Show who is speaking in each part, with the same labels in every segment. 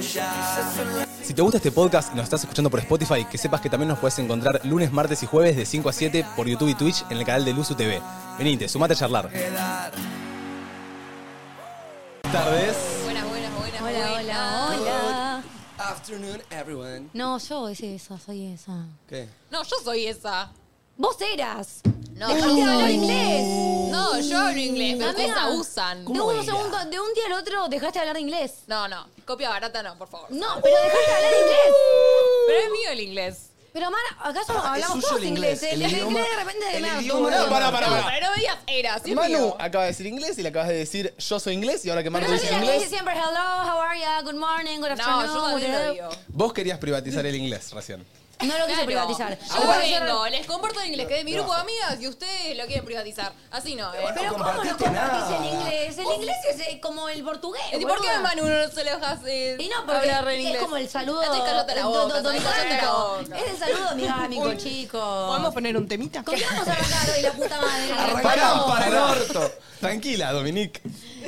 Speaker 1: Si te gusta este podcast y nos estás escuchando por Spotify, que sepas que también nos puedes encontrar lunes, martes y jueves de 5 a 7 por YouTube y Twitch en el canal de Luzu TV. Venite, sumate a charlar. Tardes.
Speaker 2: Buenas, buenas, buenas.
Speaker 3: Hola, hola, hola.
Speaker 4: Afternoon, everyone.
Speaker 3: No, yo es esa, soy esa.
Speaker 4: ¿Qué?
Speaker 2: No, yo soy esa.
Speaker 3: ¡Vos eras!
Speaker 2: No,
Speaker 3: ¡Dejaste de hablar inglés!
Speaker 2: No, yo hablo inglés, pero
Speaker 3: Amiga,
Speaker 2: ustedes abusan.
Speaker 3: De un, segundo, de un día al otro dejaste de hablar inglés. Uh.
Speaker 2: No, no. Copia barata no, por favor.
Speaker 3: No, pero dejaste de hablar inglés.
Speaker 2: Pero es Ah, mío el inglés.
Speaker 3: Pero Mar, acaso hablamos
Speaker 4: suyo
Speaker 3: todos
Speaker 4: el
Speaker 3: inglés.
Speaker 4: inglés, el
Speaker 3: El, el
Speaker 4: idioma-
Speaker 3: inglés de repente de
Speaker 4: el
Speaker 3: nada,
Speaker 4: idioma-
Speaker 3: todo.
Speaker 4: No, pará,
Speaker 2: No,
Speaker 4: pará.
Speaker 2: pero no me digas era, sí es
Speaker 5: Manu
Speaker 2: mío.
Speaker 5: acaba de decir inglés y le acabas de decir yo soy inglés y ahora que Manu
Speaker 3: Pero yo
Speaker 5: dice
Speaker 3: soy la que dice
Speaker 5: inglés.
Speaker 3: siempre hello, how are ya, good morning, good
Speaker 2: No,
Speaker 3: afternoon.
Speaker 2: yo también lo
Speaker 3: whatever.
Speaker 2: digo.
Speaker 1: Vos querías privatizar el inglés recién.
Speaker 3: No lo quise
Speaker 2: Claro.
Speaker 3: privatizar.
Speaker 2: Yo
Speaker 3: Ahora-
Speaker 2: vengo, les comparto el inglés, que es de mi grupo de amigas y ustedes lo quieren privatizar. Así no, ¿eh?
Speaker 3: Pero ¿cómo no
Speaker 4: compartiste
Speaker 3: compartís
Speaker 4: nada.
Speaker 3: el inglés? El inglés es eh, como el portugués.
Speaker 2: ¿Y por qué
Speaker 3: boluda.
Speaker 2: a Manu no se lo dejas eh,
Speaker 3: Y no, porque
Speaker 2: hablar en
Speaker 3: es
Speaker 2: inglés?
Speaker 3: como el saludo.
Speaker 2: Entonces cállate la
Speaker 3: do-
Speaker 2: boca,
Speaker 3: do-
Speaker 2: entonces cállate la
Speaker 3: dominicano.
Speaker 2: boca.
Speaker 3: Es el saludo amigámico, chico.
Speaker 6: ¿Podemos poner un temita?
Speaker 3: ¿Con qué vamos a arrancar hoy la puta madre?
Speaker 1: Pará, para el orto. Tranquila, Dominique.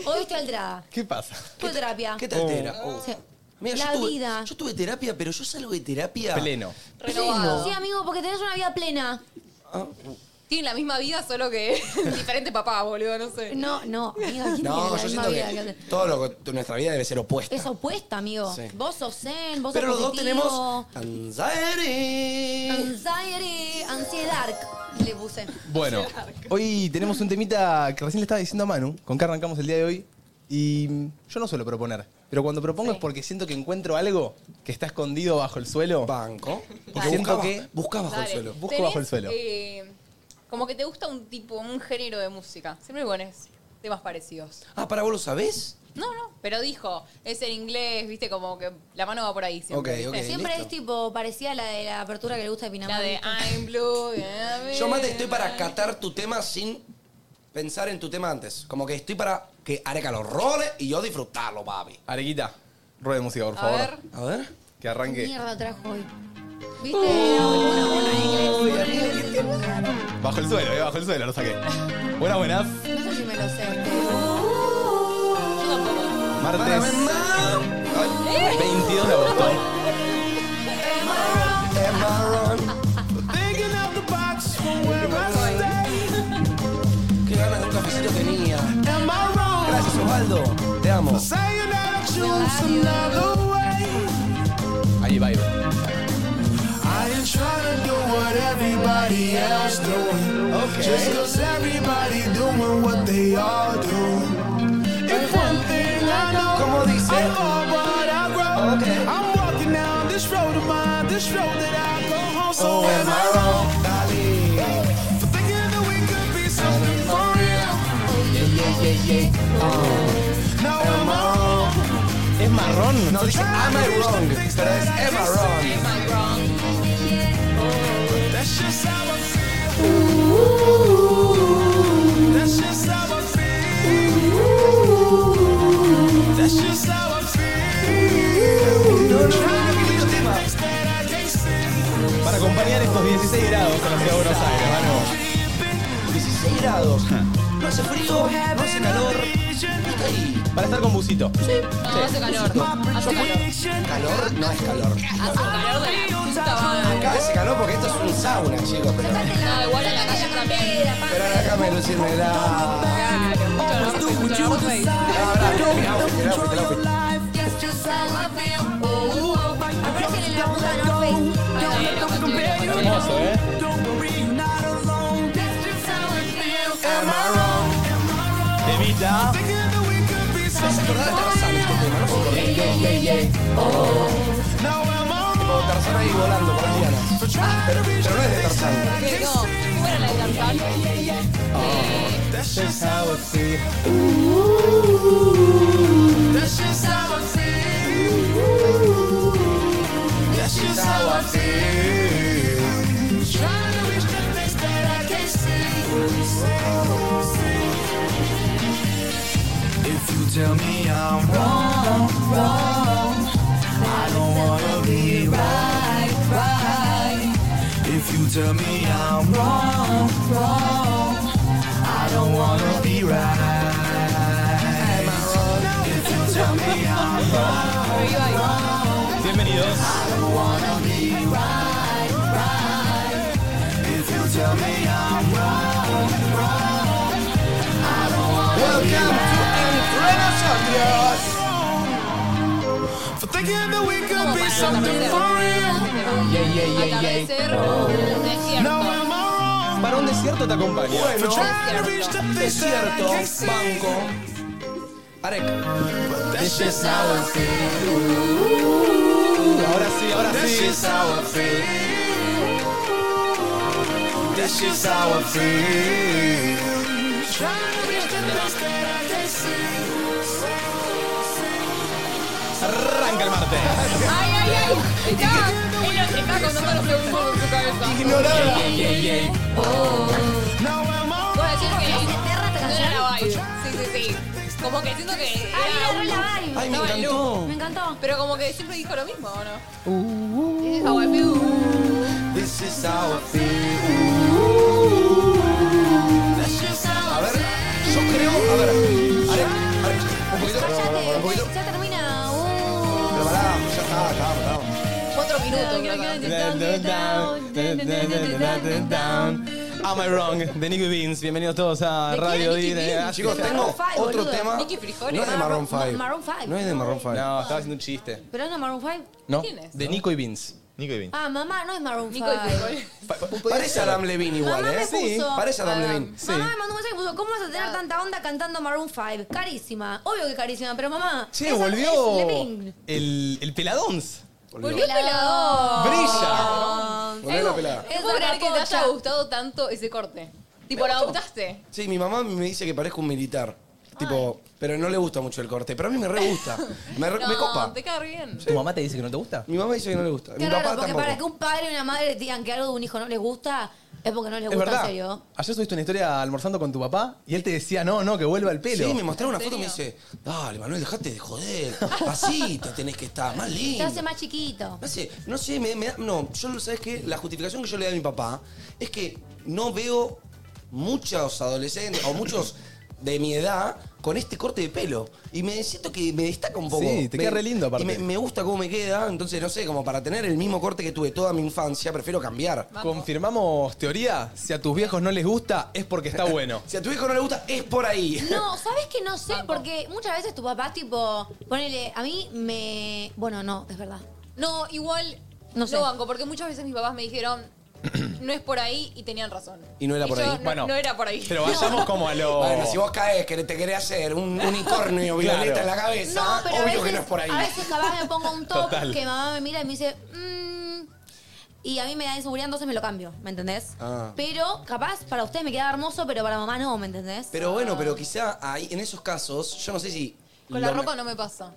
Speaker 3: Hoy estoy alterada.
Speaker 1: ¿Qué pasa?
Speaker 3: Fue terapia.
Speaker 4: ¿Qué te altera? Oh.
Speaker 3: Sí.
Speaker 4: Mira,
Speaker 3: la
Speaker 4: yo tuve,
Speaker 3: vida.
Speaker 4: Yo tuve terapia, pero yo salgo de terapia.
Speaker 1: Pleno.
Speaker 2: Renovado.
Speaker 3: Sí, amigo, porque tenés una vida plena.
Speaker 2: Tienen la misma vida, solo que diferente papá, boludo, no sé.
Speaker 3: No, no, amiga, ¿quién tiene
Speaker 4: No,
Speaker 3: la
Speaker 4: yo
Speaker 3: misma
Speaker 4: siento
Speaker 3: vida que
Speaker 4: que
Speaker 3: otra?
Speaker 4: todo lo que nuestra vida debe ser opuesta.
Speaker 3: Es opuesta, amigo.
Speaker 4: Sí.
Speaker 3: Vos sos zen, vos
Speaker 4: pero los
Speaker 3: sos
Speaker 4: dos tenemos
Speaker 3: positivo. Eh,
Speaker 4: anxiety.
Speaker 3: Anxiety, ansiedad, le puse.
Speaker 1: Bueno, hoy tenemos un temita que recién le estaba diciendo a Manu, con que arrancamos el día de hoy. Y yo no suelo proponer, pero cuando propongo es porque siento que encuentro algo que está escondido bajo el suelo.
Speaker 4: Banco. Porque
Speaker 1: Siento
Speaker 4: buscaba,
Speaker 1: que-
Speaker 4: buscaba bajo
Speaker 2: Dale.
Speaker 4: el suelo.
Speaker 1: Busco
Speaker 2: Tenés,
Speaker 1: bajo el suelo.
Speaker 2: eh, como que te gusta un tipo, un género de música. Siempre pones temas parecidos.
Speaker 4: Ah, para vos lo sabés.
Speaker 2: No, no, pero dijo, es en inglés, viste, como que la mano va por ahí siempre.
Speaker 4: Ok,
Speaker 2: ¿viste?
Speaker 4: ok.
Speaker 3: Siempre
Speaker 4: listo.
Speaker 3: es tipo parecida a la de la apertura que le gusta de Pinamar.
Speaker 2: La de
Speaker 3: ¿viste?
Speaker 2: I'm blue. eh, yeah,
Speaker 4: Yo más te estoy para
Speaker 2: baby.
Speaker 4: catar tu tema sin pensar en tu tema antes. Como que estoy para que Areca los roles y yo disfrutarlo, papi.
Speaker 1: Arequita, ruede música, por
Speaker 2: A
Speaker 1: favor.
Speaker 2: ver.
Speaker 4: A ver.
Speaker 1: Que arranque
Speaker 3: mierda trajo hoy? ¿Viste? Una buena en inglés. una en inglés.
Speaker 1: bajo el suelo, eh, bajo el suelo, lo saqué. Buenas, buenas.
Speaker 3: No sé si me lo sé.
Speaker 2: Yo tampoco.
Speaker 1: Martes 22 de agosto.
Speaker 5: Thinking of the box from where I stay.
Speaker 4: Qué ganas de un cafecito tenía.
Speaker 5: Am I wrong?
Speaker 4: Gracias, Osvaldo. Te amo.
Speaker 5: Saying that I choose another way.
Speaker 1: Ahí va, ahí va.
Speaker 5: I ain't trying to do what everybody else doing. Okay. Just cause everybody doing what they all do. If one thing I know,
Speaker 4: Como dice.
Speaker 5: I are what I grow.
Speaker 4: Okay.
Speaker 5: I'm walking down this road of mine, this road that I go home. So
Speaker 4: Oh,
Speaker 5: am I wrong?
Speaker 4: Dale.
Speaker 5: For thinking that we could be something for real. Now am I wrong?
Speaker 1: Es marrón.
Speaker 4: No dice am I wrong, pero es am I wrong.
Speaker 2: Am I wrong?
Speaker 5: That's just how I feel. That's just how I feel. That's just how I feel. Trying to feel things that I can't feel.
Speaker 1: Para acompañar estos 16 grados en la ciudad de Buenos Aires, Manu.
Speaker 4: 16 grados. No hace frío, no hace calor. Está ahí.
Speaker 1: Para estar con busito.
Speaker 2: No, hace calor. Hace calor.
Speaker 4: Calor no es calor.
Speaker 2: Hace un calor de la puta madre.
Speaker 4: Acá hace calor porque esto es un sauna, chicos. Pero,
Speaker 2: No, igual en la calle también.
Speaker 4: pero déjame lucirme la.
Speaker 2: Claro, mucho norte, mucho norte.
Speaker 4: Ahora, el outfit, el outfit, el outfit.
Speaker 3: Aparecen en la puta de North Face.
Speaker 1: Hermoso, ¿eh?
Speaker 4: Am I wrong?
Speaker 1: Temita.
Speaker 5: Thinking that we could be
Speaker 4: ¿Te vas a
Speaker 5: something.
Speaker 4: acordar de Tarzán este tema? No sé por qué.
Speaker 5: Now am I wrong?
Speaker 4: Como Tarzán ahí volando por las lianas.
Speaker 5: For trying to reach
Speaker 4: Pero no es de Tarzán.
Speaker 2: Que no, fuera la de Tarzán.
Speaker 5: That's just how I feel. That's just how I feel. That's just how I feel. Trying to reach the place that I can't see. If you tell me I'm wrong, wrong, I don't wanna be right, right. If you tell me I'm wrong, wrong. I don't wanna be right. If you tell me
Speaker 1: Bienvenidos.
Speaker 5: Welcome to Entrenos For thinking that we could be something for real.
Speaker 1: Yeah, yeah, yeah,
Speaker 2: Acabé de
Speaker 1: yeah.
Speaker 2: ser un
Speaker 5: Now
Speaker 2: desierto.
Speaker 5: am I wrong?
Speaker 1: Para un desierto te acompaña.
Speaker 5: For
Speaker 4: Bueno,
Speaker 5: trying to reach the things that I
Speaker 4: desierto,
Speaker 5: can't see.
Speaker 4: banco. Areca.
Speaker 5: That's just how I feel.
Speaker 1: ahora sí, ahora
Speaker 5: That's
Speaker 1: sí.
Speaker 5: just how I feel. That's just how I feel. Trying to reach the things that I can't
Speaker 1: Arranca el martes.
Speaker 2: ¡Ay, ay, ay! Está, está contando los segundos en su cabeza.
Speaker 1: Ignorada.
Speaker 5: see. Now am I
Speaker 2: Puedo decir que
Speaker 3: Te rata
Speaker 2: no era
Speaker 3: canción.
Speaker 2: la vibe. Sí, sí, sí. Como que siento que.
Speaker 3: Ah,
Speaker 2: era
Speaker 3: mira,
Speaker 2: un-
Speaker 3: Lola Bari.
Speaker 4: Ay, me
Speaker 2: Estaba en
Speaker 4: encantó.
Speaker 3: Me encantó.
Speaker 2: Pero como que siempre dijo lo mismo, ¿o no? Es how I feel.
Speaker 4: This is how I feel. A ver, yo creo, a ver, Areca, Areca, un poquito,
Speaker 3: Cállate,
Speaker 4: un poquito.
Speaker 3: ya termina.
Speaker 4: Pero
Speaker 3: Uh.
Speaker 4: pará, ya está, está, está.
Speaker 2: Cuatro minutos.
Speaker 3: Quiero
Speaker 2: ¿verdad?
Speaker 3: que-
Speaker 1: Am I wrong? De Nicky Beans. Bienvenidos todos a
Speaker 3: ¿De quién?
Speaker 1: Radio
Speaker 3: Nicky
Speaker 1: Dine.
Speaker 3: Beans.
Speaker 1: Ah,
Speaker 4: Chicos,
Speaker 3: De
Speaker 4: tengo
Speaker 3: Maroon five,
Speaker 4: otro
Speaker 3: boludo.
Speaker 4: tema.
Speaker 2: Nicky Frijoli.
Speaker 4: No es de Maroon
Speaker 3: Maroon-
Speaker 4: 5.
Speaker 3: Maroon five.
Speaker 4: No es de Maroon 5.
Speaker 1: No, estaba haciendo un chiste.
Speaker 3: ¿Pero no es Maroon 5?
Speaker 1: ¿No?
Speaker 2: ¿Quién es?
Speaker 1: De Nico y Beans.
Speaker 6: Nico y Vin.
Speaker 3: Ah, mamá no es Maroon 5.
Speaker 2: Nico y Frijol.
Speaker 4: Parece Adam Levine igual,
Speaker 3: Mamá
Speaker 4: ¿eh?
Speaker 3: me puso.
Speaker 4: Parece Adam
Speaker 2: Adam.
Speaker 4: Levine.
Speaker 1: Sí. Ah.
Speaker 3: Mamá me mandó un mensaje y puso, ¿cómo vas a tener tanta onda cantando Maroon 5? Carísima. Obvio que carísima, pero mamá.
Speaker 1: Che,
Speaker 3: esa es
Speaker 1: volvió
Speaker 3: Levin.
Speaker 1: el, el peladonz.
Speaker 2: Volvió pelador.
Speaker 1: Brilla.
Speaker 4: Volvió la pelada.
Speaker 2: No puedo creer que te haya gustado tanto ese corte. Tipo, lo adoptaste.
Speaker 4: Sí, mi mamá me dice que parezco un militar. Tipo, pero no le gusta mucho el corte. Pero a mí me re gusta. Me, re- me copa.
Speaker 2: te cae bien.
Speaker 1: ¿Tu mamá te dice que no te gusta?
Speaker 4: Mi mamá dice que no le gusta. Mi
Speaker 3: Qué
Speaker 4: papá
Speaker 3: raro, porque
Speaker 4: tampoco.
Speaker 3: para que un padre y una madre digan que algo de un hijo no les gusta, es porque no les
Speaker 1: Es
Speaker 3: gusta en
Speaker 1: verdad.
Speaker 3: serio.
Speaker 1: Ayer subiste una historia almorzando con tu papá y él te decía, no, no, que vuelva el pelo.
Speaker 4: Sí, me mostraron una foto y me
Speaker 2: ¿En
Speaker 4: dice, dale, Manuel, dejate de joder. Así te tenés que estar, más
Speaker 3: Te
Speaker 4: lindo.
Speaker 3: hace más chiquito.
Speaker 4: No sé, no sé, me, me da- No, yo lo sabes que la justificación que yo le doy a mi papá es que no veo muchos adolescentes o muchos de mi edad con este corte de pelo. Y me siento que me destaca un poco.
Speaker 1: Sí, te
Speaker 4: Me-
Speaker 1: queda re lindo, aparte.
Speaker 4: Y me, me gusta cómo me queda, entonces no sé, como para tener el mismo corte que tuve toda mi infancia, prefiero cambiar.
Speaker 1: Confirmamos teoría, si a tus viejos no les gusta es porque está bueno.
Speaker 4: Si a tu hijo no le gusta, es por ahí.
Speaker 3: No, sabes que no sé, porque muchas veces tu papá, tipo, ponele, a mí me. Bueno, no, es verdad.
Speaker 2: No, igual
Speaker 3: No
Speaker 2: no
Speaker 3: sé.
Speaker 2: banco, porque muchas veces mis papás me dijeron no es por ahí y tenían razón.
Speaker 4: Y no era por
Speaker 2: yo
Speaker 4: ahí.
Speaker 2: No,
Speaker 1: Bueno,
Speaker 2: no era por ahí.
Speaker 1: Pero vayamos como a lo...
Speaker 4: Bueno, si vos caes que te querés hacer un unicornio violeta
Speaker 1: Oh. Claro.
Speaker 4: en la cabeza,
Speaker 3: No, pero
Speaker 4: Ah, obvio
Speaker 3: a veces,
Speaker 4: que no es por ahí.
Speaker 3: A veces capaz me pongo un top
Speaker 1: Total.
Speaker 3: que mamá me mira y me dice, mmm. Y a mí me da inseguridad, entonces me lo cambio, ¿me entendés?
Speaker 4: Ah.
Speaker 3: Pero capaz para ustedes me queda hermoso, pero para mamá no, ¿me entendés?
Speaker 4: Pero bueno, pero quizá ahí, en esos casos, yo no sé si.
Speaker 2: Con la
Speaker 4: lo-
Speaker 2: ropa no me pasa.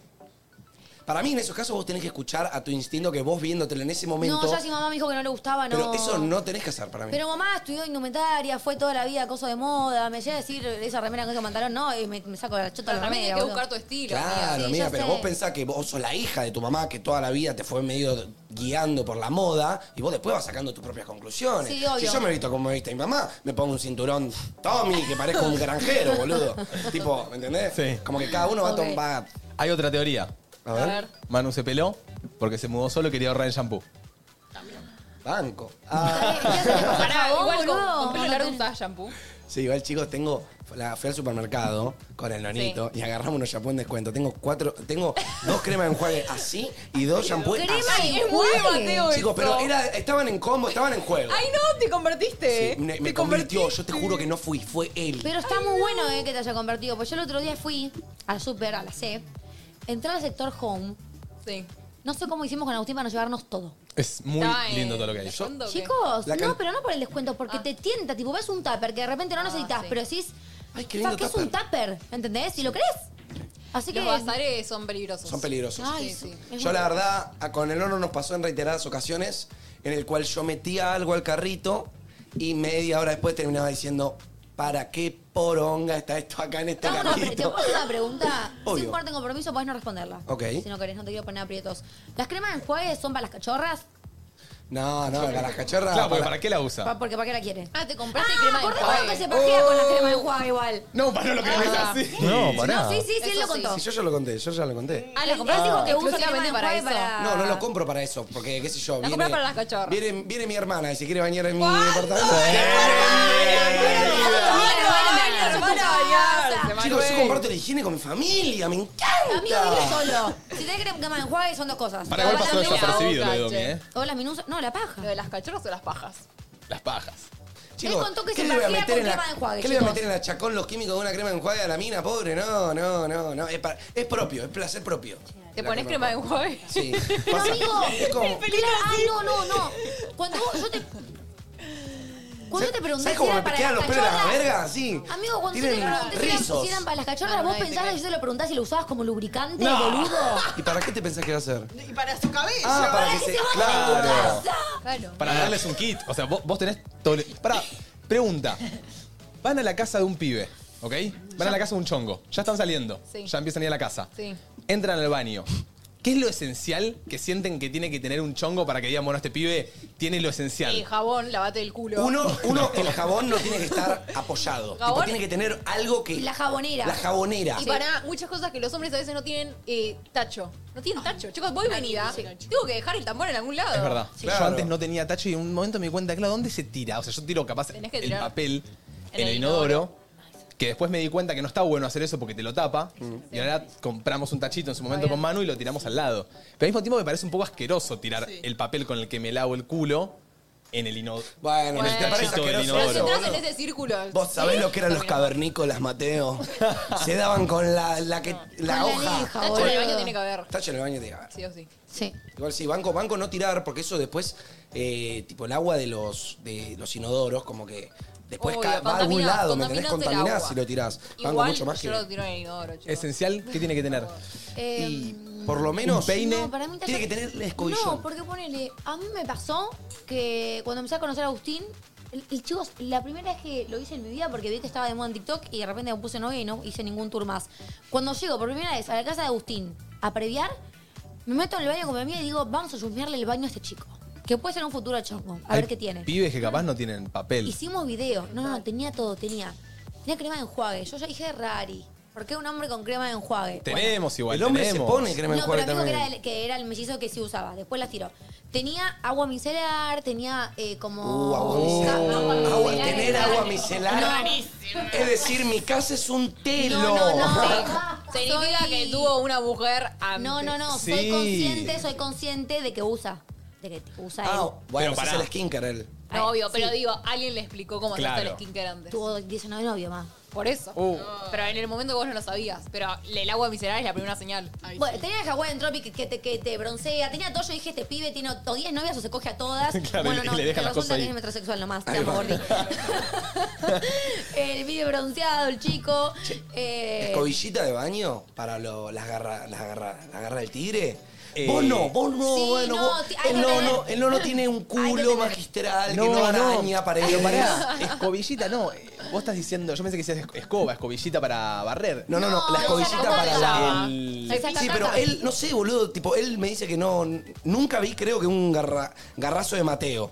Speaker 4: Para mí, en esos casos, vos tenés que escuchar a tu instinto que vos viéndotelo en ese momento.
Speaker 3: no, ya si mamá me dijo que no le gustaba, no.
Speaker 4: Pero eso no tenés que hacer para mí.
Speaker 3: Pero mamá estudió indumentaria, fue toda la vida cosa de moda, me llega a decir esa remera con ese pantalón, no, y me, me saco la chota de
Speaker 2: Pero
Speaker 3: la
Speaker 2: también tienes
Speaker 3: remera.
Speaker 2: que
Speaker 3: boludo.
Speaker 2: buscar tu estilo. amiga.
Speaker 4: Claro,
Speaker 3: sí,
Speaker 4: amiga,
Speaker 3: ya
Speaker 4: pero
Speaker 3: sé.
Speaker 4: vos pensás que vos sos la hija de tu mamá que toda la vida te fue medio guiando por la moda y vos después vas sacando tus propias conclusiones.
Speaker 3: Sí, obvio.
Speaker 4: Si yo me visto como me viste mi mamá, me pongo un cinturón Tommy que parezco un granjero, boludo. tipo, ¿me entendés?
Speaker 1: Sí.
Speaker 4: Como que cada uno va a
Speaker 3: Ok.
Speaker 4: tomar.
Speaker 1: Hay otra teoría.
Speaker 4: A ver.
Speaker 1: Manu se peló porque se mudó solo y quería ahorrar en shampoo.
Speaker 4: Banco. Ah.
Speaker 3: Eh,
Speaker 2: Pará,
Speaker 3: vos,
Speaker 2: igual con,
Speaker 3: boludo?
Speaker 2: con pelo
Speaker 3: No
Speaker 2: largo
Speaker 3: tenés-
Speaker 2: usabas shampoo.
Speaker 4: Sí, igual chicos, tengo. la- fui al supermercado con el nonito y agarramos unos shampoos en descuento. Tengo cuatro, tengo dos cremas de enjuague así y dos shampoos
Speaker 3: ¿Crema
Speaker 4: así.
Speaker 3: de
Speaker 2: Es muy de
Speaker 3: Guay.
Speaker 2: Mateo
Speaker 4: Chicos,
Speaker 2: eso.
Speaker 4: pero era- estaban en combo, estaban en juego.
Speaker 2: Ay, no, te convertiste.
Speaker 4: Sí, me, me
Speaker 2: te
Speaker 4: convirtió, yo te juro que no fui, fue él.
Speaker 3: eh, Pero está muy bueno eh, que te haya convertido. Pues yo el otro día fui al super, a la C, entré al sector home.
Speaker 2: Sí.
Speaker 3: No sé cómo hicimos con Agustín para no llevarnos todo.
Speaker 1: Es muy
Speaker 2: Está en
Speaker 1: lindo todo lo que hay.
Speaker 2: el fondo, ¿o qué?
Speaker 3: Chicos,
Speaker 4: La can-
Speaker 3: no, pero no por el descuento, porque te tienta. Tipo, ves un tupper que de repente no necesitas,
Speaker 2: Ah. sí.
Speaker 3: pero decís,
Speaker 4: Ay, qué
Speaker 3: "Fa,
Speaker 4: lindo
Speaker 3: ¿qué es un tupper? ¿Entendés? ¿Y lo crees? Así que.
Speaker 2: Los bazares son peligrosos.
Speaker 4: Son peligrosos.
Speaker 3: Ay,
Speaker 2: Sí, sí.
Speaker 3: es
Speaker 4: Yo
Speaker 3: muy-
Speaker 4: la verdad, a- con el oro nos pasó en reiteradas ocasiones en el cual yo metía algo al carrito y media hora después terminaba diciendo, ¿para qué poronga está esto acá en este
Speaker 3: Te hago una pre- te
Speaker 4: carrito?
Speaker 3: puedo hacer una pregunta.
Speaker 4: Obvio.
Speaker 3: Sin ponerte en compromiso, podés no responderla.
Speaker 4: Ok.
Speaker 3: Si no querés, no te quiero poner aprietos. ¿Las cremas de enjuague son para las cachorras?
Speaker 4: No, no, para las cachorras.
Speaker 1: Claro, porque ¿para qué la usa?
Speaker 3: Pa- Porque para qué la quiere.
Speaker 2: Ah, te
Speaker 3: Ah,
Speaker 2: compraste crema de
Speaker 3: acordé cuando se
Speaker 2: enjuague.
Speaker 3: pajea
Speaker 4: Oh,
Speaker 3: con la crema de enjuague igual.
Speaker 1: No, para no lo crees
Speaker 2: Ah.
Speaker 1: así.
Speaker 6: No, pará.
Speaker 3: No, sí, sí, sí, él
Speaker 2: Eso
Speaker 3: lo
Speaker 2: sí.
Speaker 3: contó.
Speaker 4: Sí, yo ya lo conté, yo ya lo conté.
Speaker 3: Ah,
Speaker 2: la
Speaker 3: la
Speaker 2: compraste
Speaker 3: compraste dijo que usa
Speaker 2: exclusivamente
Speaker 3: crema de
Speaker 2: para
Speaker 3: enjuague
Speaker 2: eso.
Speaker 3: para...
Speaker 4: No, no lo compro para eso, porque qué sé yo.
Speaker 2: La
Speaker 4: viene-
Speaker 2: comprás para las cachorras.
Speaker 4: Viene, viene mi hermana y se quiere bañar en mi
Speaker 2: ¿Cuándo?
Speaker 4: departamento. Chicos, yo comparto la higiene con mi familia, me encanta.
Speaker 3: Amigo, vive solo. Si tenés crema de enjuague son dos cosas.
Speaker 1: Para igual
Speaker 2: Ahora
Speaker 1: pasó
Speaker 2: dame la
Speaker 1: desapercibido lo de
Speaker 2: boca,
Speaker 1: Domi,
Speaker 2: che.
Speaker 1: ¿eh?
Speaker 3: O las minusas. No, la
Speaker 2: ¿Lo
Speaker 3: paja.
Speaker 2: de las cachorras o las pajas?
Speaker 1: Las pajas.
Speaker 4: Chicos,
Speaker 3: Él contó que
Speaker 4: ¿qué
Speaker 3: se
Speaker 4: le voy a
Speaker 3: vacía
Speaker 4: meter
Speaker 3: con
Speaker 4: en la-
Speaker 3: crema de enjuague,
Speaker 4: ¿Qué le voy a
Speaker 3: chicos?
Speaker 4: meter en la chacón los químicos de una crema de enjuague a la mina, pobre? No, no, no, no. Es, para- es propio, es placer propio.
Speaker 2: ¿Te
Speaker 4: La
Speaker 2: pones crema de enjuague?
Speaker 4: Sí.
Speaker 3: Pero
Speaker 4: Pasa-
Speaker 3: amigo,
Speaker 4: es como-
Speaker 3: claro, ah, no, no, no. Cuando vos- yo te. Cuando yo te pregunté
Speaker 4: ¿Sabes
Speaker 3: si
Speaker 4: cómo me
Speaker 3: era para
Speaker 4: piquean los
Speaker 3: las
Speaker 4: pelos de la
Speaker 3: cachorras.
Speaker 4: verga? Sí.
Speaker 3: Amigo, cuando yo te
Speaker 4: Tienen
Speaker 3: pregunté si eran-
Speaker 4: rizos.
Speaker 3: si eran para las
Speaker 2: Ah,
Speaker 3: cachorras, vos
Speaker 2: nadie te
Speaker 3: pensabas
Speaker 2: cree.
Speaker 3: que yo te lo preguntás si lo usabas como lubricante,
Speaker 1: No.
Speaker 3: boludo.
Speaker 4: ¿Y para qué te pensás que va a ser?
Speaker 7: Y para su cabello.
Speaker 4: Ah, para que
Speaker 3: que
Speaker 4: se.
Speaker 3: se vaya
Speaker 4: Claro.
Speaker 2: Claro.
Speaker 1: Para darles un kit. O sea, vos, vos tenés todo. Pará, pregunta. Van a la casa de un pibe, ¿ok? Van a la casa de un chongo. Ya están saliendo.
Speaker 2: Sí.
Speaker 1: Ya empiezan a ir a la casa.
Speaker 2: Sí.
Speaker 1: Entran al baño. ¿Qué es lo esencial que sienten que tiene que tener un chongo para que digan, bueno, este pibe tiene lo esencial?
Speaker 2: Y jabón, lavate el culo.
Speaker 4: Uno, uno, el jabón no tiene que estar apoyado. Tipo,
Speaker 2: Jabón.
Speaker 4: tiene que tener algo que.
Speaker 3: La jabonera.
Speaker 4: La jabonera.
Speaker 2: Y para muchas cosas que los hombres a veces no tienen eh, tacho. No tienen tacho. Chicos, voy venida. Tengo que dejar el tambor en algún lado.
Speaker 1: Es verdad.
Speaker 4: Claro.
Speaker 1: Yo antes no tenía tacho y en un momento me di cuenta, claro, ¿dónde se tira? O sea, yo tiro capaz
Speaker 2: Tenés que
Speaker 1: el
Speaker 2: tirar
Speaker 1: papel
Speaker 2: en
Speaker 1: en,
Speaker 2: el
Speaker 1: el inodoro. Que después me di cuenta que no está bueno hacer eso porque te lo tapa. Y ahora compramos un tachito en su momento con mano y lo tiramos al lado. Pero al mismo tiempo me parece un poco asqueroso tirar el papel con el que me lavo el culo en el inodoro.
Speaker 4: Bueno,
Speaker 2: Bueno,
Speaker 4: ¿te parece
Speaker 1: chito
Speaker 4: asqueroso
Speaker 1: del
Speaker 2: Pero si
Speaker 1: inodoro.
Speaker 4: eso,
Speaker 2: entras
Speaker 4: boludo?
Speaker 2: en ese círculo.
Speaker 4: Vos sabés lo que eran los cavernícolas, Mateo. Se daban con la, la, que, la
Speaker 3: Con la
Speaker 4: hoja.
Speaker 3: lija,
Speaker 2: Tacho en el
Speaker 4: eh,
Speaker 2: baño tiene que haber.
Speaker 4: Tacho en el baño te cagar.
Speaker 2: Sí o sí.
Speaker 3: Sí.
Speaker 4: Igual sí, banco, banco no tirar, porque eso después, eh, tipo el agua de los, de los inodoros, como que después
Speaker 2: Obvio,
Speaker 4: ca- va a algún
Speaker 2: contaminás-
Speaker 4: lado, ¿me entendés?
Speaker 2: contaminás el
Speaker 4: Contaminás
Speaker 2: agua.
Speaker 4: si lo tirás. banco
Speaker 2: Igual
Speaker 4: mucho más que.
Speaker 2: yo lo tiro en el inodoro, chicos.
Speaker 1: Esencial, ¿qué tiene que tener?
Speaker 3: Eh,
Speaker 4: Y por lo menos
Speaker 1: peine.
Speaker 3: No, para mí tacho-
Speaker 4: tiene que tener el
Speaker 3: No,
Speaker 4: escobillón.
Speaker 3: porque ponele, a mí me pasó que cuando empecé a conocer a Agustín, el- y chicos, la primera vez que lo hice en mi vida porque vi que estaba de moda en TikTok y de repente me puse novia y no hice ningún tour más. Cuando llego por primera vez a la casa de Agustín a previar, me meto en el baño con mi amiga y digo, vamos a chusmearle el baño a este chico. Que puede ser un futuro chongo. A ver
Speaker 1: Hay
Speaker 3: qué tiene.
Speaker 1: Pibes que capaz no tienen papel.
Speaker 3: Hicimos video. No, no, tenía todo, tenía. Tenía crema de enjuague. Yo ya dije rari. ¿Por qué un hombre con crema de enjuague? Bueno.
Speaker 1: Tenemos igual.
Speaker 4: el hombre
Speaker 1: tenemos.
Speaker 4: se pone crema en
Speaker 3: No, pero
Speaker 4: enjuague
Speaker 3: amigo que
Speaker 4: también.
Speaker 3: era, el, que era el mellizo que sí usaba. Después las tiró. Tenía agua micelar, tenía eh, como...
Speaker 4: Uh, agua micelar.
Speaker 3: Ca-
Speaker 4: Agua, tener agua micelar.
Speaker 7: Buenísimo.
Speaker 4: Es decir, mi casa es un telo.
Speaker 3: No, no, no.
Speaker 2: Significa
Speaker 3: Soy-
Speaker 2: que tuvo una mujer antes.
Speaker 3: No, no, no.
Speaker 1: Sí.
Speaker 3: Soy consciente, soy consciente de que usa. De que usa
Speaker 4: Ah,
Speaker 3: él.
Speaker 4: bueno, ese
Speaker 1: Pero
Speaker 4: es
Speaker 1: pará.
Speaker 4: el skinker, él.
Speaker 3: A ver,
Speaker 2: No, obvio, pero
Speaker 3: sí.
Speaker 2: digo, alguien le explicó cómo se hace
Speaker 1: Claro.
Speaker 2: el skinker antes.
Speaker 3: Tuvo 19 novio más.
Speaker 2: Por eso.
Speaker 1: Uh.
Speaker 2: Pero en el momento vos no lo sabías. Pero el agua micelar es la primera señal.
Speaker 7: Ay,
Speaker 3: Bueno,
Speaker 7: sí.
Speaker 3: tenía el Hawaiian Tropic que te, que te broncea. Tenía todo, yo dije, este pibe tiene o 10 novias o se coge a todas.
Speaker 1: Claro,
Speaker 3: bueno,
Speaker 1: y
Speaker 3: no,
Speaker 1: le dejan
Speaker 3: resulta
Speaker 1: las cosas
Speaker 3: que
Speaker 1: ahí.
Speaker 3: es metrosexual nomás. Te
Speaker 4: Ahí
Speaker 3: amo,
Speaker 4: va.
Speaker 3: Gordi. el pibe bronceado, el chico. eh,
Speaker 4: Escobillita de baño para lo- las garras las garra, las garra del tigre.
Speaker 1: Eh,
Speaker 4: vos no, vos no,
Speaker 3: sí,
Speaker 4: bueno,
Speaker 3: no,
Speaker 4: vos-
Speaker 3: ti- hay
Speaker 4: el
Speaker 3: que
Speaker 4: no,
Speaker 3: tener-
Speaker 4: no, el no no tiene un
Speaker 3: Hay que
Speaker 4: culo
Speaker 3: tener-
Speaker 4: magistral que no araña paredes.
Speaker 1: Pero pará, escobillita no. eh, Vos estás diciendo, yo pensé que decías esc- escoba, escobillita para barrer.
Speaker 4: No, no, no, la escobillita
Speaker 3: saca
Speaker 4: para
Speaker 2: caca.
Speaker 4: la. el-
Speaker 3: Se saca
Speaker 4: Sí,
Speaker 3: caca.
Speaker 4: pero él, no sé, boludo, tipo, él me dice que no. Nunca vi, creo que un garra- garrazo de Mateo.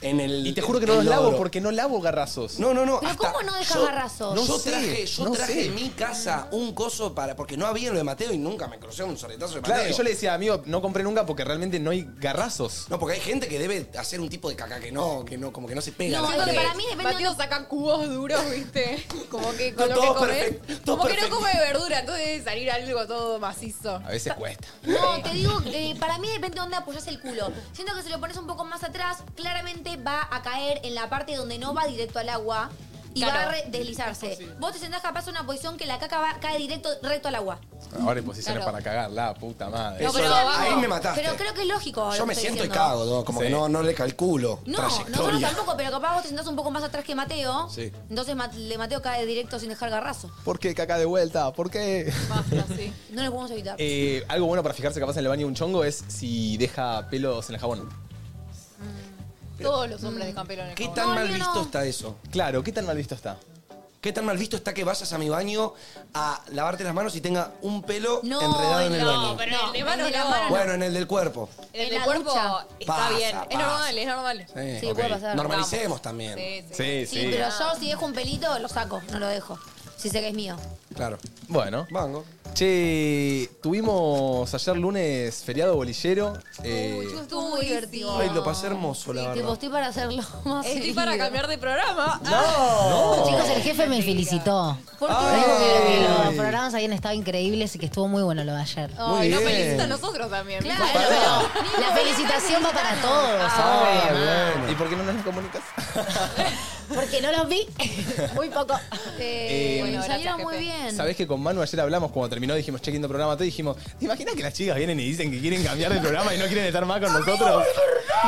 Speaker 4: En el.
Speaker 1: Y te juro que no
Speaker 4: en
Speaker 1: los
Speaker 4: el
Speaker 1: lavo
Speaker 4: lodro.
Speaker 1: porque no lavo garrazos.
Speaker 4: No, no, no.
Speaker 3: Pero
Speaker 4: hasta
Speaker 3: ¿cómo no deja
Speaker 4: yo-
Speaker 3: garrazos?
Speaker 1: No
Speaker 4: yo
Speaker 1: sé,
Speaker 4: traje, yo
Speaker 1: no
Speaker 4: traje
Speaker 1: sé.
Speaker 4: de mi casa un coso para. Porque no había lo de Mateo y nunca me crucé un sorretazo de Mateo.
Speaker 1: Claro, y yo le decía, amigo, no compré nunca porque realmente no hay garrazos.
Speaker 4: No, porque hay gente que debe hacer un tipo de caca que no, que no, como que no se pega.
Speaker 3: No,
Speaker 4: la
Speaker 3: es que
Speaker 4: gente.
Speaker 3: para mí depende
Speaker 2: Mateo saca cubos duros, ¿viste? Como que con
Speaker 4: No,
Speaker 2: lo que
Speaker 4: todo
Speaker 2: come.
Speaker 4: perfecto, todo
Speaker 2: como que no
Speaker 4: perfecto.
Speaker 2: come verdura, entonces debe salir algo todo macizo.
Speaker 1: A veces cuesta.
Speaker 3: No, te digo, que para mí depende de dónde apoyas el culo. Siento que si lo pones un poco más atrás, claramente va a caer en la parte donde no va directo al agua y
Speaker 2: Claro.
Speaker 3: va a re- deslizarse. Vos te sentás capaz en una posición que la caca va, cae directo, recto al agua.
Speaker 1: Ahora hay posiciones
Speaker 2: Claro.
Speaker 1: para cagar, la puta madre.
Speaker 2: No,
Speaker 4: Eso,
Speaker 2: pero
Speaker 4: ahí
Speaker 2: vamos.
Speaker 4: me mataste.
Speaker 3: Pero creo que es lógico. lo
Speaker 4: yo
Speaker 3: que
Speaker 4: me
Speaker 3: estoy
Speaker 4: siento y
Speaker 3: diciendo.
Speaker 4: cago, ¿no? como
Speaker 1: Sí.
Speaker 4: que no, no le calculo.
Speaker 3: No, nosotros
Speaker 4: trayectoria.
Speaker 3: tampoco, pero capaz vos te sentás un poco más atrás que Mateo.
Speaker 4: Sí.
Speaker 3: Entonces Ma- le Mateo cae directo sin dejar garrazo.
Speaker 1: ¿Por qué caca de vuelta? ¿Por qué?
Speaker 2: Basta, sí.
Speaker 3: No lo podemos evitar.
Speaker 1: Eh, algo bueno para fijarse capaz en el baño de un chongo es si deja pelos en el jabón.
Speaker 2: Todos los hombres de campero en el
Speaker 4: ¿Qué
Speaker 2: jabón.
Speaker 4: tan
Speaker 3: No,
Speaker 4: mal
Speaker 3: no,
Speaker 4: visto
Speaker 3: no.
Speaker 4: está eso?
Speaker 1: Claro, ¿qué tan mal visto está?
Speaker 4: ¿Qué tan mal visto está que vayas a mi baño a lavarte las manos y tenga un pelo
Speaker 3: No,
Speaker 4: enredado en el
Speaker 3: no,
Speaker 4: baño?
Speaker 2: pero en el de mano
Speaker 3: en la
Speaker 2: no.
Speaker 3: mano
Speaker 4: Bueno, en el del cuerpo.
Speaker 2: En el
Speaker 3: En
Speaker 2: del
Speaker 3: la
Speaker 2: cuerpo
Speaker 3: ducha.
Speaker 2: está
Speaker 4: Pasa,
Speaker 2: bien.
Speaker 4: pasa.
Speaker 2: Es normal, es normal.
Speaker 4: Sí.
Speaker 3: Sí, puede pasar.
Speaker 4: Normalicemos también.
Speaker 2: Sí, sí.
Speaker 1: Sí,
Speaker 3: Sí,
Speaker 1: sí.
Speaker 3: pero yo si dejo un pelito, lo saco, no lo dejo. Si sé que es mío.
Speaker 4: Claro.
Speaker 1: Bueno.
Speaker 4: Mango.
Speaker 1: Che, tuvimos ayer lunes feriado bolillero. eh,
Speaker 2: Uy, chicos, estuvo muy divertido.
Speaker 4: Ay, lo pasé hermoso, la
Speaker 3: Tipo,
Speaker 4: verdad.
Speaker 3: estoy para hacerlo más
Speaker 2: Estoy
Speaker 3: seguido.
Speaker 2: para cambiar de programa. Ah.
Speaker 6: Chicos, el jefe me felicitó.
Speaker 3: ¿Por qué?
Speaker 6: Que Los programas habían estado increíbles y que estuvo muy bueno lo de ayer.
Speaker 2: Ay,
Speaker 4: Muy
Speaker 2: no,
Speaker 4: bien.
Speaker 2: felicito a nosotros también.
Speaker 3: Claro.
Speaker 6: Bueno, pero la felicitación va
Speaker 2: Eh,
Speaker 6: para todos,
Speaker 4: Ah,
Speaker 6: obvio, ma.
Speaker 4: bueno.
Speaker 1: ¿Y por qué no nos comunicas?
Speaker 6: Porque no los vi. Muy poco.
Speaker 3: Eh,
Speaker 1: Eh,
Speaker 3: bueno,
Speaker 2: gracias,
Speaker 3: salieron muy
Speaker 2: jefe.
Speaker 3: bien.
Speaker 1: Sabés que con Manu ayer hablamos cuando terminó, dijimos, che, quinto programa, todo y dijimos, ¿te imaginas que las chicas vienen y dicen que quieren cambiar de programa y no quieren estar más con nosotros?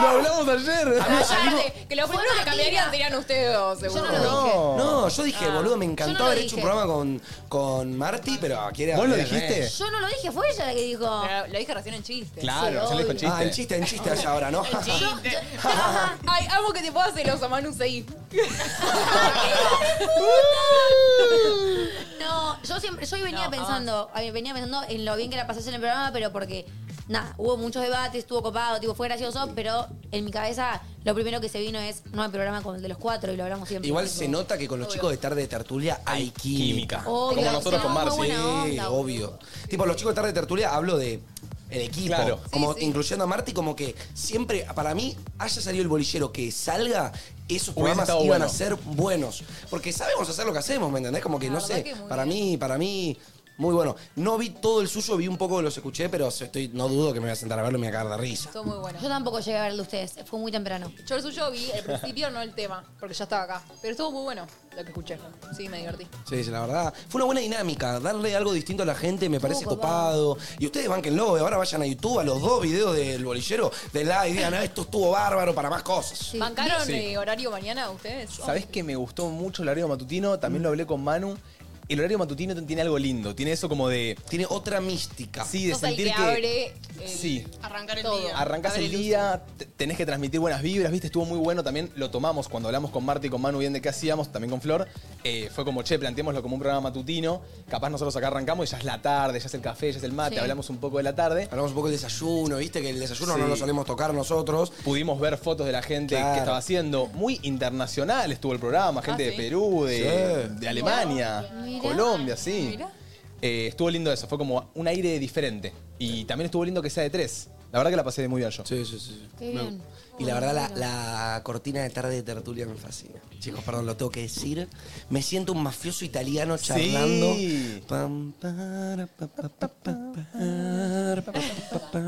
Speaker 1: ¡Lo hablamos ayer!
Speaker 2: Cállate, que lo primero que cambiarían serían ustedes dos, seguro.
Speaker 3: no lo dije.
Speaker 4: No, yo dije, boludo, me
Speaker 3: Yo
Speaker 4: encantó
Speaker 3: no lo
Speaker 4: haber hecho un
Speaker 3: dije.
Speaker 4: programa con, con Marty, pero quiere
Speaker 1: ¿Vos lo
Speaker 4: hablar,
Speaker 1: dijiste?
Speaker 4: ¿eh?
Speaker 3: Yo no lo dije, fue ella la que dijo.
Speaker 2: Pero Lo dije recién en chiste.
Speaker 1: Claro,
Speaker 3: Sí,
Speaker 1: se le dijo
Speaker 3: obvio.
Speaker 1: chiste.
Speaker 4: Ah, en chiste, en chiste allá ahora, ¿no?
Speaker 2: Ay, amo que te puedas celoso, Manu, seguí.
Speaker 3: No, yo siempre, yo hoy venía
Speaker 2: No.
Speaker 3: pensando, ay, venía pensando en lo bien que la pasaste en el programa, pero porque, nada, hubo muchos debates, estuvo copado, tipo, fue gracioso, pero en mi cabeza lo primero que se vino es, no hay programa como el de los cuatro y lo hablamos siempre.
Speaker 4: Igual
Speaker 3: tipo.
Speaker 4: se nota que con los chicos de tarde de tertulia hay química.
Speaker 1: Química.
Speaker 3: Obvio,
Speaker 1: Como nosotros con
Speaker 3: tenemos
Speaker 1: Marci.
Speaker 3: muy buena
Speaker 4: Sí,
Speaker 3: onda,
Speaker 4: obvio. Tipo, los chicos de tarde de tertulia hablo de el equipo.
Speaker 1: Claro.
Speaker 4: Como
Speaker 2: Sí, sí.
Speaker 4: incluyendo a Marty, como que siempre, para mí, haya salido el bolillero que salga, esos programas
Speaker 1: estado
Speaker 4: iban
Speaker 1: bueno.
Speaker 4: a ser buenos. Porque sabemos hacer lo que hacemos, ¿me entendés? Como que
Speaker 2: La
Speaker 4: no
Speaker 2: verdad
Speaker 4: sé.
Speaker 2: que muy
Speaker 4: para
Speaker 2: bien.
Speaker 4: mí, para mí. Muy bueno. No vi todo el suyo, vi un poco de los escuché, pero estoy, no dudo que me voy a sentar a verlo y me voy a cagar de risa.
Speaker 2: Todo muy bueno.
Speaker 3: Yo tampoco llegué a ver el de ustedes, fue muy temprano.
Speaker 2: Yo el suyo vi al principio, no el tema, porque ya estaba acá. Pero estuvo muy bueno lo que escuché. Sí, me divertí.
Speaker 4: Sí, sí, la verdad. Fue una buena dinámica. Darle algo distinto a la gente me parece
Speaker 3: copado.
Speaker 4: copado. Y ustedes banquenlo. eh. Ahora vayan a YouTube a los dos videos del bolillero de la y digan, "Ah, esto estuvo bárbaro para más cosas.
Speaker 3: Sí.
Speaker 2: ¿Bancaron
Speaker 1: Sí.
Speaker 2: eh, horario mañana ustedes?
Speaker 1: ¿Sabés que me gustó mucho el horario matutino? También lo hablé con Manu. El horario matutino tiene algo lindo, tiene eso como de...
Speaker 4: Tiene otra mística.
Speaker 1: Sí, de
Speaker 2: Sos el
Speaker 1: sentir
Speaker 2: que abre el-
Speaker 1: Sí.
Speaker 7: Arrancar el
Speaker 2: Todo.
Speaker 7: día.
Speaker 1: Arrancás
Speaker 7: Abre
Speaker 1: el
Speaker 7: luz.
Speaker 1: día, te- tenés que transmitir buenas vibras, viste, estuvo muy bueno, también lo tomamos cuando hablamos con Marta y con Manu bien de qué hacíamos, también con Flor, eh, fue como, che, planteémoslo como un programa matutino, capaz nosotros acá arrancamos y ya es la tarde, ya es el café, ya es el mate,
Speaker 3: Sí.
Speaker 1: hablamos un poco de la tarde,
Speaker 4: Hablamos un poco del desayuno, viste que el desayuno
Speaker 1: Sí.
Speaker 4: no lo solemos tocar nosotros.
Speaker 1: pudimos ver fotos de la gente
Speaker 4: Claro.
Speaker 1: que estaba haciendo, muy internacional estuvo el programa, gente de
Speaker 2: sí.
Speaker 1: Perú, de,
Speaker 4: Sí.
Speaker 1: de Alemania,
Speaker 3: Mirá.
Speaker 1: Colombia, sí.
Speaker 2: Mirá.
Speaker 1: Eh, estuvo lindo eso, fue como un aire diferente, y también estuvo lindo que sea de tres, la verdad que la pasé muy bien yo.
Speaker 4: Sí, sí, sí.
Speaker 3: Qué bien.
Speaker 4: Y la verdad, la, la cortina de tarde de tertulia me fascina. Chicos, perdón, lo tengo que decir. Me siento un mafioso italiano charlando.
Speaker 1: Sí.
Speaker 4: Pam, para, pa, pa, pa, pa, para, pa, pa, pa.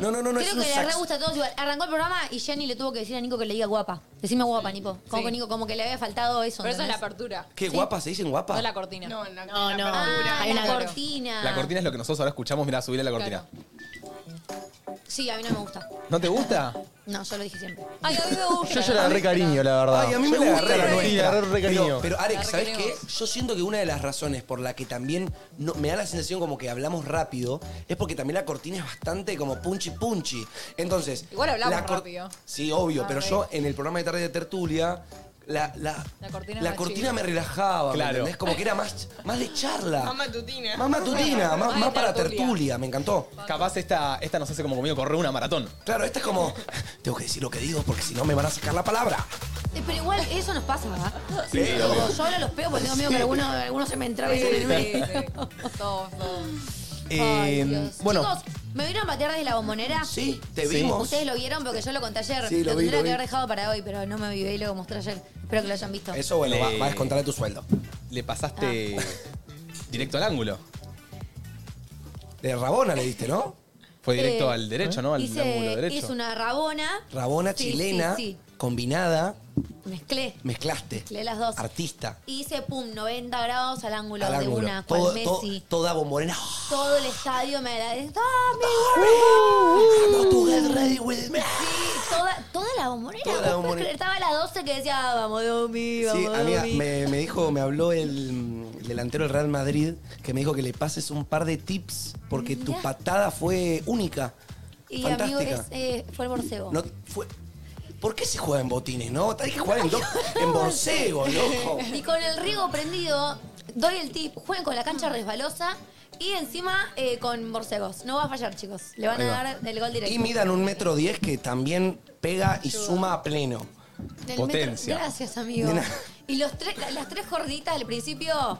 Speaker 4: No, no, no, no. es
Speaker 3: Creo
Speaker 4: un
Speaker 3: que le re
Speaker 4: sax-
Speaker 3: gusta a todos igual. Arrancó el programa y Jenny le tuvo que decir a Nico que le diga guapa. Decime guapa, Nico. Como,
Speaker 2: Sí.
Speaker 3: que Nico, como que le había faltado eso.
Speaker 2: Pero eso es la
Speaker 3: ¿entendés?
Speaker 2: apertura,
Speaker 4: ¿Qué guapa? ¿Se dicen guapa?
Speaker 2: no la cortina.
Speaker 7: No, en la,
Speaker 6: No,
Speaker 7: en la
Speaker 6: no.
Speaker 7: apertura.
Speaker 3: Ah,
Speaker 6: Hay
Speaker 3: la
Speaker 6: una-
Speaker 3: cortina.
Speaker 1: La cortina es lo que nosotros ahora escuchamos, mirá, subirle la cortina.
Speaker 3: Sí, a mí no me gusta.
Speaker 1: ¿No te gusta?
Speaker 3: No, yo lo dije siempre.
Speaker 2: Ay, a mí me gusta.
Speaker 1: Yo ya le agarré cariño, la verdad.
Speaker 4: Ay, a mí
Speaker 1: Yo
Speaker 4: me
Speaker 1: le
Speaker 4: gusta
Speaker 1: agarré
Speaker 4: la
Speaker 1: cariño, le
Speaker 4: nuestra.
Speaker 1: agarré
Speaker 4: Pero,
Speaker 1: cariño.
Speaker 4: pero
Speaker 2: La
Speaker 4: Alex, ¿sabes qué?
Speaker 2: requeremos.
Speaker 4: Yo siento que una de las razones por la que también no- me da la sensación como que hablamos rápido es porque también la cortina es bastante como punchy punchy. Entonces.
Speaker 2: Igual hablamos
Speaker 4: la cor-
Speaker 2: rápido.
Speaker 4: Sí, obvio,
Speaker 2: Ah,
Speaker 4: pero
Speaker 2: ok.
Speaker 4: yo en el programa de tarde de tertulia. La, la,
Speaker 2: La cortina
Speaker 4: la
Speaker 2: más
Speaker 4: cortina
Speaker 2: chill.
Speaker 4: me relajaba,
Speaker 1: Claro.
Speaker 4: claro. Es como que era más, más de charla.
Speaker 7: Más matutina.
Speaker 4: Más matutina, más,
Speaker 2: Más
Speaker 4: más
Speaker 2: de
Speaker 4: para
Speaker 2: tertulia.
Speaker 4: tertulia, me encantó.
Speaker 1: Capaz esta, esta nos hace como conmigo correr una maratón.
Speaker 4: Claro, esta es como, tengo que decir lo que digo porque si no me van a sacar la palabra.
Speaker 3: Eh, Pero igual eso nos pasa, ¿verdad? Sí, yo ahora los pego porque tengo miedo que alguno, alguno se me entrabe y se me
Speaker 2: Sí,
Speaker 3: enrede.
Speaker 2: sí. Todos, todos.
Speaker 3: Ay,
Speaker 1: Eh,
Speaker 3: Dios.
Speaker 1: bueno,
Speaker 3: Chicos, ¿me vieron patear desde la bombonera?
Speaker 2: Ah.
Speaker 4: Sí, te vimos.
Speaker 3: Ustedes lo vieron porque yo lo conté ayer.
Speaker 4: Sí, lo vi,
Speaker 3: tendría
Speaker 4: lo
Speaker 3: que
Speaker 4: vi.
Speaker 3: haber dejado para hoy, pero no me vivé y lo mostré ayer. Espero que lo hayan visto.
Speaker 4: Eso bueno, va,
Speaker 1: Le-
Speaker 4: va a descontar de tu sueldo.
Speaker 1: le
Speaker 3: Ah.
Speaker 1: pasaste directo al ángulo.
Speaker 4: De Rabona le diste, ¿no?
Speaker 1: Fue directo
Speaker 3: Eh,
Speaker 1: al derecho, ¿no? Al
Speaker 3: hice-
Speaker 1: ángulo derecho.
Speaker 3: Hice una rabona.
Speaker 4: Rabona
Speaker 3: Sí,
Speaker 4: chilena,
Speaker 3: Sí,
Speaker 4: combinada,
Speaker 3: sí. Mezclé.
Speaker 4: mezclaste.
Speaker 3: Mezclé las dos.
Speaker 4: Artista.
Speaker 3: Y hice, pum, 90 grados al ángulo
Speaker 4: al
Speaker 3: de
Speaker 4: ángulo.
Speaker 3: una, cual
Speaker 4: Todo- to-
Speaker 3: Messi.
Speaker 4: toda bombonera. ¡Ah,
Speaker 3: Todo el estadio me agradece. ¡Ah, mi
Speaker 4: Vamos, tú, get ready with me.
Speaker 3: Sí, toda, toda la bombonera.
Speaker 4: Toda la
Speaker 3: ¿Vos podés
Speaker 4: bombonera.
Speaker 3: creer? Estaba a las 12 que decía, "Ah, vamos, Domi, vamos,
Speaker 4: Sí, amiga,
Speaker 3: Domi".
Speaker 4: me, me dijo, me habló el, mm, el delantero del Real Madrid que me dijo que le pases un par de tips porque tu
Speaker 3: Mirá.
Speaker 4: patada fue única.
Speaker 3: Y amigo,
Speaker 4: fantástica.
Speaker 3: es, eh, fue el borcego.
Speaker 4: No, fue, ¿Por qué se juega en botines, no? Hay que jugar en, do- en borcego, loco.
Speaker 3: Y con el riego prendido, doy el tip, jueguen con la
Speaker 4: Mm.
Speaker 3: cancha resbalosa y encima eh, con borcegos. No va a fallar, chicos. Le van
Speaker 4: Ahí
Speaker 3: a
Speaker 4: va.
Speaker 3: dar el gol directo.
Speaker 4: Y midan un metro diez que también pega y suma a pleno.
Speaker 3: Del metro-
Speaker 1: Potencia.
Speaker 3: Gracias, amigo.
Speaker 4: De nada.
Speaker 3: Y los tres, las tres jorditas al principio,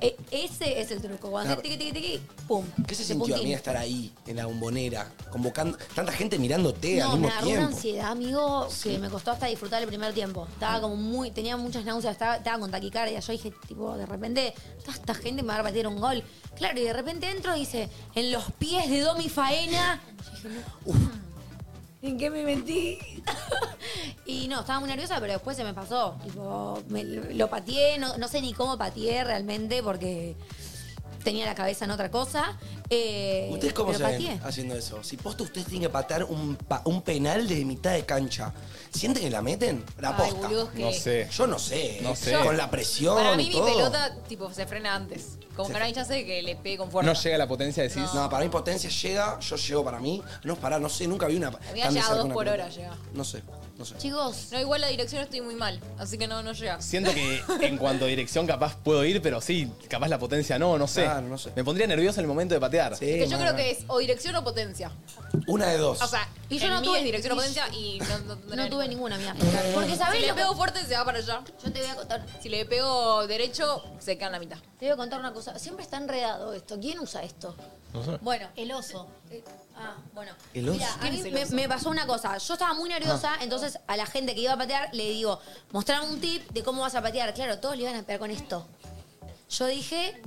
Speaker 3: eh, ese es el truco. Cuando haces tiqui, tiqui, tiqui, pum.
Speaker 4: ¿Qué se
Speaker 3: de
Speaker 4: sintió a
Speaker 3: puntín.
Speaker 4: mí estar ahí, en la bombonera, convocando tanta gente mirándote Eh, al
Speaker 3: No, me
Speaker 4: mismo
Speaker 3: agarró una
Speaker 4: tiempo?
Speaker 3: ansiedad, amigo, que me costó hasta disfrutar el primer tiempo.
Speaker 4: Ah.
Speaker 3: Estaba como muy, tenía muchas náuseas, estaba, estaba con taquicardia. Yo dije, tipo, de repente, toda esta gente me va a batir un gol. Claro, y de repente entro y dice, en los pies de Domi Faena. Yo dije, no. ¿En qué me mentí? y no, estaba muy nerviosa, pero después se me pasó. Tipo, me- lo pateé, no, no sé ni cómo pateé realmente porque tenía la cabeza en otra cosa. Eh,
Speaker 4: ¿Ustedes cómo
Speaker 3: pero
Speaker 4: se
Speaker 3: pateé.
Speaker 4: ven haciendo eso? Si posta ustedes tienen que patear un, pa- un penal de mitad de cancha, ¿sienten que la meten? La
Speaker 2: Ay,
Speaker 4: posta.
Speaker 2: boludo, que...
Speaker 1: No sé.
Speaker 4: Yo no sé.
Speaker 1: No
Speaker 4: eh.
Speaker 1: sé.
Speaker 4: Con la presión
Speaker 2: Para mí
Speaker 4: y
Speaker 2: mi
Speaker 4: todo.
Speaker 2: pelota, tipo, se frena antes. Como que no hay chance de que le pegue con fuerza.
Speaker 1: No llega la potencia, decís.
Speaker 4: No, para mí potencia llega, yo llego para mí. No, pará, no sé, nunca vi una.
Speaker 2: Había
Speaker 4: tan de
Speaker 2: llegado
Speaker 4: cerca
Speaker 2: dos
Speaker 4: una
Speaker 2: por
Speaker 4: pelota.
Speaker 2: hora, llega.
Speaker 4: No sé, no sé.
Speaker 3: Chicos,
Speaker 2: No, igual la dirección estoy muy mal, así que no, no llega.
Speaker 1: Siento que en cuanto a dirección capaz puedo ir, pero sí, capaz la potencia no, no sé.
Speaker 4: Claro, no sé.
Speaker 1: Me pondría nervioso en el momento de patear.
Speaker 4: Sí,
Speaker 2: que yo
Speaker 4: man.
Speaker 2: creo que es o dirección o potencia.
Speaker 4: Una de dos.
Speaker 2: O sea,
Speaker 3: Y yo
Speaker 2: en
Speaker 3: no
Speaker 2: mí
Speaker 3: tuve-
Speaker 2: es dirección o
Speaker 3: y-
Speaker 2: potencia y no, no, tendría
Speaker 3: No tuve
Speaker 2: ninguna.
Speaker 3: ninguna, mía. Porque
Speaker 2: Si
Speaker 3: sabés
Speaker 2: le
Speaker 3: lo que...
Speaker 2: pego fuerte, se va para allá.
Speaker 3: Yo te voy a contar.
Speaker 2: Si le pego derecho, se queda en la mitad.
Speaker 3: Te voy a contar una cosa. Siempre está enredado esto. ¿Quién usa esto? Bueno, el oso. Eh, Ah, bueno.
Speaker 4: ¿El oso? Ah.
Speaker 3: Mira, a
Speaker 2: ¿Quién
Speaker 3: mí
Speaker 2: es el
Speaker 3: me,
Speaker 2: oso?
Speaker 3: me pasó una cosa. Yo estaba muy nerviosa, entonces a la gente que iba a patear le digo, mostrame un tip de cómo vas a patear. Claro, todos le iban a pegar con esto. Yo dije,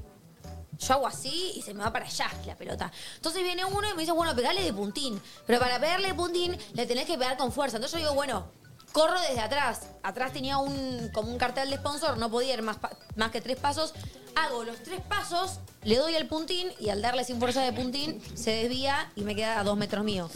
Speaker 3: yo hago así y se me va para allá la pelota. Entonces viene uno y me dice, bueno, pegale de puntín. Pero para pegarle de puntín, le tenés que pegar con fuerza. Entonces yo digo, bueno, corro desde atrás. Atrás tenía un, como un cartel de sponsor, no podía ir más, pa- más que tres pasos. Hago los tres pasos, le doy al puntín y al darle sin fuerza de puntín, se desvía y me queda a dos metros mío.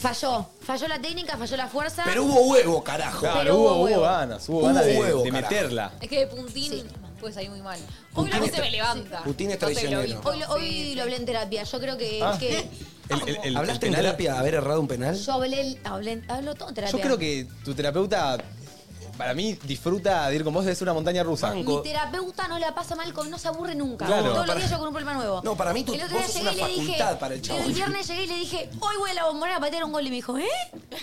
Speaker 3: Falló. Falló la técnica, falló la fuerza.
Speaker 4: Pero hubo huevo, carajo.
Speaker 1: Claro,
Speaker 3: Pero
Speaker 1: hubo,
Speaker 3: hubo
Speaker 1: hubo
Speaker 3: huevo.
Speaker 1: ganas, hubo,
Speaker 4: Hubo
Speaker 1: ganas de,
Speaker 4: huevo,
Speaker 1: de
Speaker 4: carajo.
Speaker 1: meterla.
Speaker 2: Es que de puntín,
Speaker 3: Sí.
Speaker 2: pues ahí muy mal. Hoy
Speaker 4: Puntín
Speaker 2: la
Speaker 4: es
Speaker 2: voz se
Speaker 4: tra-
Speaker 2: me levanta.
Speaker 4: Puntín es
Speaker 2: No sé,
Speaker 4: traicionero.
Speaker 2: globito.
Speaker 3: Hoy, lo, hoy
Speaker 2: Sí,
Speaker 3: lo hablé en terapia. Yo creo que...
Speaker 1: Ah.
Speaker 3: que-
Speaker 1: El- el- el-
Speaker 4: ¿Hablaste
Speaker 1: el
Speaker 4: en
Speaker 1: penal-
Speaker 4: terapia de haber errado un penal?
Speaker 3: yo hablé, hablé, hablo todo en terapia.
Speaker 1: Yo creo que tu terapeuta, para mí, disfruta de ir con vos, debe ser una montaña rusa.
Speaker 4: Banco.
Speaker 3: Mi terapeuta no la pasa mal, con, no se aburre nunca.
Speaker 1: Claro.
Speaker 3: Todos
Speaker 1: Para-
Speaker 3: los días yo con un problema nuevo.
Speaker 4: No, para mí tú-
Speaker 3: El otro día
Speaker 4: vos sos
Speaker 3: llegué y
Speaker 4: una
Speaker 3: le dije.
Speaker 4: facultad para el chabón.
Speaker 3: El viernes llegué y le dije, hoy voy a la bombonera a patear un gol. Y me dijo, ¿eh?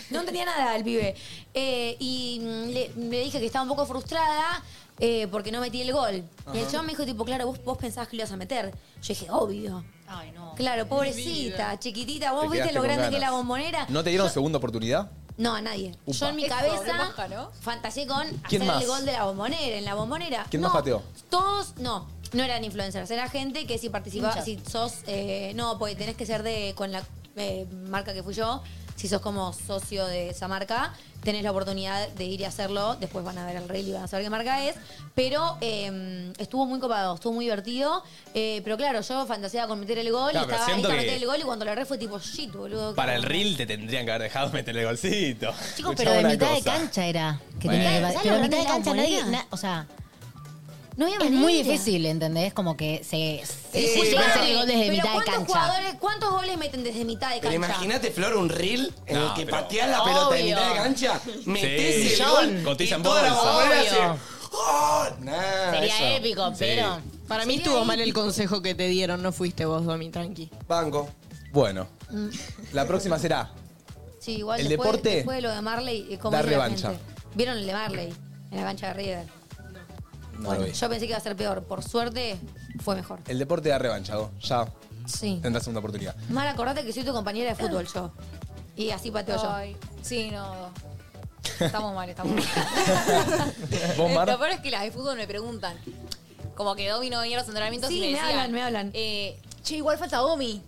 Speaker 3: No entendía nada el pibe. Eh, y mm, le, le dije que estaba un poco frustrada eh, porque no metí el gol. Y el chabón me dijo, tipo, claro, vos, vos pensabas que lo ibas a meter. Yo dije, obvio.
Speaker 6: Ay, no.
Speaker 3: Claro, pobrecita, chiquitita, vos
Speaker 1: Oh, Te
Speaker 3: viste
Speaker 1: quedaste
Speaker 3: lo
Speaker 1: con
Speaker 3: grande que es la
Speaker 1: ganas.
Speaker 3: bombonera.
Speaker 1: ¿No te dieron segunda oportunidad?
Speaker 3: No, a nadie.
Speaker 1: Upa.
Speaker 3: Yo en mi
Speaker 2: Eso,
Speaker 3: cabeza
Speaker 2: re baja, ¿no?
Speaker 3: fantaseé con hacer
Speaker 1: ¿Quién más?
Speaker 3: el gol de la bombonera, en la bombonera.
Speaker 1: ¿Quién
Speaker 3: no,
Speaker 1: más pateó?
Speaker 3: Todos, no, no eran influencers, era gente que si participaba,
Speaker 6: Hinchas.
Speaker 3: si sos, eh, no, porque tenés que ser de, con la eh, marca que fui yo, si sos como socio de esa marca, tenés la oportunidad de ir y hacerlo, después van a ver el reel y van a saber qué marca es, pero eh, estuvo muy copado, estuvo muy divertido, eh, pero claro, yo fantaseaba con meter el gol,
Speaker 1: Claro,
Speaker 3: y
Speaker 1: pero
Speaker 3: estaba ahí
Speaker 1: siento
Speaker 3: para
Speaker 1: que-
Speaker 3: meter el gol y cuando lo agarré fue tipo, shit, boludo.
Speaker 1: Para
Speaker 3: ¿qué
Speaker 1: el
Speaker 3: onda?".
Speaker 1: reel te tendrían que haber dejado meter el golcito.
Speaker 6: Chicos,
Speaker 1: Escuchá
Speaker 6: pero de
Speaker 1: una
Speaker 6: mitad de
Speaker 1: cosa.
Speaker 6: cancha era. Que
Speaker 1: Bueno.
Speaker 6: tenía que-
Speaker 3: ¿Sabes lo
Speaker 6: pero de
Speaker 3: grande
Speaker 6: mitad de
Speaker 3: de la
Speaker 6: cancha nadie.
Speaker 3: bombonera?
Speaker 6: na- o sea,
Speaker 3: No había
Speaker 6: es muy
Speaker 3: manera.
Speaker 6: difícil, ¿entendés? Como que se.
Speaker 4: Sí,
Speaker 6: se llega a hacer el gol desde
Speaker 3: Pero
Speaker 6: mitad de
Speaker 3: ¿cuántos
Speaker 6: cancha.
Speaker 3: Jugadores, ¿Cuántos goles meten desde mitad de
Speaker 4: Pero
Speaker 3: cancha?
Speaker 4: imagínate, Flor, un reel en
Speaker 1: No,
Speaker 4: el que
Speaker 1: pero-
Speaker 4: pateás la pelota en
Speaker 6: Obvio.
Speaker 4: mitad de cancha, metés el
Speaker 6: Millón.
Speaker 4: gol
Speaker 1: Cotiza
Speaker 4: y
Speaker 1: en
Speaker 4: toda la
Speaker 1: bolsa.
Speaker 4: bombonera
Speaker 7: Obvio.
Speaker 4: hace, ¡Oh!
Speaker 6: Ah,
Speaker 4: Nah, eso.
Speaker 6: Sería épico,
Speaker 1: Sí.
Speaker 6: pero.
Speaker 7: Para mí estuvo mal el consejo que te dieron, no fuiste vos, Domi, tranqui.
Speaker 4: Banco.
Speaker 1: Bueno, la próxima será.
Speaker 3: Sí, igual
Speaker 1: El
Speaker 3: después,
Speaker 1: deporte
Speaker 3: después de lo de Marley, eh, ¿cómo
Speaker 1: da
Speaker 3: hizo la
Speaker 1: revancha.
Speaker 3: gente? ¿Vieron el de Marley en la cancha de River?
Speaker 1: No lo
Speaker 3: bueno,
Speaker 1: vi.
Speaker 3: yo pensé que iba a ser peor. Por suerte, fue mejor.
Speaker 1: El deporte da revancha, vos. Ya
Speaker 3: Sí.
Speaker 1: tendrás segunda oportunidad.
Speaker 3: Mal, acordate que soy tu compañera de fútbol yo. Y así pateo yo.
Speaker 2: Ay, sí, no. Estamos mal, estamos mal.
Speaker 1: ¿Vos, Mar?
Speaker 2: Lo peor es que las de fútbol me preguntan. Como que Domi no venía a los entrenamientos
Speaker 3: Sí,
Speaker 2: y me,
Speaker 3: me
Speaker 2: decían,
Speaker 3: hablan, me hablan.
Speaker 2: eh, che, igual falta Domi.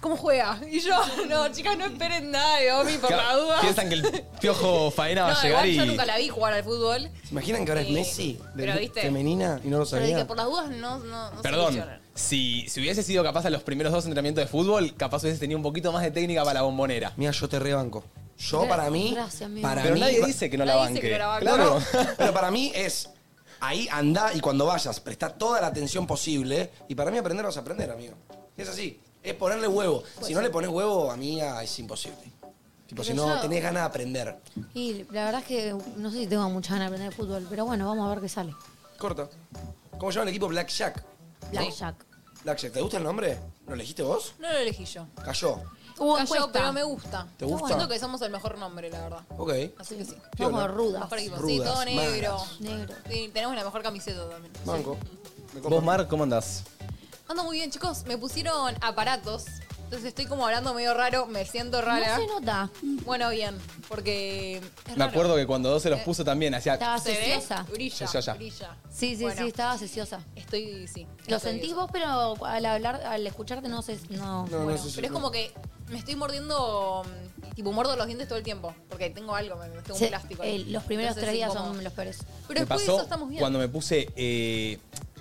Speaker 2: ¿Cómo juega? Y yo, no, chicas, no esperen nada de Domi por la
Speaker 1: Claro,
Speaker 2: duda.
Speaker 1: Piensan que el piojo faena va
Speaker 2: no,
Speaker 1: a llegar
Speaker 2: igual
Speaker 1: y.
Speaker 2: yo nunca la vi jugar al fútbol.
Speaker 4: ¿Se imaginan que ahora es
Speaker 2: Sí.
Speaker 4: Messi? De
Speaker 2: Pero, ¿viste?
Speaker 4: Femenina y no lo
Speaker 2: Pero
Speaker 4: sabía.
Speaker 2: dije, por las dudas no, no, no se
Speaker 1: Perdón,
Speaker 2: lesionan.
Speaker 1: si, si hubiese sido capaz a los primeros dos entrenamientos de fútbol, capaz hubiese tenido un poquito más de técnica para la bombonera.
Speaker 4: Mira, yo te rebanco. Yo, para mí.
Speaker 3: gracias, amigo.
Speaker 4: para
Speaker 1: Pero
Speaker 4: mí-
Speaker 1: nadie dice que no la
Speaker 2: Nadie dice
Speaker 1: banque.
Speaker 2: que no la banque.
Speaker 1: Claro.
Speaker 4: No, no, pero para mí es. Ahí anda y cuando vayas, presta toda la atención posible. Y para mí aprender vas a aprender, amigo. Es así. Es ponerle huevo. si no le pones huevo, amiga, es ah, imposible. Tipo,
Speaker 3: Pero
Speaker 4: si no
Speaker 3: yo-
Speaker 4: tenés ganas de aprender.
Speaker 3: Y la verdad es que no sé si tengo muchas ganas de aprender fútbol, pero bueno, vamos a ver qué sale.
Speaker 4: Corta. ¿Cómo llama el equipo? Blackjack.
Speaker 3: Blackjack.
Speaker 4: Blackjack, ¿te gusta el nombre? ¿Lo elegiste vos?
Speaker 2: No lo elegí yo.
Speaker 4: Cayó.
Speaker 3: Hubo
Speaker 2: Cayó,
Speaker 3: encuesta.
Speaker 2: pero me gusta.
Speaker 4: ¿Te gusta?
Speaker 2: Siento que somos el mejor nombre, la verdad.
Speaker 4: Ok.
Speaker 2: Así que sí.
Speaker 4: Piola.
Speaker 3: Somos rudas.
Speaker 2: Mejor equipo. sí,
Speaker 4: Rudas,
Speaker 2: todo negro.
Speaker 4: magras.
Speaker 3: Negro.
Speaker 2: Sí, tenemos la mejor camiseta también.
Speaker 4: Banco. Me compro.
Speaker 1: ¿Vos, Mar, cómo andás?
Speaker 2: Ando muy bien, chicos. Me pusieron aparatos. Entonces estoy como hablando medio raro, me siento rara.
Speaker 3: No se nota.
Speaker 2: Bueno, bien, porque. es
Speaker 1: Me
Speaker 2: raro.
Speaker 1: acuerdo que cuando dos se los puso también hacía...
Speaker 3: Estaba
Speaker 2: ¿Se ve?
Speaker 3: sesiosa.
Speaker 1: Ya,
Speaker 2: Brilla,
Speaker 1: ya, ya.
Speaker 2: brilla.
Speaker 3: Sí, sí,
Speaker 2: Bueno,
Speaker 3: sí, estaba sesiosa.
Speaker 2: Estoy, sí.
Speaker 3: Lo
Speaker 2: estoy-
Speaker 3: sentís vos, pero al hablar, al escucharte no sé.
Speaker 4: No,
Speaker 3: No.
Speaker 4: no
Speaker 2: Bueno,
Speaker 4: sé si-
Speaker 2: pero es como que me estoy mordiendo, mm, tipo, mordo los dientes todo el tiempo, porque tengo algo, me- tengo
Speaker 3: Se-
Speaker 2: un plástico. ahí.
Speaker 3: eh, los primeros
Speaker 2: Entonces
Speaker 3: tres
Speaker 2: es
Speaker 3: días
Speaker 2: incómodo.
Speaker 3: son los peores.
Speaker 2: Pero
Speaker 1: me
Speaker 2: después de
Speaker 1: pasó
Speaker 2: eso estamos bien.
Speaker 1: cuando me puse eh,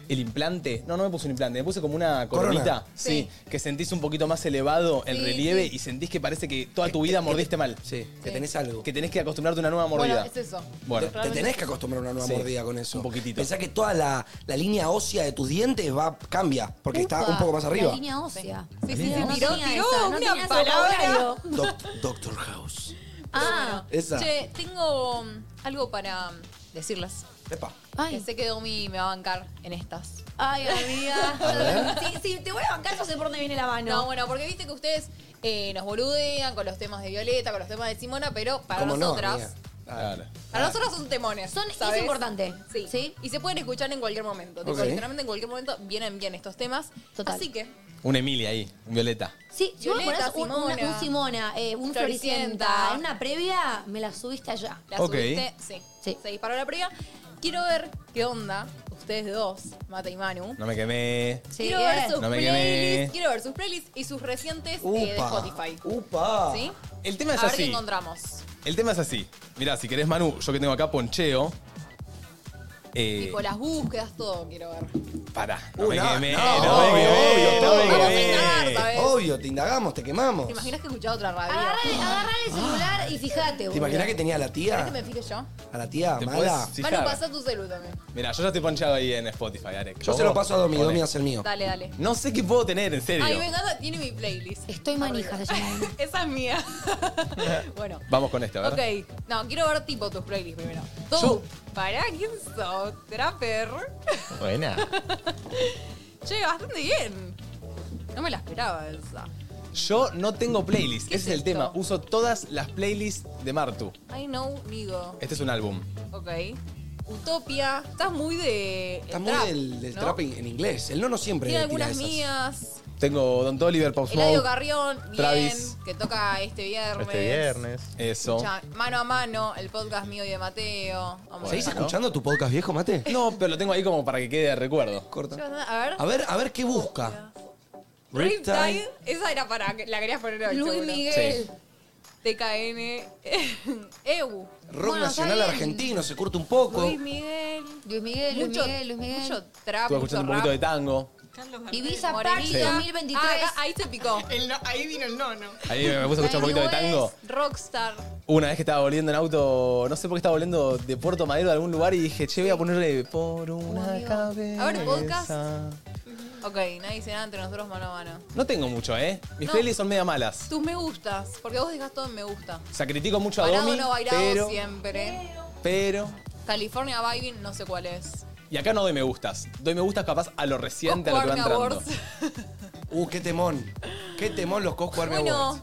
Speaker 1: el implante. No, no me puse un implante, me puse como una
Speaker 4: Corona.
Speaker 1: coronita. Sí. Que sentís un poquito más elevado el
Speaker 2: Sí,
Speaker 1: relieve
Speaker 2: sí.
Speaker 1: y sentís que parece que toda tu vida mordiste mal.
Speaker 4: Este, Sí, que tenés algo.
Speaker 1: Que tenés que acostumbrarte a una nueva
Speaker 2: Bueno, este-
Speaker 1: mordida.
Speaker 2: es eso.
Speaker 1: Bueno.
Speaker 4: Te- te tenés que acostumbrar a una nueva
Speaker 1: Sí,
Speaker 4: mordida con eso.
Speaker 1: un poquitito.
Speaker 4: Pensá que toda la, la línea ósea de tus dientes va, cambia, porque está Ah, un poco más arriba.
Speaker 3: La línea ósea.
Speaker 2: Sí, sí, sí,
Speaker 3: No
Speaker 2: tiró,
Speaker 3: tenía
Speaker 2: tiró
Speaker 3: esa, no
Speaker 2: una
Speaker 3: tenía ese
Speaker 2: palabra.
Speaker 3: vocabulario.
Speaker 4: Doc- Doctor House.
Speaker 3: Ah,
Speaker 4: Esa.
Speaker 2: Che, tengo mm, algo para mm, decirles.
Speaker 4: Epa.
Speaker 2: Que
Speaker 3: ay,
Speaker 2: sé que Domi me va a bancar en estas.
Speaker 3: ay, amiga. Si sí, sí, te voy a bancar, yo sé por dónde viene la mano.
Speaker 2: No, bueno, porque viste que ustedes eh, nos boludean con los temas de Violeta, con los temas de Simona, pero para
Speaker 4: ¿Cómo no,
Speaker 2: nosotras.
Speaker 4: amiga? Ah.
Speaker 1: Claro.
Speaker 2: para nosotras son temones.
Speaker 3: Son, es
Speaker 2: ¿sabes?
Speaker 3: importante.
Speaker 2: Sí.
Speaker 3: ¿Sí?
Speaker 2: Y se pueden escuchar en cualquier momento. Tipo,
Speaker 4: Ok.
Speaker 2: literalmente en cualquier momento vienen bien estos temas.
Speaker 3: Total.
Speaker 2: Así que,
Speaker 1: Una Emilia ahí, un Violeta.
Speaker 3: Sí, si vos me
Speaker 2: Violeta,
Speaker 3: ponés un, una-
Speaker 2: Simona.
Speaker 3: un Simona, eh, un
Speaker 2: Floricienta.
Speaker 3: Floricienta, en una previa, me la subiste allá.
Speaker 2: la
Speaker 1: Ok.
Speaker 2: subiste. Sí.
Speaker 3: Sí.
Speaker 2: Se disparó la previa. Quiero ver qué onda, ustedes dos, Mate y Manu.
Speaker 1: No me quemé.
Speaker 3: Sí, eh.
Speaker 2: quiero ver
Speaker 3: bien.
Speaker 2: sus
Speaker 1: No me quemé.
Speaker 2: playlists. Quiero ver sus playlists y sus recientes eh, de
Speaker 4: Upa.
Speaker 2: Spotify.
Speaker 4: Upa.
Speaker 2: ¿Sí?
Speaker 1: El tema es
Speaker 2: A ver qué
Speaker 1: así.
Speaker 2: encontramos.
Speaker 1: El tema es así. Mirá, si querés, Manu, yo que tengo acá poncheo. Eh,
Speaker 2: Tipo, las búsquedas, todo quiero ver.
Speaker 1: Pará, no
Speaker 4: Uh,
Speaker 1: me
Speaker 4: no,
Speaker 1: quemé,
Speaker 4: no,
Speaker 1: no, me
Speaker 4: obvio,
Speaker 1: quemé,
Speaker 4: obvio,
Speaker 1: no me
Speaker 4: todo.
Speaker 2: Vamos a
Speaker 1: quemé.
Speaker 2: indagar, ¿sabes?
Speaker 4: Obvio, te indagamos, te quemamos.
Speaker 2: ¿Te imaginas que he escuchado otra radio?
Speaker 3: Agarrá el, agarrá el celular y fijate,
Speaker 4: ¿Te imaginas que tenía a la
Speaker 2: ¿Querés que
Speaker 4: tía?
Speaker 2: me fije yo?
Speaker 4: A la tía
Speaker 1: ¿Te
Speaker 4: mala.
Speaker 1: podés
Speaker 2: Manu,
Speaker 1: fijar?
Speaker 2: pasa tu celu también.
Speaker 1: Mirá, yo ya estoy ponchado ahí en Spotify, Arek.
Speaker 4: Yo
Speaker 1: ¿Vos?
Speaker 4: se lo paso a Domi,
Speaker 1: Poné.
Speaker 4: Domi hace el mío.
Speaker 2: Dale, dale.
Speaker 1: No sé qué puedo tener, en serio.
Speaker 2: Ay, me encanta, tiene mi playlist.
Speaker 3: Estoy manija, se llama. una.
Speaker 2: Esa es mía. bueno.
Speaker 1: Vamos con esta, ¿verdad?
Speaker 2: Ok, no, quiero ver tipo tus playlists primero. Tú, pará, ¿quién sos? Trapper.
Speaker 1: Buena.
Speaker 2: che, bastante bien. No me la esperaba esa.
Speaker 1: Yo no tengo playlist,
Speaker 2: ¿Qué
Speaker 1: ese
Speaker 2: es
Speaker 1: es el
Speaker 2: esto?
Speaker 1: tema. Uso todas las playlists de Martu.
Speaker 2: I know, Nigo.
Speaker 1: Este es un álbum.
Speaker 2: Ok. Utopia. Estás muy de. el
Speaker 4: Está muy
Speaker 2: trap,
Speaker 4: del, del
Speaker 2: ¿no?
Speaker 4: trap en, en inglés. El nono siempre.
Speaker 2: Tiene
Speaker 4: tira
Speaker 2: algunas
Speaker 4: esas.
Speaker 2: mías.
Speaker 1: Tengo Don Toliver, Pop
Speaker 2: Eladio
Speaker 1: Smoke.
Speaker 2: Carrión, bien,
Speaker 1: Travis.
Speaker 2: que toca este viernes.
Speaker 8: Este viernes.
Speaker 1: Eso.
Speaker 2: Escucha, mano a mano, el podcast mío y de Mateo. Vamos
Speaker 4: ¿Seguís
Speaker 2: a ver.
Speaker 4: escuchando tu podcast viejo, mate?
Speaker 1: No, pero lo tengo ahí como para que quede de recuerdo.
Speaker 4: Corta.
Speaker 2: A ver.
Speaker 4: A ver, a ver qué busca.
Speaker 2: Riptide, esa era para que la querías poner hoy.
Speaker 3: Luis
Speaker 2: seguro.
Speaker 3: Miguel.
Speaker 2: TKN, EU,
Speaker 4: Rock
Speaker 3: Bueno,
Speaker 4: nacional
Speaker 3: está bien.
Speaker 4: argentino, se curte un poco.
Speaker 2: Luis Miguel.
Speaker 3: Luis Miguel, Luis Miguel, Luis Miguel.
Speaker 2: Mucho
Speaker 1: Estuve
Speaker 2: trap, Ah, mucho
Speaker 1: escuchando un
Speaker 2: rap.
Speaker 1: poquito de tango.
Speaker 3: Ibiza Party
Speaker 2: Morenita.
Speaker 3: 2023.
Speaker 2: Ah, acá- ahí se picó.
Speaker 7: ahí vino el no, no.
Speaker 1: Ahí me puse a escuchar un poquito de tango.
Speaker 2: Rockstar.
Speaker 1: Una vez que estaba volviendo en auto, no sé por qué estaba volviendo de Puerto Madero a algún lugar y dije, che, voy a ponerle por una cabeza.
Speaker 2: A ver, podcast. Ok, nadie dice nada entre nosotros mano a mano.
Speaker 1: No tengo mucho, ¿eh? Mis
Speaker 2: No.
Speaker 1: playlists son media malas.
Speaker 2: Tus me gustas, porque vos dejas todo en me gusta.
Speaker 1: O sea, critico mucho a
Speaker 2: Parado
Speaker 1: Domi,
Speaker 2: no bailado
Speaker 1: pero,
Speaker 2: siempre.
Speaker 1: pero...
Speaker 2: California Vibing, no sé cuál es.
Speaker 1: Y acá no doy me gustas. Doy me gustas capaz a lo reciente, a lo que va
Speaker 2: Popcorn
Speaker 1: entrando.
Speaker 2: Awards.
Speaker 4: Uh, qué temón. Qué temón los Cosco Army
Speaker 2: Bueno,
Speaker 4: Awards.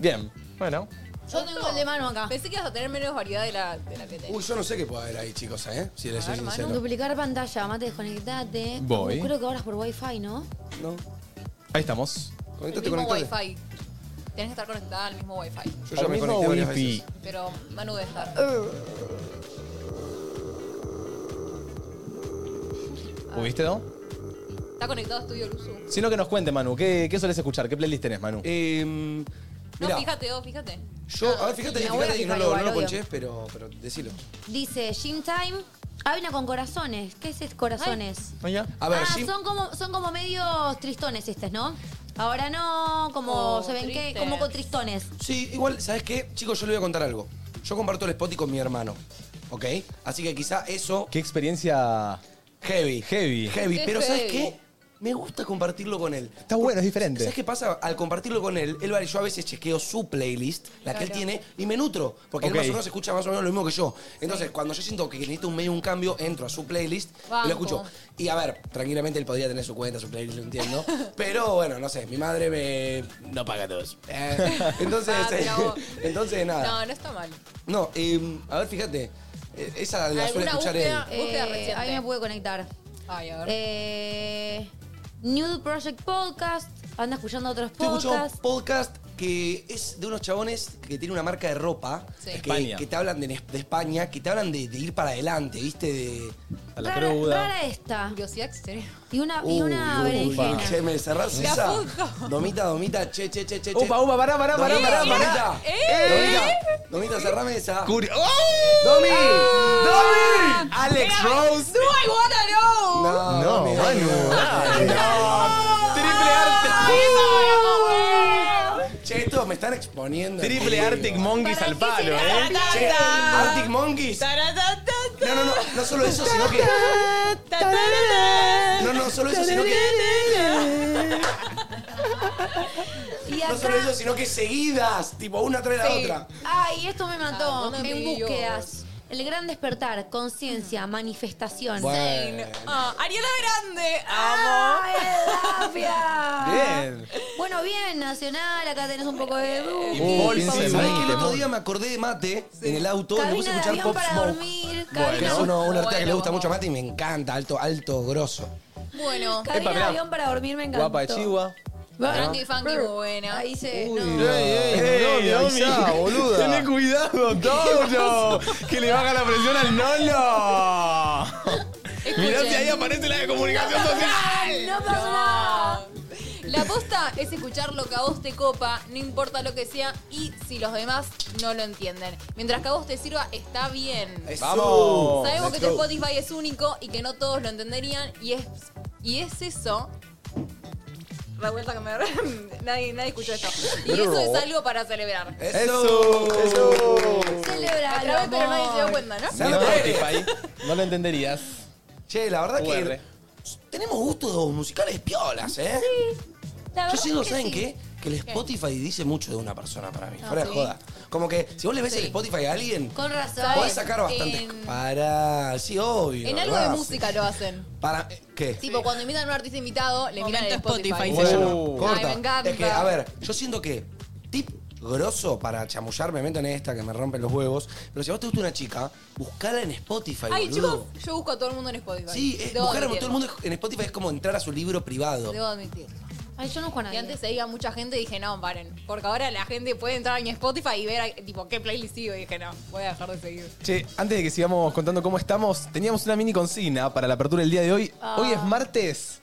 Speaker 1: Bien. Bueno.
Speaker 3: Yo tengo el de mano acá.
Speaker 2: pensé que ibas a tener menos variedad de la, de la que tenés.
Speaker 4: Uy, yo no sé qué puede haber ahí, chicos, ¿eh? Si les soy
Speaker 2: ver, Manu.
Speaker 4: sincero.
Speaker 3: Duplicar pantalla, mate, desconectate. Uh,
Speaker 1: Voy.
Speaker 3: creo que ahora es por wifi, ¿no?
Speaker 4: No.
Speaker 1: Ahí estamos.
Speaker 4: Conectate,
Speaker 2: el mismo
Speaker 4: conectate.
Speaker 2: wifi. Tenés que estar conectada al mismo wifi.
Speaker 4: Yo ya
Speaker 1: Al
Speaker 4: me
Speaker 1: mismo
Speaker 4: conecté varias
Speaker 1: wifi.
Speaker 4: veces.
Speaker 2: Pero Manu debe estar. A
Speaker 1: ¿Pudiste, no?
Speaker 2: ver, Está conectado a Estudio Luzu.
Speaker 1: Si no, que nos cuente, Manu. ¿Qué, qué solés escuchar? ¿Qué playlist tenés, Manu?
Speaker 4: Eh,
Speaker 2: No,
Speaker 4: mirá,
Speaker 2: fíjate vos, fíjate.
Speaker 4: yo, a ver, fíjate,
Speaker 3: Me voy a
Speaker 4: fíjate que no
Speaker 3: fijar
Speaker 4: lo, no
Speaker 3: igual,
Speaker 4: lo
Speaker 3: obvio.
Speaker 4: ponché, pero, pero decilo.
Speaker 3: Dice Gym Time. Ah, vino con corazones. ¿Qué es ese corazones?
Speaker 8: Ah, ya.
Speaker 4: A ver,
Speaker 3: ah,
Speaker 4: Jim-
Speaker 3: son como, son como medios tristones estos, ¿no? Ahora no, como
Speaker 2: Oh,
Speaker 3: se ven que,
Speaker 2: tristes.
Speaker 3: como con tristones.
Speaker 4: Sí, igual, ¿sabes qué? Chicos, yo les voy a contar algo. Yo comparto el Spotify con mi hermano, ¿ok? Así que quizá eso...
Speaker 1: ¿Qué experiencia
Speaker 4: Heavy.
Speaker 1: Heavy.
Speaker 4: Heavy,
Speaker 2: Qué
Speaker 4: pero ¿sabes
Speaker 2: heavy.
Speaker 4: qué? me gusta compartirlo con él.
Speaker 1: Está bueno, es diferente.
Speaker 4: ¿Sabes qué pasa? Al compartirlo con él, él va- yo a veces chequeo su playlist, la que él tiene, y me nutro, porque
Speaker 1: Ok.
Speaker 4: él más o menos escucha más o menos lo mismo que yo. Entonces, cuando yo siento que necesito un medio, un cambio, entro a su playlist y
Speaker 2: Banco.
Speaker 4: lo escucho. Y a ver, tranquilamente él podría tener su cuenta, su playlist, lo entiendo. pero bueno, no sé, mi madre me. No paga todos. Eh, entonces,
Speaker 2: Ah, pero vos.
Speaker 4: entonces, nada.
Speaker 2: No, no está mal.
Speaker 4: No, eh, a ver, fíjate. eh, Esa la suele
Speaker 2: ¿Alguna
Speaker 4: escuchar
Speaker 2: búsqueda?
Speaker 4: él.
Speaker 2: Búsqueda
Speaker 3: Eh,
Speaker 2: reciente.
Speaker 3: ahí me pude conectar.
Speaker 2: Ay, a ver.
Speaker 3: Eh, Nude Project Podcast. Anda escuchando otros
Speaker 4: Estoy escuchando
Speaker 3: podcasts.
Speaker 4: un podcast que es de unos chabones que tiene una marca de ropa
Speaker 2: Sí.
Speaker 4: que,
Speaker 1: España.
Speaker 4: que te hablan de, de España, que te hablan de, de ir para adelante, ¿viste? De,
Speaker 1: A la
Speaker 3: rara,
Speaker 1: cruda.
Speaker 3: rara esta.
Speaker 2: Curiosidad exterior.
Speaker 3: Y una, y una berenjena.
Speaker 4: Che, me cerrás
Speaker 2: Me
Speaker 4: esa.
Speaker 2: apunto.
Speaker 4: Domita, domita, che, che, che, che. che.
Speaker 1: Upa, upa, pará, pará, pará,
Speaker 4: Domita,
Speaker 1: pará, pará.
Speaker 4: Domita. Domita, Domita, cerrame esa.
Speaker 1: Curi- ¡Oh!
Speaker 4: ¡Domi! ¡Domi!
Speaker 1: Alex Rose.
Speaker 2: I wanna know!
Speaker 4: No,
Speaker 1: No,
Speaker 4: Domi,
Speaker 1: Manu.
Speaker 4: Domi, no.
Speaker 1: Triple Arctic,
Speaker 4: Che, estos me están exponiendo.
Speaker 1: triple Arctic Monkeys al palo, ¿eh?
Speaker 4: Che, Arctic Monkeys. No, no, no, no solo eso, sino que. No, no, solo eso, sino que.
Speaker 3: Y
Speaker 4: No solo eso,
Speaker 3: acá.
Speaker 4: sino que seguidas, tipo una tras la otra.
Speaker 3: Ay, esto me mató.
Speaker 2: Ah, ¿dónde me
Speaker 3: en
Speaker 2: dio?
Speaker 3: búsquedas. El gran despertar, conciencia, manifestación.
Speaker 4: Bueno.
Speaker 2: Ah, Ariana Grande. Ah. Amo.
Speaker 3: ¡Ay, Dafia!
Speaker 1: Bien.
Speaker 3: Bueno, bien, Nacional, acá tenés un poco de
Speaker 1: Y
Speaker 3: Duki.
Speaker 1: Paul
Speaker 4: ¿Sabés
Speaker 1: Pinsel,
Speaker 4: que el otro
Speaker 1: Temón.
Speaker 4: día me acordé de Mate en el auto y me puse a
Speaker 3: Cabina de
Speaker 4: escuchar
Speaker 3: avión
Speaker 4: Pop
Speaker 3: para
Speaker 4: Smoke?
Speaker 3: dormir, cabina,
Speaker 4: Que es uno, un artista que le
Speaker 2: Bueno,
Speaker 4: gusta mucho a
Speaker 2: vamos.
Speaker 4: Mate y me encanta, alto, alto, grosso.
Speaker 2: Bueno.
Speaker 3: cabina
Speaker 1: Epa,
Speaker 3: de
Speaker 1: mirá.
Speaker 3: avión para dormir me encantó.
Speaker 1: Guapa de Chihuahua.
Speaker 2: Frankie Funky, muy buena.
Speaker 3: Ahí se...
Speaker 1: Uy,
Speaker 3: no.
Speaker 1: ey, Domi, boluda. Eh, Tené cuidado, Toyo. que le baja la presión al Nolo. Mirá si ahí aparece la de comunicación social.
Speaker 3: No pasa nada.
Speaker 2: La aposta es escuchar lo que a vos te copa, no importa lo que sea, y si los demás no lo entienden. Mientras que a vos te sirva, está bien.
Speaker 4: Eso.
Speaker 1: Vamos.
Speaker 2: Sabemos que
Speaker 4: Let's
Speaker 2: este
Speaker 4: go.
Speaker 2: Spotify es único y que no todos lo entenderían y es, y es eso. La vuelta que me nadie, nadie escuchó esto. Y eso es algo para celebrar.
Speaker 4: Eso.
Speaker 3: Celebralo,
Speaker 2: Grabé, pero nadie se dio
Speaker 3: amor.
Speaker 2: cuenta, ¿no?
Speaker 1: Ni
Speaker 4: No lo
Speaker 1: Spotify. No lo entenderías.
Speaker 4: Che, la verdad
Speaker 1: UR.
Speaker 4: que tenemos gustos musicales piolas, ¿eh?
Speaker 3: La
Speaker 4: Yo
Speaker 3: verdad
Speaker 4: siento,
Speaker 3: es que
Speaker 4: ¿saben
Speaker 3: sí.
Speaker 4: qué? Que el Spotify dice mucho de una persona para
Speaker 2: Ah,
Speaker 4: mí, fuera de joda. Como que si vos le ves el Spotify a alguien,
Speaker 3: Con razón.
Speaker 4: podés sacar bastantes.
Speaker 2: En-
Speaker 4: Para, sí, obvio.
Speaker 2: En algo de
Speaker 4: ¿verdad?
Speaker 2: música lo hacen.
Speaker 4: Para, eh, ¿Qué?
Speaker 2: Tipo, cuando invitan a un artista invitado, le invitan el
Speaker 7: Momento
Speaker 2: Spotify.
Speaker 7: Spotify.
Speaker 4: Bueno,
Speaker 7: se
Speaker 1: llama.
Speaker 4: corta.
Speaker 2: Ay, me encanta.
Speaker 4: Es que, a ver, yo siento que tip grosso para chamullar, me meto en esta que me rompen los huevos, pero si a vos te gusta una chica, buscala en Spotify,
Speaker 2: Ay,
Speaker 4: boludo.
Speaker 2: chicos, yo busco a todo el mundo en Spotify.
Speaker 4: Sí, es,
Speaker 2: Debo
Speaker 4: buscar a todo el
Speaker 2: admitirlo.
Speaker 4: mundo en Spotify es como entrar a su libro privado.
Speaker 2: Debo admitirlo.
Speaker 3: Ay, yo no juego a
Speaker 2: Y
Speaker 3: nadie.
Speaker 2: antes seguía mucha gente y dije, no, paren. Porque ahora la gente puede entrar en Spotify y ver, tipo, qué playlist sigo. Y dije, no, voy a dejar de seguir.
Speaker 1: Che, antes de que sigamos contando cómo estamos, teníamos una mini consigna para la apertura del día de hoy. Hoy
Speaker 3: Ah.
Speaker 1: es martes.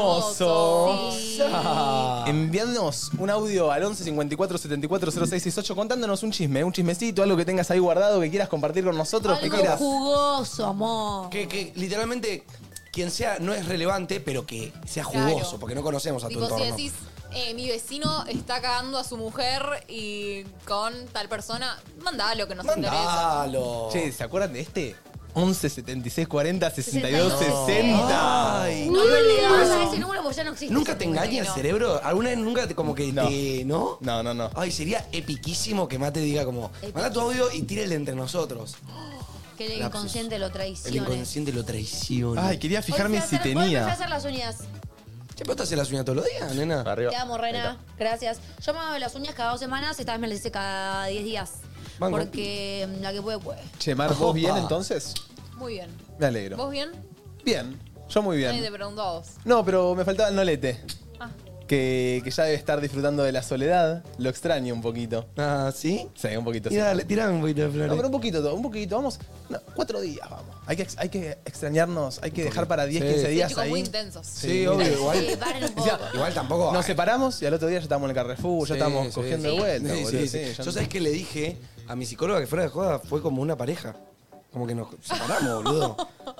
Speaker 1: Chismoso.
Speaker 3: Sí.
Speaker 1: Ah. Enviándonos un audio al 11 54 74 06 68 contándonos un chisme, un chismecito, algo que tengas ahí guardado que quieras compartir con nosotros, que
Speaker 3: Algo
Speaker 1: quieras.
Speaker 3: jugoso, amor.
Speaker 4: Que, que literalmente quien sea no es relevante, pero que sea
Speaker 2: Claro.
Speaker 4: jugoso, porque no conocemos a tu
Speaker 2: Tipo, si
Speaker 4: entorno.
Speaker 2: decís, eh, mi vecino está cagando a su mujer y con tal persona, mandalo que nos interesa.
Speaker 4: Mandalo.
Speaker 1: Che, ¿se acuerdan de este? 11 76 40 62
Speaker 3: 62.
Speaker 1: 60.
Speaker 4: Ay.
Speaker 3: No me le das a ese número porque ya no existe.
Speaker 4: ¿Nunca
Speaker 3: ese
Speaker 4: te
Speaker 3: número.
Speaker 4: engaña el cerebro? ¿Alguna vez nunca te, como que
Speaker 1: No.
Speaker 4: te... ¿No?
Speaker 1: No, no, no.
Speaker 4: Ay, sería epiquísimo que Mate diga como, manda tu audio y tírele entre nosotros. eh.
Speaker 3: Que el inconsciente lo
Speaker 4: El
Speaker 3: traicione.
Speaker 4: inconsciente lo traiciona.
Speaker 1: Ay, quería fijarme
Speaker 3: Hoy fui
Speaker 1: si
Speaker 3: a hacer- hoy me fui a
Speaker 1: tenía.
Speaker 3: hacer las uñas.
Speaker 4: Che, ¿pero te haces las uñas todos los días, nena?
Speaker 1: Arriba.
Speaker 3: Te amo, Rena. Gracias. Yo me hago las uñas cada dos semanas, esta vez me las hice cada diez días.
Speaker 4: Banco.
Speaker 3: Porque mm, la que puede, puede.
Speaker 1: Che, Mar, ¿vos
Speaker 4: Opa.
Speaker 1: bien entonces?
Speaker 2: Muy bien.
Speaker 1: Me alegro.
Speaker 2: ¿Vos bien?
Speaker 1: Bien, yo muy
Speaker 2: Nadie te
Speaker 1: bien.
Speaker 2: preguntó a vos.
Speaker 1: No, pero me faltaba el nolete.
Speaker 2: Ah.
Speaker 1: Que, que ya debe estar disfrutando de la soledad. Lo extraño un poquito.
Speaker 4: Ah, ¿sí?
Speaker 1: Sí, un poquito.
Speaker 4: Y
Speaker 1: Sí.
Speaker 4: dale, tirame un poquito de
Speaker 1: No,
Speaker 4: flores.
Speaker 1: pero un poquito, todo, un poquito. Vamos, no, cuatro días, vamos. Hay que, ex- hay que extrañarnos, hay que dejar para 10,
Speaker 4: Sí.
Speaker 1: 15
Speaker 2: Sí,
Speaker 1: días
Speaker 2: chicos,
Speaker 1: ahí.
Speaker 2: muy intensos.
Speaker 4: sí, obvio,
Speaker 3: Sí,
Speaker 4: igual.
Speaker 3: paren un
Speaker 1: Decía,
Speaker 3: poco.
Speaker 4: igual tampoco.
Speaker 1: Nos
Speaker 4: ay,
Speaker 1: separamos y al otro día ya estamos en el Carrefour, "Uh, ya
Speaker 4: sí,
Speaker 1: estamos
Speaker 4: sí,
Speaker 1: cogiendo
Speaker 4: sí.
Speaker 1: de vuelta.
Speaker 4: Sí,
Speaker 1: boludo,
Speaker 4: sí,
Speaker 1: sí,
Speaker 4: sí.
Speaker 1: ya
Speaker 4: Yo
Speaker 1: no-
Speaker 4: sabes que le dije a mi psicóloga que fuera de joda fue como una pareja. Como que nos separamos, boludo.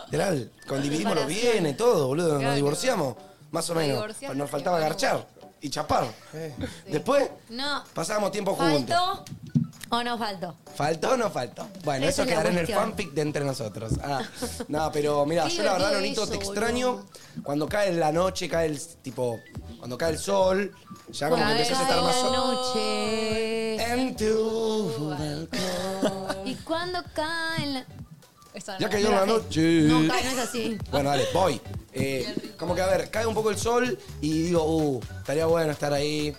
Speaker 4: Literal. Condividimos los
Speaker 3: Separación.
Speaker 4: bienes, todo, boludo.
Speaker 2: Claro.
Speaker 4: Nos divorciamos, más o
Speaker 2: Nos
Speaker 4: menos.
Speaker 2: divorciamos
Speaker 4: Nos faltaba
Speaker 2: y bueno.
Speaker 4: garchar y chapar. Después,
Speaker 3: No.
Speaker 4: pasábamos tiempo juntos.
Speaker 3: Faltó O no faltó.
Speaker 4: ¿Faltó o no faltó? Bueno, eso
Speaker 3: Esa es la
Speaker 4: quedará en el
Speaker 3: cuestión.
Speaker 4: fanfic de entre nosotros. Ah, no, pero mira,
Speaker 3: Qué
Speaker 4: yo la verdad,
Speaker 3: divertido
Speaker 4: Lonito, te
Speaker 3: eso,
Speaker 4: extraño cuando cae la noche, cae el tipo, cuando cae el sol, ya como que
Speaker 3: Cuando
Speaker 4: empezás a
Speaker 3: cae
Speaker 4: estar más
Speaker 3: la
Speaker 4: sol.
Speaker 3: noche.
Speaker 4: En tu balcón.
Speaker 3: Y cuando cae la...
Speaker 2: Esa
Speaker 4: Ya
Speaker 2: no.
Speaker 4: cayó la noche.
Speaker 3: No, cae, no es así.
Speaker 4: Bueno, dale, voy. Eh, como que, a ver, cae un poco el sol y digo, uh, estaría bueno estar ahí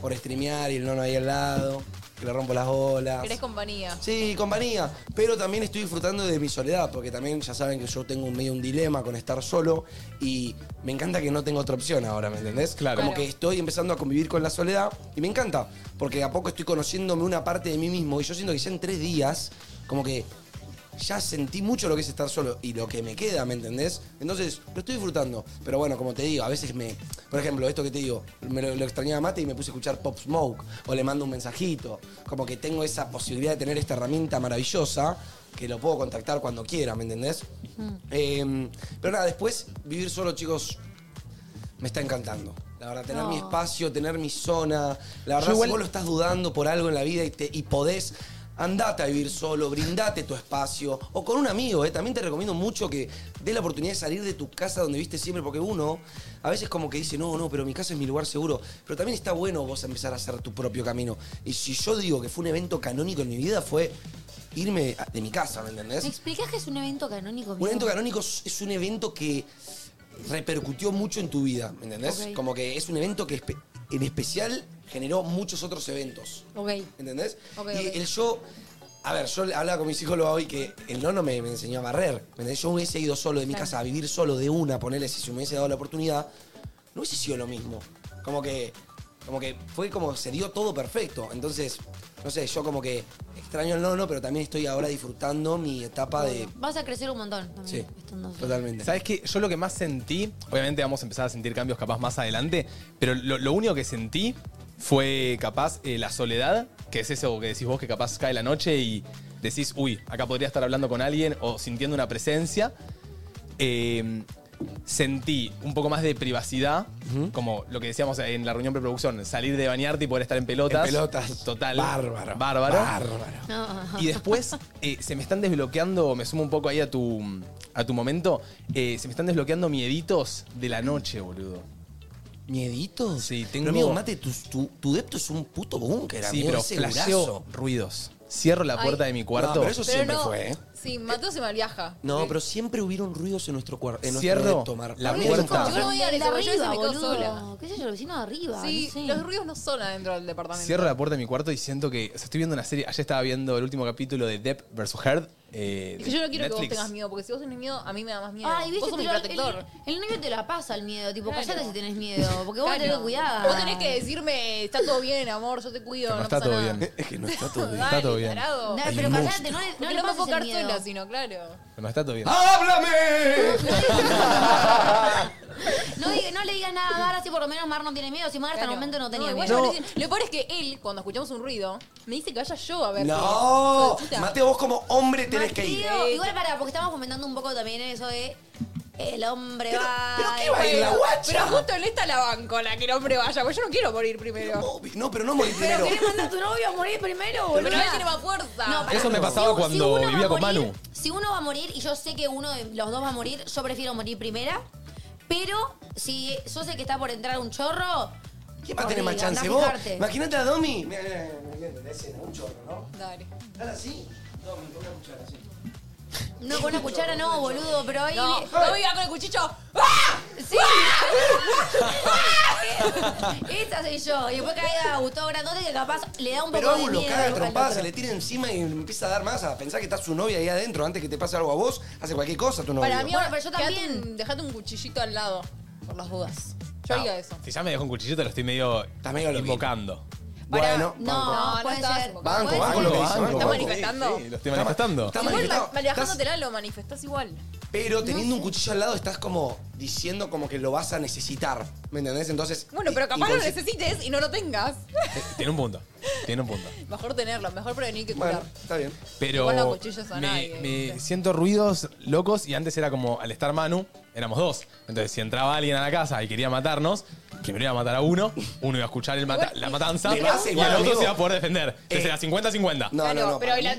Speaker 4: por streamear y el nono ahí al lado, que le rompo las bolas.
Speaker 2: Querés compañía.
Speaker 4: Sí, compañía. Pero también estoy disfrutando de mi soledad, porque también ya saben que yo tengo un medio un dilema con estar solo y me encanta que no tengo otra opción ahora, ¿me entendés?
Speaker 1: Claro.
Speaker 4: Como
Speaker 2: Claro.
Speaker 4: que estoy empezando a convivir con la soledad y me encanta, porque de a poco estoy conociéndome una parte de mí mismo y yo siento que ya en tres días, como que ya sentí mucho lo que es estar solo y lo que me queda, ¿me entendés? Entonces, lo estoy disfrutando. Pero bueno, como te digo, a veces me. Por ejemplo, esto que te digo, me lo, lo extrañaba Mate y me puse a escuchar Pop Smoke o le mando un mensajito. Como que tengo esa posibilidad de tener esta herramienta maravillosa que lo puedo contactar cuando quiera, ¿me entendés? Eh, pero nada, después, vivir solo, chicos, me está encantando. La verdad, tener mi espacio, tener mi zona. La verdad,
Speaker 1: igual-
Speaker 4: si vos lo estás dudando por algo en la vida y, te- y podés, andate a vivir solo, brindate tu espacio. O con un amigo, ¿eh? También te recomiendo mucho que dé la oportunidad de salir de tu casa donde viste siempre, porque uno a veces como que dice, no, no, pero mi casa es mi lugar seguro. Pero también está bueno vos empezar a hacer tu propio camino. Y si yo digo que fue un evento canónico en mi vida, fue irme a- de mi casa, ¿me entendés?
Speaker 3: ¿Me explicas que es un evento canónico?
Speaker 4: Un
Speaker 3: Miguel?
Speaker 4: evento canónico es es un evento que repercutió mucho en tu vida, ¿me entendés?
Speaker 3: Ok.
Speaker 4: Como que es un evento que espe- en especial generó muchos otros eventos,
Speaker 3: Ok.
Speaker 4: ¿entendés?
Speaker 3: Ok,
Speaker 4: y
Speaker 3: ok.
Speaker 4: el yo, a ver, yo hablaba con mi psicólogo hoy que el nono me, me enseñó a barrer, ¿me entendés? Yo hubiese ido solo de mi casa a vivir solo de una, ponerle si se me hubiese dado la oportunidad, no hubiese sido lo mismo. Como que, como que fue como se dio todo perfecto. Entonces, no sé, yo como que extraño al nono, pero también estoy ahora disfrutando mi etapa de...
Speaker 3: Vas a crecer un montón
Speaker 4: Sí,
Speaker 3: también. estando solo.
Speaker 4: totalmente.
Speaker 1: ¿Sabes qué? Yo lo que más sentí, obviamente vamos a empezar a sentir cambios capaz más adelante, pero lo, lo único que sentí fue capaz eh, la soledad, que es eso que decís vos que capaz cae la noche y decís, uy, acá podría estar hablando con alguien o sintiendo una presencia. Eh, sentí un poco más de privacidad, como lo que decíamos en la reunión preproducción, salir de bañarte y poder estar en pelotas.
Speaker 4: En pelotas.
Speaker 1: Total.
Speaker 4: Bárbaro.
Speaker 1: Bárbaro.
Speaker 4: Bárbaro.
Speaker 1: Y después eh, se me están desbloqueando, me sumo un poco ahí a tu, a tu momento, eh, se me están desbloqueando mieditos de la noche, boludo.
Speaker 4: ¿Mieditos?
Speaker 1: Sí,
Speaker 4: Pero,
Speaker 1: tengo-
Speaker 4: amigo, mate, tu, tu, tu depto es un puto búnker,
Speaker 1: sí,
Speaker 4: amigo.
Speaker 1: pero
Speaker 4: ese
Speaker 1: flasheo
Speaker 4: brazo.
Speaker 1: ruidos. Cierro la puerta
Speaker 2: Ay.
Speaker 1: de mi cuarto.
Speaker 4: No, pero eso siempre
Speaker 2: no.
Speaker 4: fue, ¿eh?
Speaker 2: Sí, Mateo se mal viaja.
Speaker 4: No, pero siempre hubieron ruidos en nuestro cuarto. En nuestro
Speaker 1: Cierro
Speaker 4: depto, Mar.
Speaker 1: la
Speaker 4: Mar,
Speaker 3: Porque
Speaker 4: es un
Speaker 1: puerta.
Speaker 3: como
Speaker 2: Yo no voy a
Speaker 3: el de
Speaker 2: eso, yo
Speaker 3: arriba,
Speaker 2: me quedo
Speaker 3: boludo.
Speaker 2: sola.
Speaker 3: ¿Qué sé yo, el vecino de arriba?
Speaker 2: Sí,
Speaker 3: no sé.
Speaker 2: los ruidos no son adentro del departamento.
Speaker 1: Cierro la puerta de mi cuarto y siento que. o sea, estoy viendo una serie. Ayer estaba viendo el último capítulo de Depp vs. Heard. eh,
Speaker 2: Es que yo no
Speaker 1: de
Speaker 2: quiero que vos
Speaker 1: Netflix.
Speaker 2: tengas miedo, porque si vos tenés miedo, a mí me da más miedo.
Speaker 3: Ay, viste,
Speaker 2: vos sos mi
Speaker 3: pero el-
Speaker 2: protector.
Speaker 3: el, el niño te la pasa el miedo. Tipo,
Speaker 2: Claro.
Speaker 3: callate si tenés miedo. Porque vos tenés que
Speaker 2: Caño.
Speaker 3: cuidar.
Speaker 2: Vos tenés que decirme, está todo bien, amor, yo te cuido.
Speaker 1: Pero
Speaker 2: No,
Speaker 1: no está
Speaker 2: pasa
Speaker 1: todo
Speaker 2: nada.
Speaker 1: bien.
Speaker 4: Es que no está todo bien.
Speaker 1: Está todo bien.
Speaker 2: tarado.
Speaker 3: No,
Speaker 2: Porque
Speaker 3: pero callate, no le, no
Speaker 2: No,
Speaker 3: le
Speaker 2: me puedo
Speaker 3: pases el
Speaker 2: quedar
Speaker 3: miedo.
Speaker 2: sola, sino, claro.
Speaker 1: Pero no está todo bien.
Speaker 2: Ah,
Speaker 4: ¡Háblame!
Speaker 3: No, diga- no le digas nada a Mar, así por lo menos Mar no tiene miedo. Si Mar hasta el
Speaker 2: Claro.
Speaker 3: momento no tenía
Speaker 2: igual yo
Speaker 3: miedo.
Speaker 2: le- Lo peor es que él, cuando escuchamos un ruido, me dice que vaya yo a ver.
Speaker 4: no,
Speaker 2: Solcita.
Speaker 4: Mateo, vos como hombre tenés que ir.
Speaker 3: Mateo, Igual para, porque estamos comentando un poco también eso de el hombre
Speaker 4: Pero-
Speaker 3: va.
Speaker 4: pero ¿qué va a ir la
Speaker 2: Pero
Speaker 4: guacha?
Speaker 2: justo en esta la banco, la que el hombre vaya, porque yo no quiero morir primero.
Speaker 4: No, No, pero no morir primero.
Speaker 3: mandar a tu novio a morir primero,
Speaker 2: Pero él tiene más fuerza.
Speaker 3: No, pará.
Speaker 1: Eso me pasaba
Speaker 3: u-
Speaker 1: cuando
Speaker 3: uno va
Speaker 1: vivía
Speaker 3: a
Speaker 1: con
Speaker 3: morir-
Speaker 1: Manu.
Speaker 3: Si uno va a morir y yo sé que uno de los dos va a morir, yo prefiero morir primera. Pero si yo sé que está por entrar un chorro.
Speaker 4: ¿Quién va a tener más
Speaker 3: corrí, andá
Speaker 4: chance?
Speaker 3: a
Speaker 4: ¿Vos?
Speaker 3: fijarte.
Speaker 4: Imagínate a Domi. Mira, mira, mira, mira, la escena, un chorro, ¿no?
Speaker 2: Dale.
Speaker 4: Dale así. Domi, con una cuchara, así.
Speaker 3: No, con una cuchara no, boludo, pero ahí.
Speaker 2: No, no me iba con el cuchillo. ¡Ah!
Speaker 3: Sí. Esta soy yo. Y después caiga Gustavo Grandote que capaz le da un poco
Speaker 4: Pero
Speaker 3: de
Speaker 4: Agus
Speaker 3: miedo.
Speaker 4: lo caga
Speaker 3: al
Speaker 4: a trompadas, se
Speaker 3: otro.
Speaker 4: le tira encima y le empieza a dar más a pensar que está su novia ahí adentro. Antes que te pase algo a vos, hace cualquier cosa tu novia.
Speaker 2: Para mí,
Speaker 3: Bueno,
Speaker 2: ahora,
Speaker 3: pero yo
Speaker 2: quédate
Speaker 3: también.
Speaker 2: un- Dejate un cuchillito al lado, por las dudas. Yo haría
Speaker 4: Ah.
Speaker 2: eso.
Speaker 1: Ah, Si ya me dejó un cuchillito, lo estoy medio,
Speaker 4: Estás medio loquito.
Speaker 1: invocando.
Speaker 4: Bueno,
Speaker 3: No,
Speaker 4: banco.
Speaker 2: no
Speaker 3: puede
Speaker 2: estabas
Speaker 3: ser.
Speaker 2: invocando.
Speaker 4: Banco,
Speaker 3: Puede
Speaker 4: banco
Speaker 3: ser.
Speaker 4: lo que dice,
Speaker 1: Banco,
Speaker 4: banco,
Speaker 2: ¿Estás
Speaker 1: banco.
Speaker 2: manifestando?
Speaker 1: Sí, lo estoy manifestando.
Speaker 4: Eh, Está
Speaker 2: Igual
Speaker 4: manifestado.
Speaker 2: ma-
Speaker 4: Estás-
Speaker 2: alejándotela lo manifestás igual.
Speaker 4: Pero teniendo un cuchillo al lado estás como diciendo como que lo vas a necesitar. ¿Me entendés? Entonces.
Speaker 2: Bueno, pero capaz lo
Speaker 4: inconsci-
Speaker 2: necesites y no lo tengas.
Speaker 1: Eh, Tiene un punto. Tiene un punto.
Speaker 2: Mejor tenerlo, mejor prevenir que curar.
Speaker 4: Bueno, está bien.
Speaker 1: Pero
Speaker 2: Igual no cuchillos a
Speaker 1: me,
Speaker 2: nadie,
Speaker 1: me
Speaker 2: ¿viste?
Speaker 1: siento ruidos locos y antes era como al estar Manu, éramos dos. Entonces, si entraba alguien a la casa y quería matarnos, Primero iba a matar a uno, uno iba a escuchar el mata- la matanza
Speaker 4: de base,
Speaker 1: y el otro
Speaker 4: amigo. Eh,
Speaker 1: se iba a poder defender. Entonces era 50-50.
Speaker 4: No, no, no.
Speaker 2: pero la-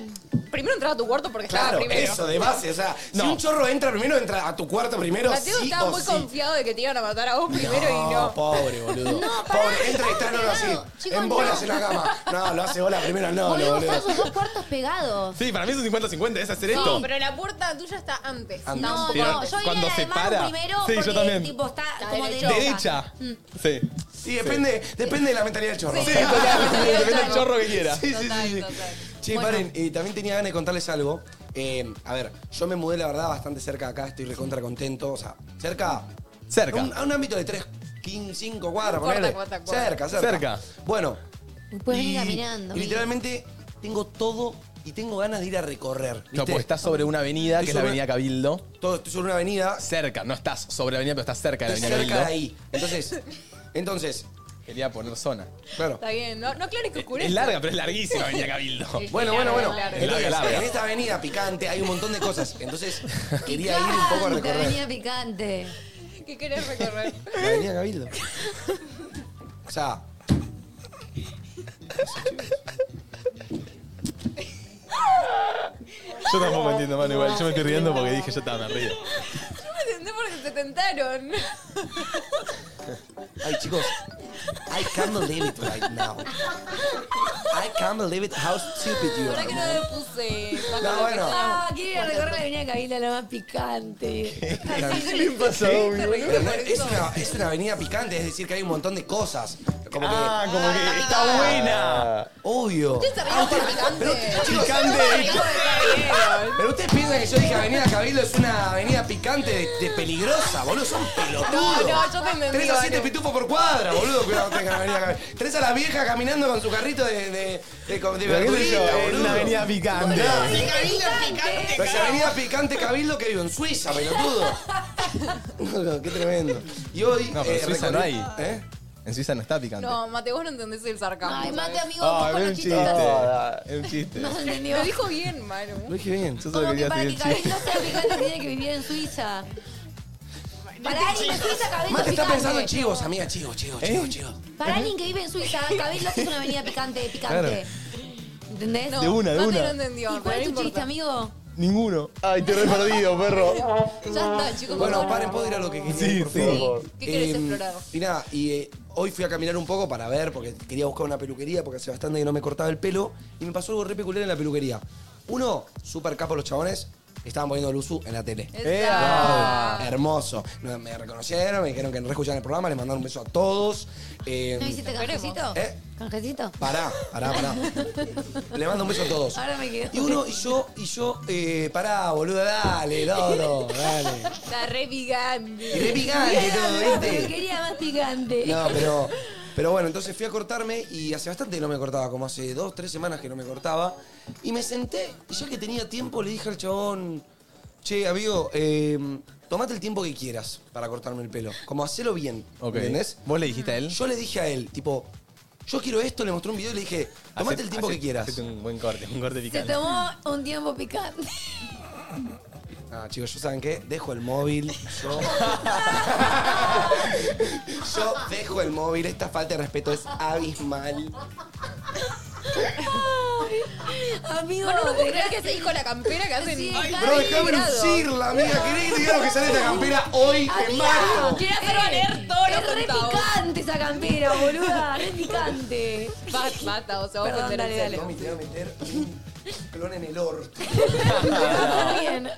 Speaker 2: primero entraba a tu cuarto porque estaba
Speaker 4: Claro,
Speaker 2: primero.
Speaker 4: eso, de base. O sea, si
Speaker 1: No.
Speaker 4: un chorro entra primero, entra a tu cuarto primero.
Speaker 2: Mateo
Speaker 4: sí
Speaker 2: estaba
Speaker 4: o
Speaker 2: muy
Speaker 4: sí.
Speaker 2: confiado de que te iban a matar a vos primero y
Speaker 4: No,
Speaker 2: no.
Speaker 4: pobre, boludo.
Speaker 3: No, pará,
Speaker 4: pobre, entra y está no, no, así.
Speaker 3: pegado. Chicos,
Speaker 4: en bolas
Speaker 3: no.
Speaker 4: en la cama. No, lo hace bola primero, no, no,
Speaker 3: Boludo,
Speaker 4: boludo.
Speaker 3: están sus dos cuartos pegados.
Speaker 1: Sí, para mí es un 50-50, es hacer
Speaker 2: Sí,
Speaker 1: esto.
Speaker 2: pero la puerta tuya está antes.
Speaker 4: Antes.
Speaker 2: No,
Speaker 3: No,
Speaker 1: Pero
Speaker 3: no, yo
Speaker 1: cuando
Speaker 3: iría
Speaker 1: se
Speaker 3: de Manu
Speaker 1: para-
Speaker 3: primero
Speaker 1: Sí, yo
Speaker 3: porque
Speaker 1: también.
Speaker 3: tipo está,
Speaker 2: Está
Speaker 3: como
Speaker 2: derecha.
Speaker 3: derecha.
Speaker 1: Derecha. Sí.
Speaker 4: Sí, depende, depende de la mentalidad del chorro.
Speaker 1: Sí, total, depende del
Speaker 2: Total.
Speaker 1: chorro que quiera.
Speaker 4: Sí, sí,
Speaker 2: Total,
Speaker 4: sí, sí.
Speaker 2: total.
Speaker 4: Che, paren, eh, también tenía ganas de contarles algo. Eh, a ver, yo me mudé, la verdad, bastante cerca de acá, estoy recontra contento. O sea, cerca.
Speaker 1: Cerca.
Speaker 4: A un, a un ámbito de 3, 5 cuadras,
Speaker 2: No importa
Speaker 4: ponele.
Speaker 2: cuánta cuadra.
Speaker 4: Cerca, cerca.
Speaker 1: Cerca.
Speaker 4: Bueno.
Speaker 3: Puedes venir
Speaker 4: y-
Speaker 3: caminando.
Speaker 4: y literalmente tengo todo y tengo ganas de ir a recorrer.
Speaker 1: No,
Speaker 4: ¿viste?
Speaker 1: porque pues, estás sobre una avenida, que
Speaker 4: Estoy
Speaker 1: es la
Speaker 4: sobre-
Speaker 1: Avenida Cabildo.
Speaker 4: Todo, estoy sobre una avenida,
Speaker 1: Cerca, no estás sobre la avenida, pero estás cerca de la
Speaker 4: estoy
Speaker 1: Avenida
Speaker 4: cerca de
Speaker 1: Cabildo.
Speaker 4: ahí. Entonces, entonces,
Speaker 1: Quería poner zona.
Speaker 4: claro.
Speaker 2: Está bien, no, no claro
Speaker 4: Eh,
Speaker 2: que oscurece.
Speaker 1: Es larga, pero es larguísima la Avenida Cabildo.
Speaker 4: Bueno, bueno, bueno.
Speaker 2: Claro,
Speaker 1: claro.
Speaker 4: Entonces,
Speaker 1: Es larga, larga.
Speaker 4: en esta avenida picante hay un montón de cosas. Entonces, quería ir un poco a
Speaker 3: Picante,
Speaker 4: recorrer.
Speaker 3: venía picante.
Speaker 2: ¿Qué querés recorrer?
Speaker 4: La avenida Cabildo. O sea.
Speaker 1: Yo tampoco entiendo, mano, igual. Yo me estoy riendo porque dije, yo estaba, me río.
Speaker 2: No me entendés porque te tentaron.
Speaker 4: Ay, chicos. I can't believe it right now. I can't believe it how stupid you
Speaker 2: ¿Para
Speaker 4: are.
Speaker 2: que no
Speaker 4: man.
Speaker 2: le puse?
Speaker 4: No, bueno.
Speaker 3: Ah, quiero ir a recorrer la avenida Cabildo, la más picante.
Speaker 1: ¿Qué le pasó,
Speaker 4: Pero no, es, una, es una avenida picante, es decir, que hay un montón de cosas. Como que.
Speaker 1: Ah, como que está buena.
Speaker 4: Obvio.
Speaker 2: Se rió por picante.
Speaker 4: Chicos, Pero ustedes piensan que yo dije Avenida Cabildo es una avenida picante de, de peligrosa, boludo. Son pelotudos.
Speaker 2: No, no, yo te entendí,
Speaker 4: 3 a 7
Speaker 2: Vane.
Speaker 4: pitufos por cuadra, boludo. Cuidado tengan Avenida Cabildo. 3 a la vieja caminando con su carrito de. de. de. de. de.
Speaker 1: Pero qué sé yo,
Speaker 4: verdurita,
Speaker 1: es
Speaker 4: boludo.
Speaker 1: una avenida picante.
Speaker 4: Pero es avenida picante Cabildo que vive en Suiza, pelotudo. No, no, qué tremendo. Y hoy. eh,
Speaker 1: No, pero en Suiza no
Speaker 4: recorrí-
Speaker 1: hay.
Speaker 4: ¿Eh?
Speaker 1: En Suiza no está picante.
Speaker 2: No, Mate, vos no entendés el sarcasmo.
Speaker 3: Ay,
Speaker 2: ¿sabes?
Speaker 3: mate, amigo, vos con los chistes.
Speaker 1: Es un Ah, chiste.
Speaker 3: No se entendió.
Speaker 2: Lo dijo bien, Manu.
Speaker 4: Lo dije bien.
Speaker 1: Yo solo
Speaker 3: Como que
Speaker 1: quería
Speaker 3: para
Speaker 1: hacer
Speaker 3: que
Speaker 1: el chiste.
Speaker 3: Cabildo sea picante tiene que vivir en Suiza. Para alguien en Suiza, Cabildo
Speaker 4: Mate
Speaker 3: es
Speaker 4: está
Speaker 3: picante.
Speaker 4: pensando en chivos, amiga, chivos, chivos,
Speaker 1: ¿Eh?
Speaker 4: chivos, chivos.
Speaker 3: Para alguien que vive en Suiza, Cabildo es una avenida picante, picante. ¿Entendés?
Speaker 2: No,
Speaker 1: De una, de
Speaker 2: Mate
Speaker 1: una.
Speaker 2: no entendió.
Speaker 3: ¿Y cuál es
Speaker 2: pero
Speaker 3: tu
Speaker 2: no
Speaker 3: chiste,
Speaker 2: importa.
Speaker 3: amigo?
Speaker 1: Ninguno. Ay, te he perdido, perro.
Speaker 2: Ya está, chicos.
Speaker 4: Bueno,
Speaker 2: por favor.
Speaker 4: paren, puedo ir a lo que quería.
Speaker 1: Sí,
Speaker 4: ir, por
Speaker 1: sí.
Speaker 4: favor?
Speaker 2: ¿Qué querés
Speaker 4: Eh,
Speaker 2: explorar?
Speaker 4: Y nada, y eh, hoy fui a caminar un poco para ver, porque quería buscar una peluquería, porque hace bastante que no me cortaba el pelo, y me pasó algo re peculiar en la peluquería. Uno, súper capo los chabones, estaban poniendo Luzu en la tele.
Speaker 2: Esa.
Speaker 4: Hermoso. No, Me reconocieron, me dijeron que no escuchaban el programa, les mandaron un beso a todos. Eh,
Speaker 3: ¿No hiciste
Speaker 2: Esperemos.
Speaker 3: canjecito?
Speaker 4: ¿Eh?
Speaker 3: ¿Canjecito?
Speaker 4: Pará, pará, pará. Le mando un beso a todos.
Speaker 3: Ahora me quedo.
Speaker 4: Y uno, y yo, y yo, eh, pará, boluda, dale, Dodo, dale.
Speaker 2: Está re
Speaker 4: Y
Speaker 2: picante.
Speaker 4: re picante todo,
Speaker 3: Pero
Speaker 4: ¿viste?
Speaker 3: quería más picante.
Speaker 4: No, pero, pero bueno, entonces fui a cortarme y hace bastante que no me cortaba, como hace dos, tres semanas que no me cortaba. Y me senté y ya que tenía tiempo le dije al chabón, che, amigo, eh, tomate el tiempo que quieras para cortarme el pelo. Como hacelo bien,
Speaker 1: Ok.
Speaker 4: ¿entendés?
Speaker 1: ¿Vos le dijiste a él?
Speaker 4: Yo le dije a él, tipo, yo quiero esto, le mostré un video y le dije, tomate
Speaker 1: Hacé-
Speaker 4: el tiempo
Speaker 1: hacé-
Speaker 4: que quieras.
Speaker 1: Hacete un buen corte, un corte
Speaker 3: Se
Speaker 1: picante.
Speaker 3: tomó un tiempo picante.
Speaker 4: Ah, chicos, yo saben qué, dejo el móvil, yo... yo dejo el móvil, esta falta de respeto es abismal.
Speaker 3: Amigo,
Speaker 2: Manu, no puedo creer que se dijo la campera que hacen.
Speaker 3: Sí,
Speaker 2: Ay,
Speaker 3: claro.
Speaker 4: Bro,
Speaker 2: sí,
Speaker 4: dejame
Speaker 2: grado.
Speaker 4: lucirla, amiga. ¿Querés que te diga lo que sale esta campera hoy? ¡Te
Speaker 3: Amiga,
Speaker 4: mato!
Speaker 2: Quiere hacer valer todo
Speaker 3: es
Speaker 2: lo
Speaker 3: re
Speaker 2: contado.
Speaker 3: picante esa campera, boluda. Re picante.
Speaker 2: Basta, Basta, o sea, vos
Speaker 3: Perdón,
Speaker 2: entendés
Speaker 3: dale,
Speaker 2: el
Speaker 3: dale.
Speaker 4: No, me te voy a meter un clon en el orto.
Speaker 3: Está bien.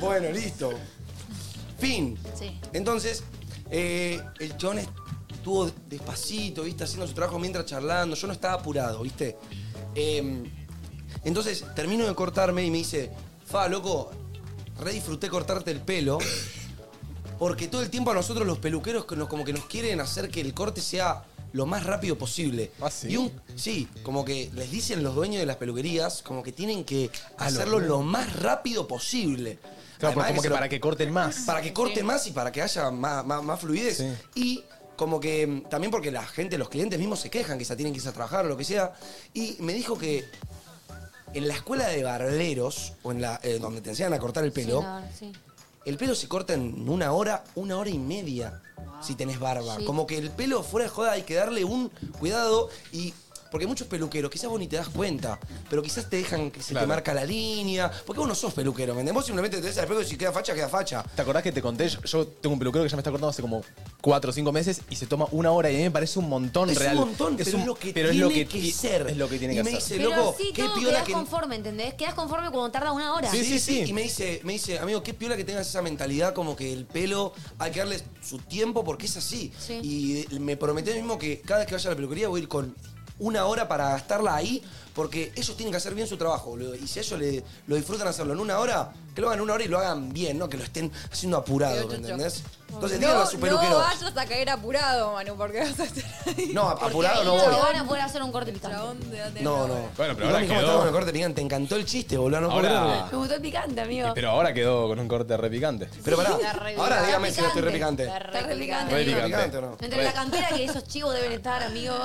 Speaker 4: Bueno, listo. Fin.
Speaker 3: Sí.
Speaker 4: Entonces, eh, el chabón estuvo despacito, ¿viste? Haciendo su trabajo mientras charlando. Yo no estaba apurado, ¿viste? Eh, entonces, termino de cortarme y me dice, Fa, loco, re disfruté cortarte el pelo. Porque todo el tiempo a nosotros los peluqueros que nos- como que nos quieren hacer que el corte sea lo más rápido posible.
Speaker 1: ¿Ah, sí?
Speaker 4: Y un- sí, como que les dicen los dueños de las peluquerías, como que tienen que hacerlo lo más rápido posible.
Speaker 1: Claro,
Speaker 4: Además
Speaker 1: porque
Speaker 4: de
Speaker 1: como
Speaker 4: se
Speaker 1: que
Speaker 4: lo-
Speaker 1: para que corten más.
Speaker 4: para que corte más y para que haya más, más- más fluidez.
Speaker 1: Sí.
Speaker 4: Y como que mm, también porque la gente, los clientes mismos se quejan, que se tienen que irse a trabajar o lo que sea. Y me dijo que en la escuela de barberos, o en la, eh, donde te enseñan a cortar el pelo,
Speaker 3: Sí, no, sí.
Speaker 4: el pelo se corta en una hora, una hora y media, si tenés barba.
Speaker 3: Sí.
Speaker 4: Como que el pelo fuera de joda hay que darle un cuidado y... Porque muchos peluqueros, quizás vos ni te das cuenta, pero quizás te dejan que se
Speaker 1: Claro.
Speaker 4: te marca la línea. Porque vos no sos peluquero, ¿me entendés? Vos simplemente te des al espejo y si queda facha, queda facha.
Speaker 1: ¿Te acordás que te conté? Yo- Yo tengo un peluquero que ya me está cortando hace como 4 o 5 meses y se toma una hora y a mí me parece un montón
Speaker 4: Es
Speaker 1: real.
Speaker 4: un montón, pero es lo que
Speaker 1: pero es
Speaker 4: tiene
Speaker 1: lo que,
Speaker 4: que
Speaker 1: ti-
Speaker 4: ser.
Speaker 1: Es lo que tiene
Speaker 4: Y
Speaker 1: que
Speaker 4: me
Speaker 1: ser.
Speaker 4: dice-
Speaker 3: Pero
Speaker 4: loco,
Speaker 3: sí,
Speaker 4: qué
Speaker 3: todo
Speaker 4: piola
Speaker 3: quedás
Speaker 4: que-
Speaker 3: conforme, ¿entendés? Quedás conforme cuando tarda una hora.
Speaker 1: Sí, sí, sí.
Speaker 4: Y me dice, me dice, amigo, qué piola que tengas esa mentalidad como que el pelo hay que darle su tiempo porque es así.
Speaker 3: Sí.
Speaker 4: Y eh, me prometí a mí mismo que cada vez que vaya a la peluquería voy a ir con una hora para gastarla ahí porque ellos tienen que hacer bien su trabajo, boludo. Y si ellos le- lo disfrutan hacerlo en una hora, que lo hagan en una hora y lo hagan bien, no que lo estén haciendo apurado, ¿me entendés? Entonces díganlo a su
Speaker 2: no,
Speaker 4: peluquero.
Speaker 2: no vayas a caer apurado, Manu, porque vas a estar ahí.
Speaker 4: No, apurado no
Speaker 3: Porque
Speaker 4: voy.
Speaker 3: ahí van a poder hacer un corte picante.
Speaker 2: Chabón, de- de-
Speaker 4: No, no.
Speaker 1: pero
Speaker 4: Y
Speaker 1: ahora
Speaker 4: mami, ¿cómo
Speaker 1: quedó.
Speaker 4: estás con el corte? Digan, Te encantó el chiste, boludo, no puedo
Speaker 1: Ahora-
Speaker 4: creerlo.
Speaker 3: Me gustó el picante, amigo.
Speaker 1: Pero ahora quedó con un corte repicante.
Speaker 4: Pero pará,
Speaker 2: Está re
Speaker 4: ahora
Speaker 2: picante.
Speaker 4: dígame si no estoy repicante.
Speaker 2: Está re
Speaker 3: Está re
Speaker 2: picante.
Speaker 3: picante.
Speaker 4: ¿Estoy picante o no?
Speaker 3: Entre la cantera que esos chivos deben estar, amigo,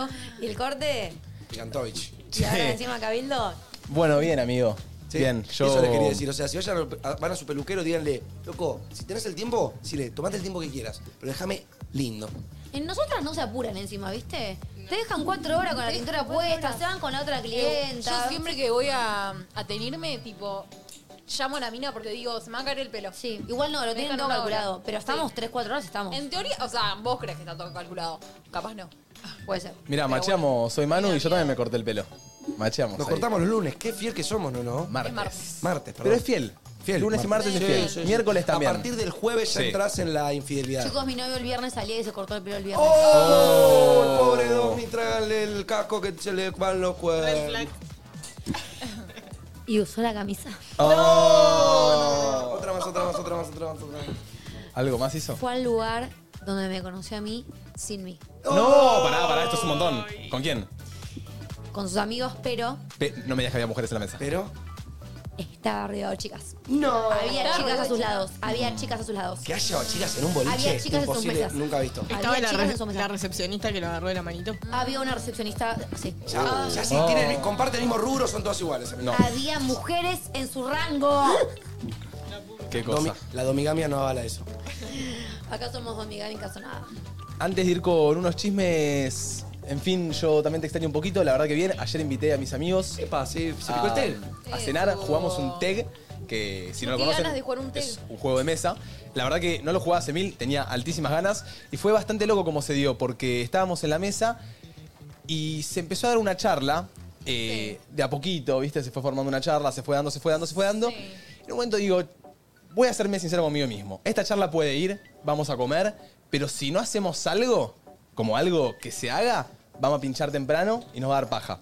Speaker 3: y el corte,
Speaker 4: Picantovich.
Speaker 3: y ahora
Speaker 1: Sí.
Speaker 3: encima Cabildo,
Speaker 1: Bueno, bien, amigo.
Speaker 4: Sí,
Speaker 1: Bien, yo.
Speaker 4: Eso le quería decir. O sea, si vayan a- van a su peluquero, díganle, loco, si tenés el tiempo, le tomate el tiempo que quieras, pero déjame lindo.
Speaker 3: En nosotras no se apuran encima, ¿viste? Te dejan cuatro horas con la tintura puesta, se van con la otra
Speaker 2: Eh,
Speaker 3: clienta.
Speaker 2: Yo siempre que voy a, a teñirme, tipo, llamo a la mina porque digo, se me va a caer el pelo.
Speaker 3: Sí, igual no, lo tienen
Speaker 2: Dejan
Speaker 3: todo
Speaker 2: una hora.
Speaker 3: calculado. Pero estamos
Speaker 2: Sí.
Speaker 3: tres, cuatro horas, estamos.
Speaker 2: En teoría, o sea, vos crees que está todo calculado. Capaz no.
Speaker 3: Puede ser.
Speaker 1: Mirá,
Speaker 2: Pero
Speaker 1: macheamos, soy Manu y yo también me corté el pelo. Macheamos.
Speaker 4: Nos
Speaker 1: ahí.
Speaker 4: cortamos los lunes, qué fiel que somos, ¿no? no?
Speaker 1: Martes.
Speaker 2: Es martes.
Speaker 4: Martes, perdón.
Speaker 1: Pero es fiel.
Speaker 4: Fiel,
Speaker 1: Lunes y martes es
Speaker 4: Sí,
Speaker 1: fiel.
Speaker 4: sí, sí.
Speaker 1: Miércoles también.
Speaker 4: A partir del jueves ya
Speaker 1: Sí.
Speaker 4: entras en la infidelidad.
Speaker 3: Chicos, mi novio el viernes salía y se cortó el pelo el viernes.
Speaker 4: ¡Oh! El pobre Domi, trágale el casco que se le van los
Speaker 7: Red
Speaker 4: cuernos.
Speaker 7: flag.
Speaker 3: Y usó la camisa.
Speaker 4: ¡Oh! Otra más, otra más, otra más, otra más, otra más.
Speaker 1: ¿Algo más hizo?
Speaker 3: Fue al lugar donde me conoció a mí sin mí.
Speaker 4: Oh.
Speaker 1: No, pará, pará, esto es un montón. ¿Con quién?
Speaker 3: Con sus amigos, pero
Speaker 1: Pe- no me digas que había mujeres en la mesa.
Speaker 4: Pero.
Speaker 3: estaba rodeado de chicas.
Speaker 4: No.
Speaker 3: Había chicas a sus lados. Había chicas a sus lados.
Speaker 4: Que haya chicas en un boliche.
Speaker 3: Había chicas en sus
Speaker 4: imposible,
Speaker 3: mesas.
Speaker 4: nunca visto.
Speaker 7: Estaba
Speaker 3: Había
Speaker 7: la,
Speaker 3: chicas
Speaker 7: re-
Speaker 3: en su mesa.
Speaker 7: la recepcionista que lo agarró de la manito.
Speaker 3: Había una recepcionista, sí.
Speaker 4: Ya,
Speaker 3: Ah.
Speaker 4: ya si
Speaker 1: Oh.
Speaker 4: tienen, comparten el mismo rubro, son todas iguales. amigo.
Speaker 1: No,
Speaker 3: Había mujeres en su rango.
Speaker 1: qué
Speaker 4: Domi-
Speaker 1: cosa.
Speaker 4: la domigamia no avala eso.
Speaker 3: Acá somos dos amigas, en casa nada.
Speaker 1: Antes de ir con unos chismes, en fin, yo también te extraño un poquito, la verdad que bien. Ayer invité a mis amigos
Speaker 4: Epa, sí, se picó
Speaker 1: a,
Speaker 4: el tel.
Speaker 1: a cenar, jugamos un tag que si no lo
Speaker 2: Ah, Qué
Speaker 1: conocen
Speaker 2: ganas de jugar un tag.
Speaker 1: es un juego de mesa. La verdad que no lo jugaba hace mil, tenía altísimas ganas y fue bastante loco como se dio porque estábamos en la mesa y se empezó a dar una charla eh, de a poquito, ¿viste? Se fue formando una charla, se fue dando, se fue dando, se fue dando.
Speaker 2: Sí.
Speaker 1: En un momento digo, voy a serme sincero conmigo mismo. Esta charla puede ir, vamos a comer, pero si no hacemos algo, como algo que se haga, vamos a pinchar temprano y nos va a dar paja.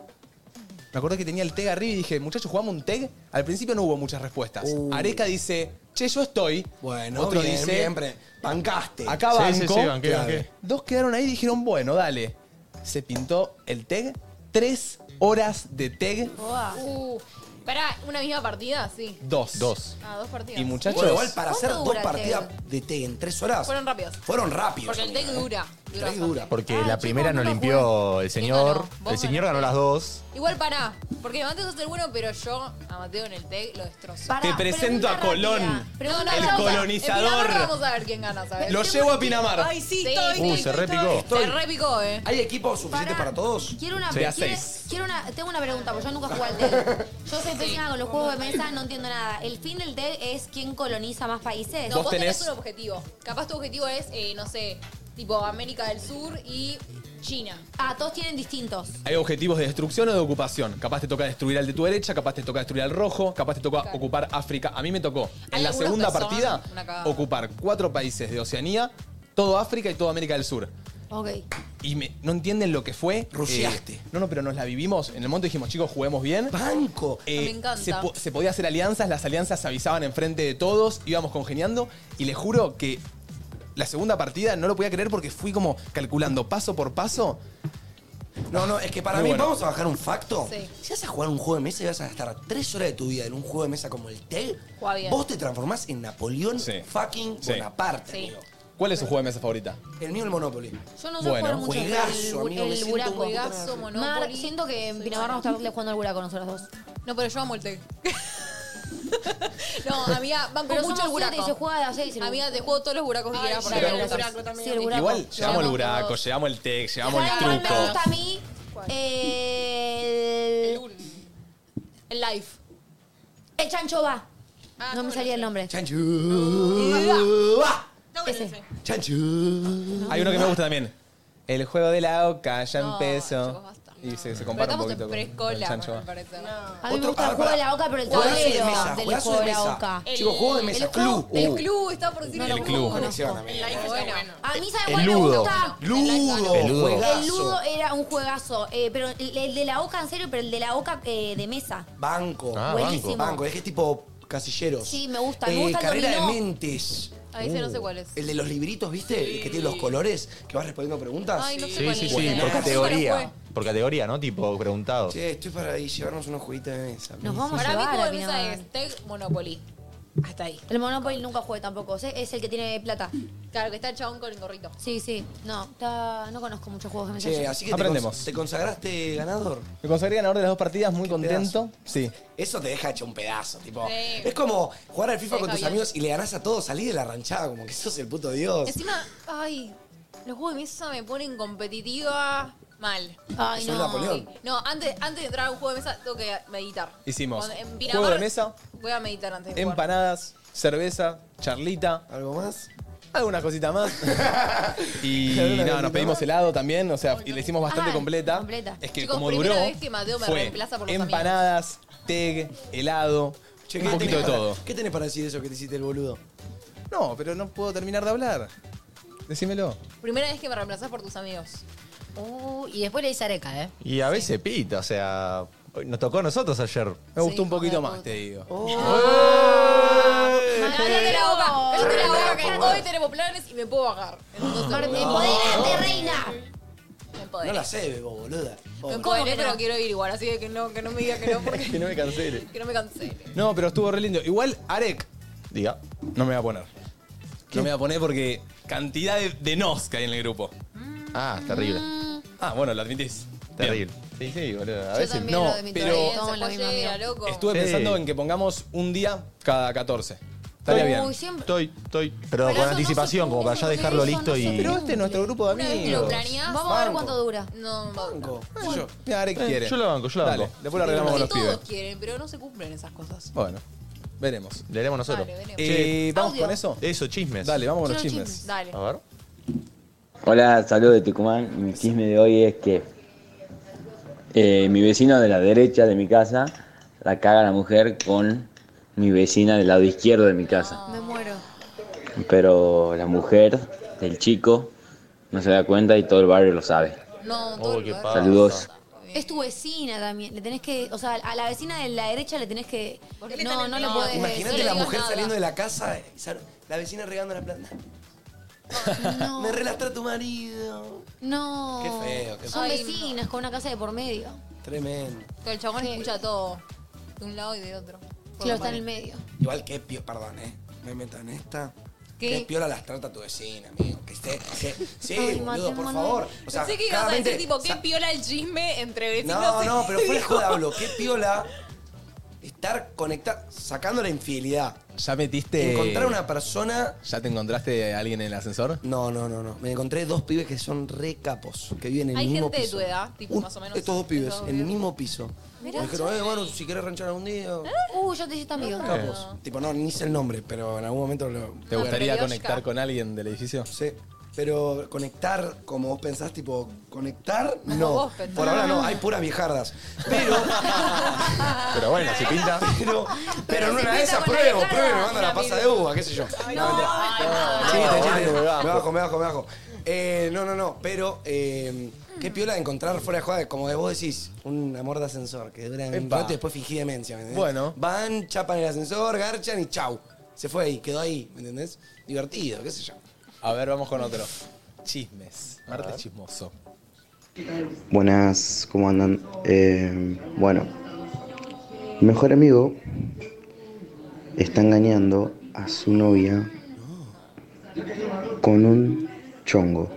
Speaker 1: Me acordé que tenía el tag arriba y dije, muchachos, jugamos un tag. Al principio no hubo muchas respuestas.
Speaker 4: Uh.
Speaker 1: Areca dice, che, yo estoy.
Speaker 4: Bueno,
Speaker 1: otro
Speaker 4: bien,
Speaker 1: dice,
Speaker 4: siempre. Pancaste.
Speaker 1: acá
Speaker 8: Sí,
Speaker 1: banco.
Speaker 8: sí, sí, banqué,
Speaker 4: claro.
Speaker 8: banqué.
Speaker 1: Dos quedaron ahí y dijeron, bueno, dale. Se pintó el tag. Tres horas de tag.
Speaker 2: Uh, pará, una misma partida, sí.
Speaker 1: Dos.
Speaker 8: Dos.
Speaker 2: Ah, dos partidas.
Speaker 1: Y muchachos,
Speaker 4: Bueno, igual para
Speaker 3: ¿Cuánto
Speaker 4: hacer dos
Speaker 3: dura el
Speaker 4: partidas
Speaker 3: tec?
Speaker 4: de té en tres horas.
Speaker 2: Fueron rápidos.
Speaker 4: Fueron rápidos.
Speaker 2: Porque el tech
Speaker 4: amigo, ¿eh?
Speaker 2: dura. Dura.
Speaker 4: Tec dura.
Speaker 8: Porque
Speaker 2: Ah,
Speaker 8: la
Speaker 2: chicos,
Speaker 8: primera no
Speaker 2: no
Speaker 8: limpió
Speaker 2: jugué.
Speaker 8: Oh, el
Speaker 2: ¿Quién
Speaker 8: señor.
Speaker 2: ganó? ¿Vos
Speaker 8: El señor ganó
Speaker 2: ganaste?
Speaker 8: las dos.
Speaker 2: Igual pará, porque Mateo sos el bueno, pero yo a Mateo en el tech lo destrozo.
Speaker 3: Pará,
Speaker 1: Te presento
Speaker 3: pregunta
Speaker 1: a Colón.
Speaker 3: rápida.
Speaker 2: No,
Speaker 3: Pregunta
Speaker 2: no,
Speaker 1: El
Speaker 2: vamos a-
Speaker 3: rápida.
Speaker 1: colon- colonizador.
Speaker 2: en Pinamar vamos a ver quién gana, ¿sabes?
Speaker 1: lo llevo a Pinamar.
Speaker 2: sí,
Speaker 7: estoy,
Speaker 8: Uh, se repicó.
Speaker 2: Se repicó, eh.
Speaker 4: ¿Hay equipos suficientes para, todos?
Speaker 3: Quiero una,
Speaker 1: Sí, a
Speaker 3: quiero-
Speaker 1: seis.
Speaker 3: quiero una- tengo una pregunta, porque yo nunca jugué al TED. Yo soy pésima con los juegos de mesa, no entiendo nada. ¿El fin del TED es quién coloniza más países?
Speaker 2: No,
Speaker 1: Vos
Speaker 2: vos tenés...
Speaker 1: tenés
Speaker 2: un objetivo. Capaz tu objetivo es, eh, no sé, tipo América del Sur y China.
Speaker 3: Ah, todos tienen distintos.
Speaker 1: Hay objetivos de destrucción o de ocupación. Capaz te toca destruir al de tu derecha, capaz te toca destruir al rojo, capaz te toca
Speaker 2: Claro.
Speaker 1: ocupar África. A mí me tocó,
Speaker 2: Hay
Speaker 1: en la
Speaker 2: algunos
Speaker 1: segunda
Speaker 2: que son
Speaker 1: partida,
Speaker 2: una cagada.
Speaker 1: ocupar cuatro países de Oceanía, todo África y toda América del Sur.
Speaker 3: Ok.
Speaker 1: Y me- no entienden lo que fue.
Speaker 4: Rusheaste.
Speaker 1: Eh, no, no, pero nos la vivimos. En el monte dijimos, chicos, juguemos bien.
Speaker 4: Banco.
Speaker 1: Eh,
Speaker 2: Me encanta.
Speaker 1: Se, po- se podía hacer alianzas, las alianzas se avisaban enfrente de todos, íbamos congeniando y les juro que la segunda partida no lo podía creer porque fui como calculando paso por paso.
Speaker 4: No, no, es que para
Speaker 1: Muy
Speaker 4: mí,
Speaker 1: bueno.
Speaker 4: vamos a bajar un facto.
Speaker 2: Sí.
Speaker 4: Si vas a jugar un juego de mesa y vas a gastar tres horas de tu vida en un juego de mesa como el TEG,
Speaker 2: Juega bien.
Speaker 4: vos te transformás en Napoleón
Speaker 1: Sí.
Speaker 4: fucking
Speaker 1: Sí.
Speaker 4: Bonaparte.
Speaker 2: Sí.
Speaker 4: amigo.
Speaker 1: ¿Cuál es su juego de mesa favorita?
Speaker 4: El mío, el Monopoly.
Speaker 3: Yo no sé
Speaker 1: Bueno,
Speaker 3: jugar mucho al
Speaker 4: juegazo, amigo, me
Speaker 3: el
Speaker 4: siento
Speaker 3: buraco.
Speaker 4: un
Speaker 2: Juegazo,
Speaker 3: Mar,
Speaker 2: Monopoly.
Speaker 3: siento que en
Speaker 2: Soy
Speaker 3: Pinamar
Speaker 2: mala.
Speaker 3: vamos a estar jugando al buraco nosotros dos.
Speaker 2: No, pero yo amo el tech. No, amiga, van con
Speaker 3: Pero
Speaker 2: mucho el
Speaker 3: somos siete
Speaker 2: buraco.
Speaker 3: y se juega a las seis. el-
Speaker 2: Amiga, te juego todos los buracos que
Speaker 7: Ay,
Speaker 2: quieras.
Speaker 7: sí,
Speaker 2: porque
Speaker 7: el
Speaker 2: me gustas.
Speaker 7: buraco también.
Speaker 3: Sí, el buraco.
Speaker 1: Igual llegamos al
Speaker 2: Llevamos
Speaker 1: buraco,
Speaker 2: todos.
Speaker 1: llegamos al tech, llegamos al
Speaker 3: ¿Saben cuál
Speaker 1: truco.
Speaker 3: me gusta a mí? Eh, el,
Speaker 2: El live.
Speaker 3: el chancho va. no me salía el nombre.
Speaker 4: Chanchúa.
Speaker 3: Ese.
Speaker 4: Chanchúa.
Speaker 1: Hay uno que me gusta también. El juego de la oca ya
Speaker 2: No,
Speaker 1: empezó.
Speaker 2: chicos, basta.
Speaker 1: Y se, se
Speaker 2: Pero
Speaker 1: compara un poquito con,
Speaker 2: estamos en
Speaker 1: con
Speaker 2: preescola,
Speaker 1: chancho.
Speaker 2: me parece.
Speaker 3: A mí me
Speaker 4: Otro-
Speaker 3: gusta
Speaker 4: a
Speaker 3: el
Speaker 4: ver,
Speaker 3: juego de
Speaker 4: pará.
Speaker 3: la boca, pero el
Speaker 4: Juegazo de
Speaker 3: tablero
Speaker 4: mesa,
Speaker 3: del
Speaker 4: juegazo de
Speaker 3: juego de la
Speaker 4: mesa.
Speaker 3: boca.
Speaker 4: Chicos, juego de mesa, club.
Speaker 2: El
Speaker 4: Uh,
Speaker 2: club, estaba por decir
Speaker 3: No
Speaker 1: lo
Speaker 2: el
Speaker 1: club.
Speaker 2: club.
Speaker 4: conexión, amigo.
Speaker 2: Bueno,
Speaker 3: A mí,
Speaker 1: El
Speaker 3: ¿saben cuál me
Speaker 1: ludo.
Speaker 3: gusta?
Speaker 4: Ludo,
Speaker 1: El ludo.
Speaker 4: juegazo.
Speaker 3: El ludo era un juegazo, eh, pero el, el de la boca en serio, pero el de la boca eh, de mesa.
Speaker 4: Banco.
Speaker 1: Ah,
Speaker 3: Buenísimo.
Speaker 4: banco. Es que es tipo casilleros. Eh,
Speaker 3: Sí, me gusta, me gusta el
Speaker 4: Carrera de
Speaker 3: dominó.
Speaker 4: mentes. Uh.
Speaker 2: A ese no sé cuál es.
Speaker 4: El de los libritos, ¿viste? El que tiene los colores, que vas respondiendo preguntas.
Speaker 2: Ay, no sé
Speaker 8: Sí,
Speaker 2: cuál
Speaker 8: sí,
Speaker 2: es.
Speaker 8: sí,
Speaker 2: Eh,
Speaker 8: por
Speaker 2: no sé cuál
Speaker 8: categoría.
Speaker 2: fue.
Speaker 8: Por categoría, ¿no? Tipo, preguntado.
Speaker 4: Che, estoy para ahí llevarnos unos juguitos de mesa.
Speaker 3: Nos vamos a
Speaker 2: Para mí,
Speaker 3: llevar,
Speaker 2: juego de
Speaker 3: al
Speaker 2: mesa
Speaker 3: final.
Speaker 2: es Tech Monopoly. Hasta ahí.
Speaker 3: El Monopoly nunca jugué tampoco, sé, es el que tiene plata.
Speaker 2: Claro, que está el chabón con el gorrito.
Speaker 3: Sí, sí. No, está- no conozco muchos juegos de mesa.
Speaker 4: Che,
Speaker 3: yo.
Speaker 4: así que
Speaker 1: Aprendemos.
Speaker 4: Te, cons- te consagraste ganador.
Speaker 1: Me conseguí ganador de las dos partidas, muy contento. Sí.
Speaker 4: Eso te deja hecho un pedazo, tipo.
Speaker 2: Sí.
Speaker 4: Es como jugar al FIFA
Speaker 2: Te
Speaker 4: con
Speaker 2: deja
Speaker 4: tus
Speaker 2: bien.
Speaker 4: amigos y le ganás a todos, salí de la ranchada, como que sos el puto dios.
Speaker 2: Encima, ay, los juegos de mesa me ponen competitiva mal.
Speaker 3: Ay,
Speaker 4: Soy
Speaker 3: no.
Speaker 4: Napoleón.
Speaker 2: No, antes, antes de entrar a un juego de mesa tengo que meditar.
Speaker 1: Hicimos
Speaker 2: Cuando- en
Speaker 1: juego
Speaker 2: Pinamar,
Speaker 1: de mesa.
Speaker 2: Voy a meditar antes de jugar.
Speaker 1: Empanadas, cerveza, charlita,
Speaker 4: ¿Algo más?
Speaker 1: alguna cosita más. y
Speaker 4: Alguna
Speaker 1: no,
Speaker 4: cosita
Speaker 1: nos pedimos
Speaker 4: más.
Speaker 1: helado también, o sea, y la hicimos bastante
Speaker 3: Ah,
Speaker 1: completa.
Speaker 3: completa.
Speaker 1: Es que
Speaker 2: Chicos,
Speaker 1: como
Speaker 2: primera
Speaker 1: duró,
Speaker 2: vez que Mateo me
Speaker 1: fue
Speaker 2: reemplaza por los
Speaker 1: empanadas, teg, helado,
Speaker 4: Che,
Speaker 1: un poquito
Speaker 4: tenés
Speaker 1: de
Speaker 4: para-
Speaker 1: todo.
Speaker 4: ¿Qué tenés para decir de eso que te hiciste el boludo?
Speaker 1: No, pero no puedo terminar de hablar. Decímelo.
Speaker 2: Primera vez que me reemplazás por tus amigos.
Speaker 6: Uh, y después le dice Areca, ¿eh?
Speaker 8: Y a veces pita, o sea, nos tocó a nosotros ayer.
Speaker 1: Me gustó
Speaker 2: Sí, Oh.
Speaker 1: un poquito
Speaker 2: hijo de
Speaker 1: más,
Speaker 2: puta.
Speaker 1: te digo.
Speaker 2: Cállate la boca, cállate la boca, que hoy tenemos planes y me puedo bajar. Entonces,
Speaker 3: Martín, ¡Empoderate, reina!
Speaker 2: me
Speaker 4: No
Speaker 2: empoderé.
Speaker 4: la sé, vos, boluda.
Speaker 2: Me
Speaker 4: Vos.
Speaker 2: empoderé,
Speaker 3: ¿Cómo que no?
Speaker 2: pero quiero ir igual, así de que no, que no me diga que no, porque
Speaker 1: Que no me cancele.
Speaker 2: que no me cancele.
Speaker 1: No, pero estuvo re lindo. Igual, Arek,
Speaker 8: Diga.
Speaker 1: no me va a poner. No me va a poner porque cantidad de, de nos que hay en el grupo.
Speaker 8: Ah, terrible.
Speaker 1: Ah, bueno, lo admitís.
Speaker 8: Terrible. Sí, sí, boludo. A
Speaker 3: Yo
Speaker 8: veces.
Speaker 3: también
Speaker 1: no,
Speaker 3: lo de mi
Speaker 1: pero-
Speaker 3: teoría,
Speaker 2: Bien,
Speaker 3: somos
Speaker 2: se
Speaker 3: la misma
Speaker 2: pollera,
Speaker 3: amiga.
Speaker 2: loco.
Speaker 1: Bien. Estuve
Speaker 8: Sí.
Speaker 1: pensando en que pongamos un día cada 14. Estaría
Speaker 3: Uy,
Speaker 1: bien.
Speaker 3: siempre-
Speaker 8: Estoy, estoy. Pero,
Speaker 3: eso
Speaker 8: con
Speaker 3: no
Speaker 8: anticipación,
Speaker 3: se
Speaker 8: como para ya
Speaker 3: puede,
Speaker 8: dejarlo
Speaker 3: eso no
Speaker 8: listo
Speaker 3: se
Speaker 8: y.
Speaker 1: Pero este es nuestro grupo de
Speaker 2: Una vez que lo
Speaker 1: amigos.
Speaker 2: planeas,
Speaker 3: Vamos a ver
Speaker 4: Banco.
Speaker 3: cuánto dura.
Speaker 2: no,
Speaker 4: Banco. Yo.
Speaker 1: Mira, Arek
Speaker 8: Eh,
Speaker 1: quiere.
Speaker 8: yo la banco, yo la
Speaker 1: Dale,
Speaker 8: banco.
Speaker 1: después lo arreglamos con
Speaker 2: Porque
Speaker 1: los pibes.
Speaker 2: todos quieren, pero no se cumplen esas cosas.
Speaker 1: Bueno, veremos.
Speaker 8: Le haremos nosotros.
Speaker 2: Dale, veremos.
Speaker 1: Eh, ¿Vamos
Speaker 3: Audio.
Speaker 1: con eso?
Speaker 8: Eso, chismes.
Speaker 1: Dale, vamos con los
Speaker 3: Quiero
Speaker 1: chismes.
Speaker 2: Dale.
Speaker 8: A ver.
Speaker 9: Hola, saludos de Tucumán. Mi chisme de hoy es que eh, mi vecino de la derecha de mi casa la caga la mujer con mi vecina del lado izquierdo de mi casa.
Speaker 3: Ah. Me muero.
Speaker 9: Pero la mujer del chico no se da cuenta y todo el barrio lo sabe.
Speaker 2: No, todo
Speaker 8: Oh,
Speaker 2: el
Speaker 8: qué
Speaker 2: lugar.
Speaker 8: pasa.
Speaker 9: Saludos.
Speaker 3: Es tu vecina también. Le tenés que. O sea, a la vecina de la derecha le tenés que.
Speaker 2: ¿Por qué le
Speaker 3: No,
Speaker 2: tenés-
Speaker 3: no le
Speaker 2: no,
Speaker 3: podés.
Speaker 4: Imagínate
Speaker 2: no le
Speaker 4: la
Speaker 2: digas
Speaker 4: mujer
Speaker 2: nada.
Speaker 4: saliendo de la casa, y sal- la vecina regando la planta.
Speaker 3: No.
Speaker 4: Me relastró tu marido.
Speaker 3: No.
Speaker 4: Qué feo, qué
Speaker 3: Son
Speaker 2: feo.
Speaker 3: vecinas con una casa de por medio.
Speaker 4: Tremendo.
Speaker 2: Que el chabón escucha todo. De un lado y de otro.
Speaker 3: Claro, está en el medio.
Speaker 4: Igual que pio, perdón, ¿eh? Me meto en esta.
Speaker 2: ¿Qué?
Speaker 4: Que piola las trata tu vecina, amigo. Que esté. que- sí,
Speaker 3: Ay,
Speaker 4: boludo, por
Speaker 3: Mateo,
Speaker 4: favor. O sea,
Speaker 2: Pensé que ibas a
Speaker 4: claramente-
Speaker 2: decir, tipo, ¿qué
Speaker 4: sa-
Speaker 2: piola el chisme entre vecinos?
Speaker 4: No, no, pero fuera de joda, hablo. Qué piola estar conectada, sacando la infidelidad.
Speaker 1: Ya metiste.
Speaker 4: Encontrar una persona.
Speaker 1: ¿Ya te encontraste a alguien en el ascensor?
Speaker 4: No, no, no, no. Me encontré dos pibes que son re capos, que viven en el
Speaker 2: Hay
Speaker 4: mismo
Speaker 2: gente de
Speaker 4: piso.
Speaker 2: tu edad, tipo, más o menos,
Speaker 4: Estos dos pibes,
Speaker 2: estos dos
Speaker 4: en el
Speaker 2: pibes.
Speaker 4: mismo piso.
Speaker 3: Mirá,
Speaker 4: me dijeron, eh, bueno, si querés ranchar algún día.
Speaker 2: Ah.
Speaker 3: Uh, yo te hice amigo.
Speaker 4: Capos. Tipo, no, ni sé el nombre, pero en algún momento lo.
Speaker 1: ¿Te
Speaker 2: No,
Speaker 1: gustaría
Speaker 2: pero
Speaker 1: conectar
Speaker 2: Yoshka.
Speaker 1: con alguien del edificio?
Speaker 4: Sí. Pero conectar, como vos pensás, tipo, conectar,
Speaker 2: Como
Speaker 4: no.
Speaker 2: vos pensás.
Speaker 4: Por ahora no, hay puras viejardas. Pero,
Speaker 8: Pero bueno, si pinta.
Speaker 4: pero, pero en
Speaker 2: si
Speaker 4: una de
Speaker 2: pinta
Speaker 4: esas
Speaker 2: con la
Speaker 4: pruebo,
Speaker 2: viejarda,
Speaker 4: pruebo, me manda la
Speaker 2: amigo.
Speaker 4: pasa de uva, qué sé yo. No, mentira. Chiste, chiste. Me bajo, me bajo, me bajo. Eh, no, no, no, pero eh, qué piola de encontrar fuera de jugada, como de vos decís, un amor de ascensor que dura un
Speaker 1: Epa.
Speaker 4: rato y después fingí demencia, ¿me entendés?
Speaker 1: Bueno.
Speaker 4: Van, chapan el ascensor, garchan y chau. Se fue ahí, quedó ahí, ¿me entendés? Divertido, qué sé yo.
Speaker 1: A ver, vamos con otro. Chismes. Martes chismoso.
Speaker 10: Buenas, ¿cómo andan? Eh, bueno, mi mejor amigo está engañando a su novia con un chongo,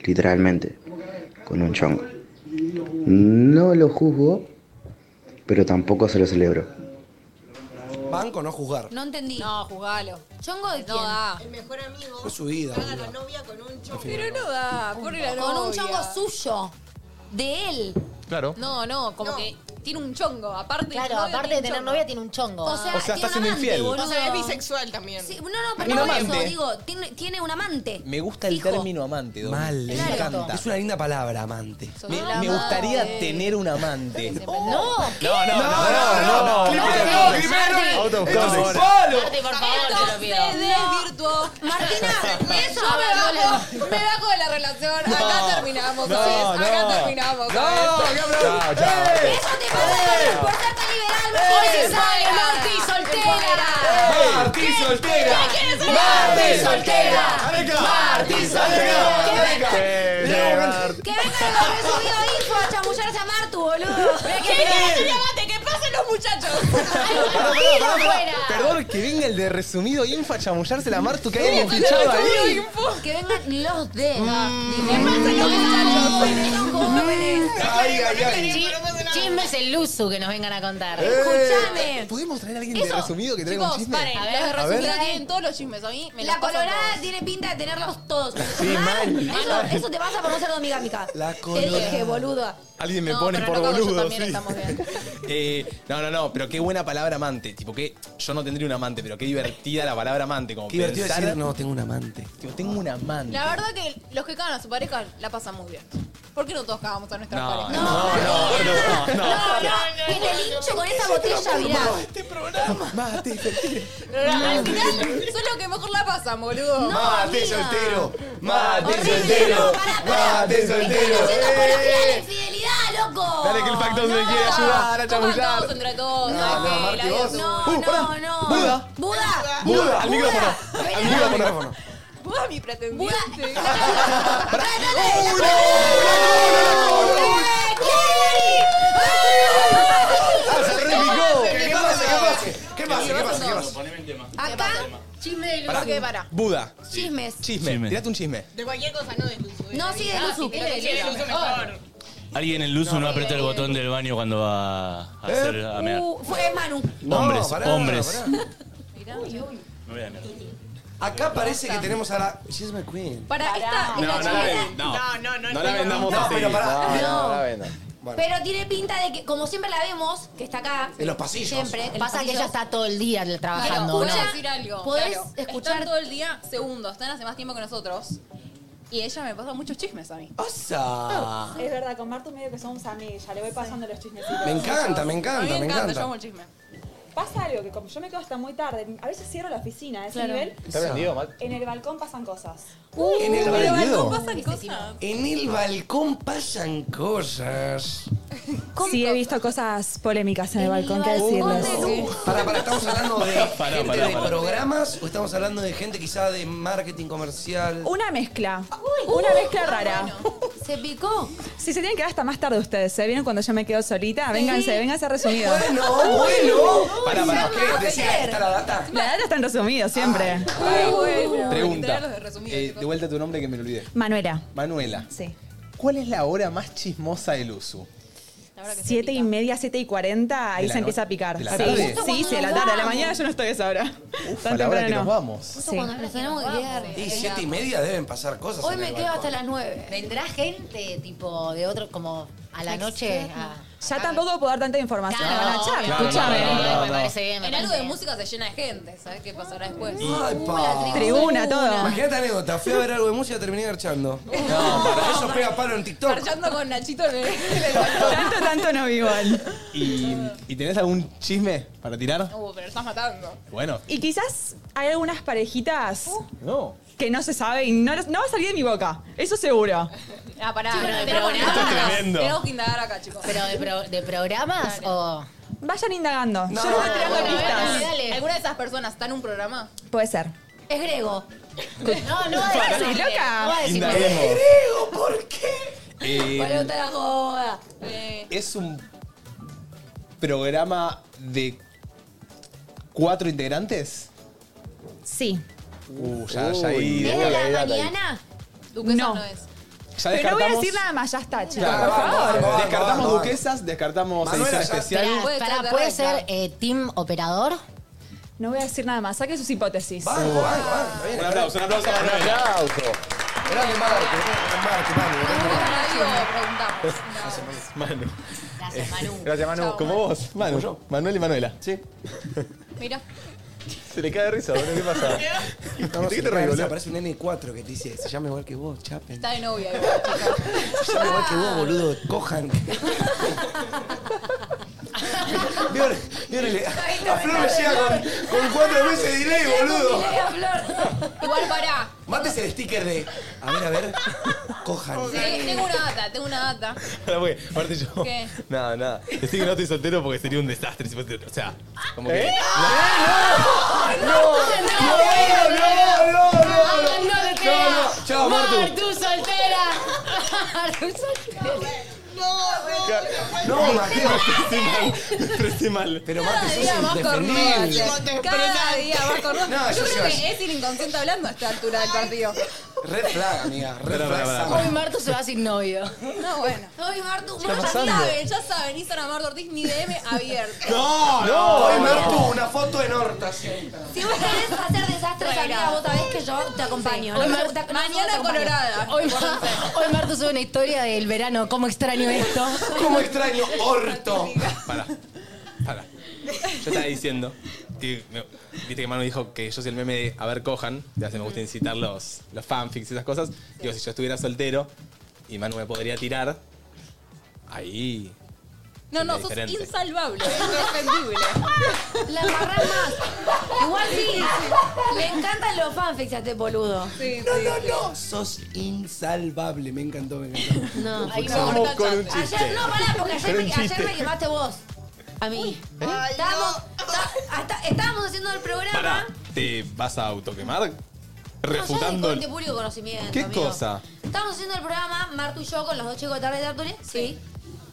Speaker 10: literalmente, con un chongo. No lo juzgo, pero tampoco se lo celebro.
Speaker 4: Banco no juzgar.
Speaker 3: No entendí. No, jugalo. ¿Chongo de quién? No da.
Speaker 11: El mejor amigo
Speaker 4: Es su vida.
Speaker 11: caga a la novia con un chongo.
Speaker 2: Pero no da,
Speaker 11: Punto.
Speaker 2: pobre la
Speaker 3: Con un
Speaker 2: novia.
Speaker 3: chongo suyo. De él.
Speaker 1: Claro.
Speaker 2: No, no, como que tiene un chongo. Aparte,
Speaker 6: Claro,
Speaker 2: su novio
Speaker 6: aparte
Speaker 2: tiene
Speaker 6: de
Speaker 2: un
Speaker 6: tener
Speaker 2: chongo.
Speaker 6: novia, tiene un chongo.
Speaker 3: O sea,
Speaker 1: O sea,
Speaker 3: tiene
Speaker 1: está
Speaker 3: un
Speaker 1: siendo
Speaker 3: amante,
Speaker 1: infiel.
Speaker 3: boludo.
Speaker 7: O sea, es bisexual también.
Speaker 3: Sí, no, no, pero
Speaker 1: Un
Speaker 3: no
Speaker 1: amante.
Speaker 3: eso. Digo, tiene, tiene un amante.
Speaker 1: Me gusta el término amante, Domi.
Speaker 4: Mal,
Speaker 1: me
Speaker 4: es una-
Speaker 1: encanta.
Speaker 4: Es una linda palabra, amante.
Speaker 1: Me,
Speaker 2: un amante.
Speaker 1: me gustaría tener un amante.
Speaker 6: No, ¿qué?
Speaker 1: No, no, no,
Speaker 4: no,
Speaker 1: no, no,
Speaker 4: no,
Speaker 1: no,
Speaker 4: no,
Speaker 1: no,
Speaker 4: Out
Speaker 1: no,
Speaker 4: of
Speaker 1: esto es un
Speaker 4: context.
Speaker 1: palo.
Speaker 6: Marti, por favor, te lo pido.
Speaker 2: Se desvirtuó.
Speaker 3: Martina, eso
Speaker 2: Yo me
Speaker 3: no le-
Speaker 2: bajo, me bajo de la relación. Acá terminamos,
Speaker 1: No,
Speaker 2: ¿sabes? Acá
Speaker 1: no.
Speaker 2: terminamos.
Speaker 1: No,
Speaker 2: ¿sabes?
Speaker 1: Chao, chao.
Speaker 3: Eso te pasa por portarte liberal, porque
Speaker 2: ¡Eh!
Speaker 3: se sabe, Marti, soltera.
Speaker 1: Martí soltera.
Speaker 3: Marti, soltera.
Speaker 1: Martí soltera. Te llevar-
Speaker 3: Que venga el resumido info a chamullarse a Martu, boludo.
Speaker 2: ¿Qué pasen los muchachos?
Speaker 1: Pará, pará,
Speaker 3: Mira
Speaker 1: pará, pará.
Speaker 3: afuera.
Speaker 1: Perdón, que venga el de resumido infa a chamullarse la Martu que hay fichado ahí.
Speaker 3: Que vengan los de.
Speaker 1: Ay, ay, ay.
Speaker 6: Chi- Chismes el Luzu que nos vengan a contar.
Speaker 3: Escúchame.
Speaker 1: ¿Podemos traer a alguien de
Speaker 3: Eso.
Speaker 1: resumido que traiga un
Speaker 2: Chicos,
Speaker 1: chisme?
Speaker 2: paren.
Speaker 6: A
Speaker 2: Los de
Speaker 6: ver,
Speaker 1: a ver.
Speaker 2: resumido tienen todos los chismes. A mí me
Speaker 3: La
Speaker 2: los pasan
Speaker 3: colorada
Speaker 2: todos.
Speaker 3: tiene pinta de tenerlos todos.
Speaker 1: Sí, mal.
Speaker 3: Eso, eso te pasa por no ser domigámica.
Speaker 4: La
Speaker 3: Te dije,
Speaker 4: colorada.
Speaker 3: boluda.
Speaker 1: Alguien me
Speaker 2: No,
Speaker 1: pone
Speaker 2: pero
Speaker 1: por
Speaker 2: no, como yo
Speaker 1: boludo.
Speaker 2: también estamos bien.
Speaker 1: Eh, no, no, no, pero qué buena palabra amante. Tipo que yo no tendría un amante, pero qué divertida la palabra amante. Como
Speaker 4: Qué divertido
Speaker 1: pensar,
Speaker 4: decir, no, tengo un amante.
Speaker 1: tipo, tengo un amante.
Speaker 2: La verdad que los que cagan a su pareja la pasan muy bien. ¿Por qué no todos cagamos a nuestra
Speaker 1: No, no,
Speaker 2: pareja?
Speaker 1: no, no, no.
Speaker 3: Que te lincho con esta botella, mirá.
Speaker 1: Mate, soltero.
Speaker 2: Al final son los que mejor la pasan, boludo.
Speaker 4: Mate
Speaker 3: amiga.
Speaker 4: soltero, mate
Speaker 3: Horrible.
Speaker 4: soltero,
Speaker 3: Pará, pará.
Speaker 4: mate soltero.
Speaker 3: Estás haciendo apología a la
Speaker 4: Eh.
Speaker 3: infidelidad, loco.
Speaker 1: Dale que el pacto se quiere ayudar a
Speaker 2: Coman
Speaker 1: chamullar.
Speaker 2: todos entre todos.
Speaker 4: No, no,
Speaker 2: ¿sabes qué?
Speaker 4: Marti,
Speaker 2: La vida
Speaker 4: vos-
Speaker 2: es un-
Speaker 3: No,
Speaker 1: Uh,
Speaker 3: no,
Speaker 1: pará.
Speaker 3: no.
Speaker 1: Buda.
Speaker 3: Buda.
Speaker 1: Buda, al micrófono.
Speaker 3: Buda.
Speaker 1: Al micrófono.
Speaker 2: Buda mi pretendiente.
Speaker 3: Buda.
Speaker 4: Ah, se repicó. ¿Qué pasa? ¿Qué pasa? ¿Qué pasa? ¿Qué pasa? ¿Qué pasa?
Speaker 2: Acá,
Speaker 6: Chisme de
Speaker 2: ¿por qué para?
Speaker 1: Buda.
Speaker 3: Chismes.
Speaker 1: Chisme.
Speaker 5: Chisme.
Speaker 1: Tirate un chisme.
Speaker 7: De cualquier cosa, no de Luzu.
Speaker 3: No, sí,
Speaker 1: Ah,
Speaker 3: de Luzu.
Speaker 5: Alguien en Luzu no aprieta el botón del baño cuando va a hacer a mear.
Speaker 3: Uh, fue Manu.
Speaker 4: No,
Speaker 5: Hombres,
Speaker 4: pará,
Speaker 5: hombres.
Speaker 4: pará.
Speaker 5: Me voy a mear.
Speaker 4: Acá parece que tenemos a la. She's my queen.
Speaker 2: Para esta es la
Speaker 5: no,
Speaker 2: chica.
Speaker 5: ven- no,
Speaker 7: no, no.
Speaker 1: No la vendamos
Speaker 4: No,
Speaker 1: así.
Speaker 4: pero
Speaker 2: Ah,
Speaker 4: pará.
Speaker 1: No, no
Speaker 3: No.
Speaker 1: la vendan.
Speaker 3: Pero tiene pinta de que, como siempre la vemos, que está acá.
Speaker 4: En los pasillos.
Speaker 3: Siempre. en los
Speaker 6: Pasa que
Speaker 3: pasillos.
Speaker 6: ella está todo el día
Speaker 2: Pero
Speaker 6: trabajando,
Speaker 2: voy
Speaker 6: ¿no?
Speaker 2: a decir algo.
Speaker 3: Podés
Speaker 2: claro.
Speaker 3: escuchar-
Speaker 2: Están todo el día segundos, están hace más tiempo que nosotros. Y ella me pasa muchos chismes a mí.
Speaker 4: ¡Pasa!
Speaker 11: Es verdad, con Martu medio que somos amigas, ya le voy pasando los chismecitos.
Speaker 4: Me encanta, me
Speaker 2: a mí
Speaker 4: encanta,
Speaker 2: me
Speaker 4: me
Speaker 2: encanta, yo
Speaker 4: encanta.
Speaker 2: amo el chisme.
Speaker 11: Pasa algo que como yo me quedo hasta muy tarde, a veces cierro la oficina a ese
Speaker 3: Claro.
Speaker 11: nivel,
Speaker 1: ¿Está vendido, Matt?
Speaker 11: en el balcón pasan cosas.
Speaker 4: En el
Speaker 2: Pero
Speaker 4: balcón
Speaker 2: balcón
Speaker 4: pasan-
Speaker 2: pasan cosas.
Speaker 4: En el balcón pasan cosas.
Speaker 11: Sí, he visto cosas polémicas en
Speaker 3: En
Speaker 11: el
Speaker 3: el
Speaker 11: balcón, que
Speaker 3: balcón
Speaker 11: decirles.
Speaker 3: de luz.
Speaker 4: Pará, pará, estamos hablando de
Speaker 5: Pará,
Speaker 4: gente
Speaker 5: pará,
Speaker 4: de
Speaker 5: pará.
Speaker 4: programas o estamos hablando de gente quizá de marketing
Speaker 7: Uh,
Speaker 4: comercial.
Speaker 11: Una mezcla. Una mezcla rara.
Speaker 3: Se picó.
Speaker 11: Si se tienen que quedar hasta más tarde ustedes, ¿se vieron cuando yo me quedo solita? Vénganse, vénganse resumido.
Speaker 4: Bueno, bueno. Pará, pará,
Speaker 3: se va a
Speaker 4: ¿qué? Decía,
Speaker 3: meter.
Speaker 4: está la data.
Speaker 11: La data está en resumido siempre.
Speaker 2: Literal, los de
Speaker 1: Pregunta.
Speaker 2: resumido,
Speaker 1: Eh,
Speaker 2: chicos.
Speaker 1: de vuelta tu nombre que me lo olvidé.
Speaker 11: Manuela.
Speaker 1: Manuela.
Speaker 11: Sí.
Speaker 1: ¿Cuál es la hora más chismosa del uso?
Speaker 2: La verdad que se
Speaker 11: Siete y
Speaker 2: pica.
Speaker 11: media, siete y cuarenta, ahí
Speaker 1: ¿De la
Speaker 11: se empieza
Speaker 1: no-
Speaker 11: a picar.
Speaker 1: de
Speaker 11: Sí,
Speaker 1: la tarde?
Speaker 11: sí, sí, de la tarde. A la mañana yo no estoy a esa hora.
Speaker 1: Uf,
Speaker 11: Tan
Speaker 1: a la hora
Speaker 11: temprano
Speaker 1: que
Speaker 11: no.
Speaker 1: nos vamos.
Speaker 3: Justo
Speaker 11: Sí.
Speaker 3: cuando nos tenemos que quedar.
Speaker 4: Y siete y media deben pasar cosas.
Speaker 3: Hoy
Speaker 4: en
Speaker 3: me
Speaker 4: el
Speaker 3: quedo
Speaker 4: balcón.
Speaker 3: hasta las 9.
Speaker 6: ¿Vendrá gente tipo de otro, como a la noche? a-
Speaker 11: Ya tampoco puedo dar tanta información. Me van a echar,
Speaker 1: claro,
Speaker 11: escúchame.
Speaker 1: claro, claro.
Speaker 6: Me parece bien, me
Speaker 2: En algo
Speaker 6: parece
Speaker 2: de
Speaker 6: bien.
Speaker 2: música se llena de gente, ¿sabes qué pasará después?
Speaker 4: Ay, pa.
Speaker 11: Tribuna, todo.
Speaker 4: Imagínate anécdota, fui a ver algo de música y terminé garchando. No, para eso pega palo en TikTok.
Speaker 2: Marchando con Nachito en el, en el balcón.
Speaker 11: Tanto, tanto no vivo.
Speaker 1: ¿Y, y tenés algún chisme para tirar?
Speaker 2: Uh, pero estás matando.
Speaker 1: Bueno.
Speaker 11: Y quizás hay algunas parejitas
Speaker 1: No.
Speaker 11: que no se sabe y no, no va a salir de mi boca. Eso seguro.
Speaker 2: Ah, pará.
Speaker 6: Chicos,
Speaker 2: no,
Speaker 6: de
Speaker 2: tenemos que
Speaker 6: programa.
Speaker 2: indagar.
Speaker 1: Esto es tremendo.
Speaker 2: Tenemos que indagar acá, chicos.
Speaker 6: ¿Pero de, pro- de programas o...?
Speaker 11: Vayan indagando.
Speaker 4: No.
Speaker 11: Yo les voy
Speaker 4: Ah,
Speaker 11: tirando
Speaker 6: bueno,
Speaker 11: pistas.
Speaker 6: bueno. Dale.
Speaker 2: ¿Alguna de esas personas está en un programa?
Speaker 11: Puede ser.
Speaker 3: Es grego.
Speaker 6: No, no, va a decir,
Speaker 11: loca.
Speaker 2: Ah,
Speaker 6: No va a decir.
Speaker 1: Indaguemos.
Speaker 4: Creo, ¿por qué?
Speaker 1: Eh,
Speaker 3: Para la joda.
Speaker 2: Eh,
Speaker 1: es un programa de cuatro integrantes.
Speaker 11: Sí.
Speaker 1: Uh, ya, ya ahí.
Speaker 3: ¿Es de la mañana?
Speaker 2: Duquesa no.
Speaker 11: No.
Speaker 2: es.
Speaker 1: Ya
Speaker 11: Pero no voy a
Speaker 1: descartamos-
Speaker 11: decir nada más, ya está, chicos.
Speaker 1: Claro,
Speaker 11: Por favor.
Speaker 4: vamos, vamos,
Speaker 1: descartamos
Speaker 4: vamos, vamos.
Speaker 1: duquesas, descartamos
Speaker 4: Manuela,
Speaker 1: edición
Speaker 4: ya-
Speaker 1: especial.
Speaker 6: Pará,
Speaker 2: Puede
Speaker 6: pará,
Speaker 2: ser de
Speaker 6: ¿puede
Speaker 2: Reina.
Speaker 6: ser eh, team operador?
Speaker 11: No voy a decir nada más. Saque sus hipótesis.
Speaker 1: Un aplauso, un aplauso. para Manuel.
Speaker 4: Grande Marte, grande Marte,
Speaker 1: Manu.
Speaker 2: Gracias, Manu.
Speaker 1: Gracias, Manu.
Speaker 2: Chao,
Speaker 1: Como
Speaker 2: Manu.
Speaker 1: vos, Manu. Manuel y Manuela. Sí.
Speaker 2: Mira.
Speaker 1: Se le cae de risa, boludo. ¿Qué pasa?
Speaker 4: No, no,
Speaker 1: ¿De qué
Speaker 4: se te
Speaker 1: te reís,
Speaker 4: parece
Speaker 1: boludo?
Speaker 4: aparece un N4 que te dice, se llama igual que vos, chapen.
Speaker 2: Está de novia.
Speaker 4: Se llama igual que vos, boludo, cojan. Vieron- vieron el- a Flor me llega con, con cuatro meses de delay, boludo.
Speaker 2: Igual pará.
Speaker 4: Mátese el sticker de, a ver, a ver, cojan.
Speaker 2: Sí, tengo una data, tengo una data.
Speaker 1: Ahora, porque, aparte yo.
Speaker 2: ¿Qué?
Speaker 1: Nada, nada. Decir que no estoy soltero porque sería un desastre. si fuese- O sea, como que.
Speaker 5: No, no, no, no, no. No, no.
Speaker 1: Chao, Martu.
Speaker 5: Martu soltera. Martu soltera.
Speaker 1: No,
Speaker 5: No,
Speaker 1: Mateo, me expresé mal.
Speaker 4: Pero
Speaker 2: Cada día más cornuda. Cada día más cornuda.
Speaker 4: No,
Speaker 2: yo
Speaker 4: yo
Speaker 2: creo
Speaker 4: soy
Speaker 2: que es el inconsciente hablando a esta altura del partido.
Speaker 4: Red flag, amiga, red
Speaker 1: Pará, pará,
Speaker 4: flag.
Speaker 1: pará.
Speaker 4: Sama.
Speaker 6: Hoy Marto se va sin novio.
Speaker 2: No, bueno. Ay, Martu,
Speaker 1: ¿Qué está
Speaker 2: ya
Speaker 1: pasando?
Speaker 2: saben, ya saben. Instagram Martu Ortiz, mi DM abierto.
Speaker 4: No, no,
Speaker 1: No,
Speaker 4: hoy
Speaker 1: no.
Speaker 4: Martu, una foto de Norta.
Speaker 3: Si vos querés hacer desastres, amiga, vos sabés que yo te acompaño.
Speaker 6: Hoy
Speaker 3: No
Speaker 6: Mar-
Speaker 3: te- no te
Speaker 2: Mañana
Speaker 3: acompaño.
Speaker 2: colorada.
Speaker 6: Hoy, Mar- hoy Marto sube una historia del verano. ¿Cómo extraño esto?
Speaker 4: ¿Cómo extraño Orto?
Speaker 1: Para, para. Yo estaba diciendo. que me- viste que Manu dijo que yo soy el meme de A ver, cojan. De hace me gusta incitar los, los fanfics y esas cosas. Digo, si yo estuviera soltero y Manu me podría tirar. Ahí.
Speaker 2: No, no,
Speaker 1: Sería
Speaker 2: sos
Speaker 1: diferente.
Speaker 2: insalvable, indefendible.
Speaker 3: La embarrás más. Igual sí, le encantan los fanfics a este boludo.
Speaker 2: Sí,
Speaker 4: No, no, no. Sos insalvable. Me encantó, me encantó.
Speaker 3: No,
Speaker 2: Ahí
Speaker 1: Vamos
Speaker 2: no,
Speaker 1: con un chiste.
Speaker 3: Ayer no, pará, porque ayer,
Speaker 1: Era
Speaker 3: me,
Speaker 1: un
Speaker 3: ayer
Speaker 1: chiste.
Speaker 3: me quemaste vos. A mí. Estábamos, ta- hasta- estábamos haciendo el programa.
Speaker 1: Pará, ¿te vas a autoquemar?
Speaker 3: No,
Speaker 1: Refutando.
Speaker 3: yo de público conocimiento.
Speaker 1: ¿Qué
Speaker 3: amigo.
Speaker 1: cosa?
Speaker 3: Estábamos haciendo el programa, Martu y yo, con los dos chicos de tarde de Tartule. Sí.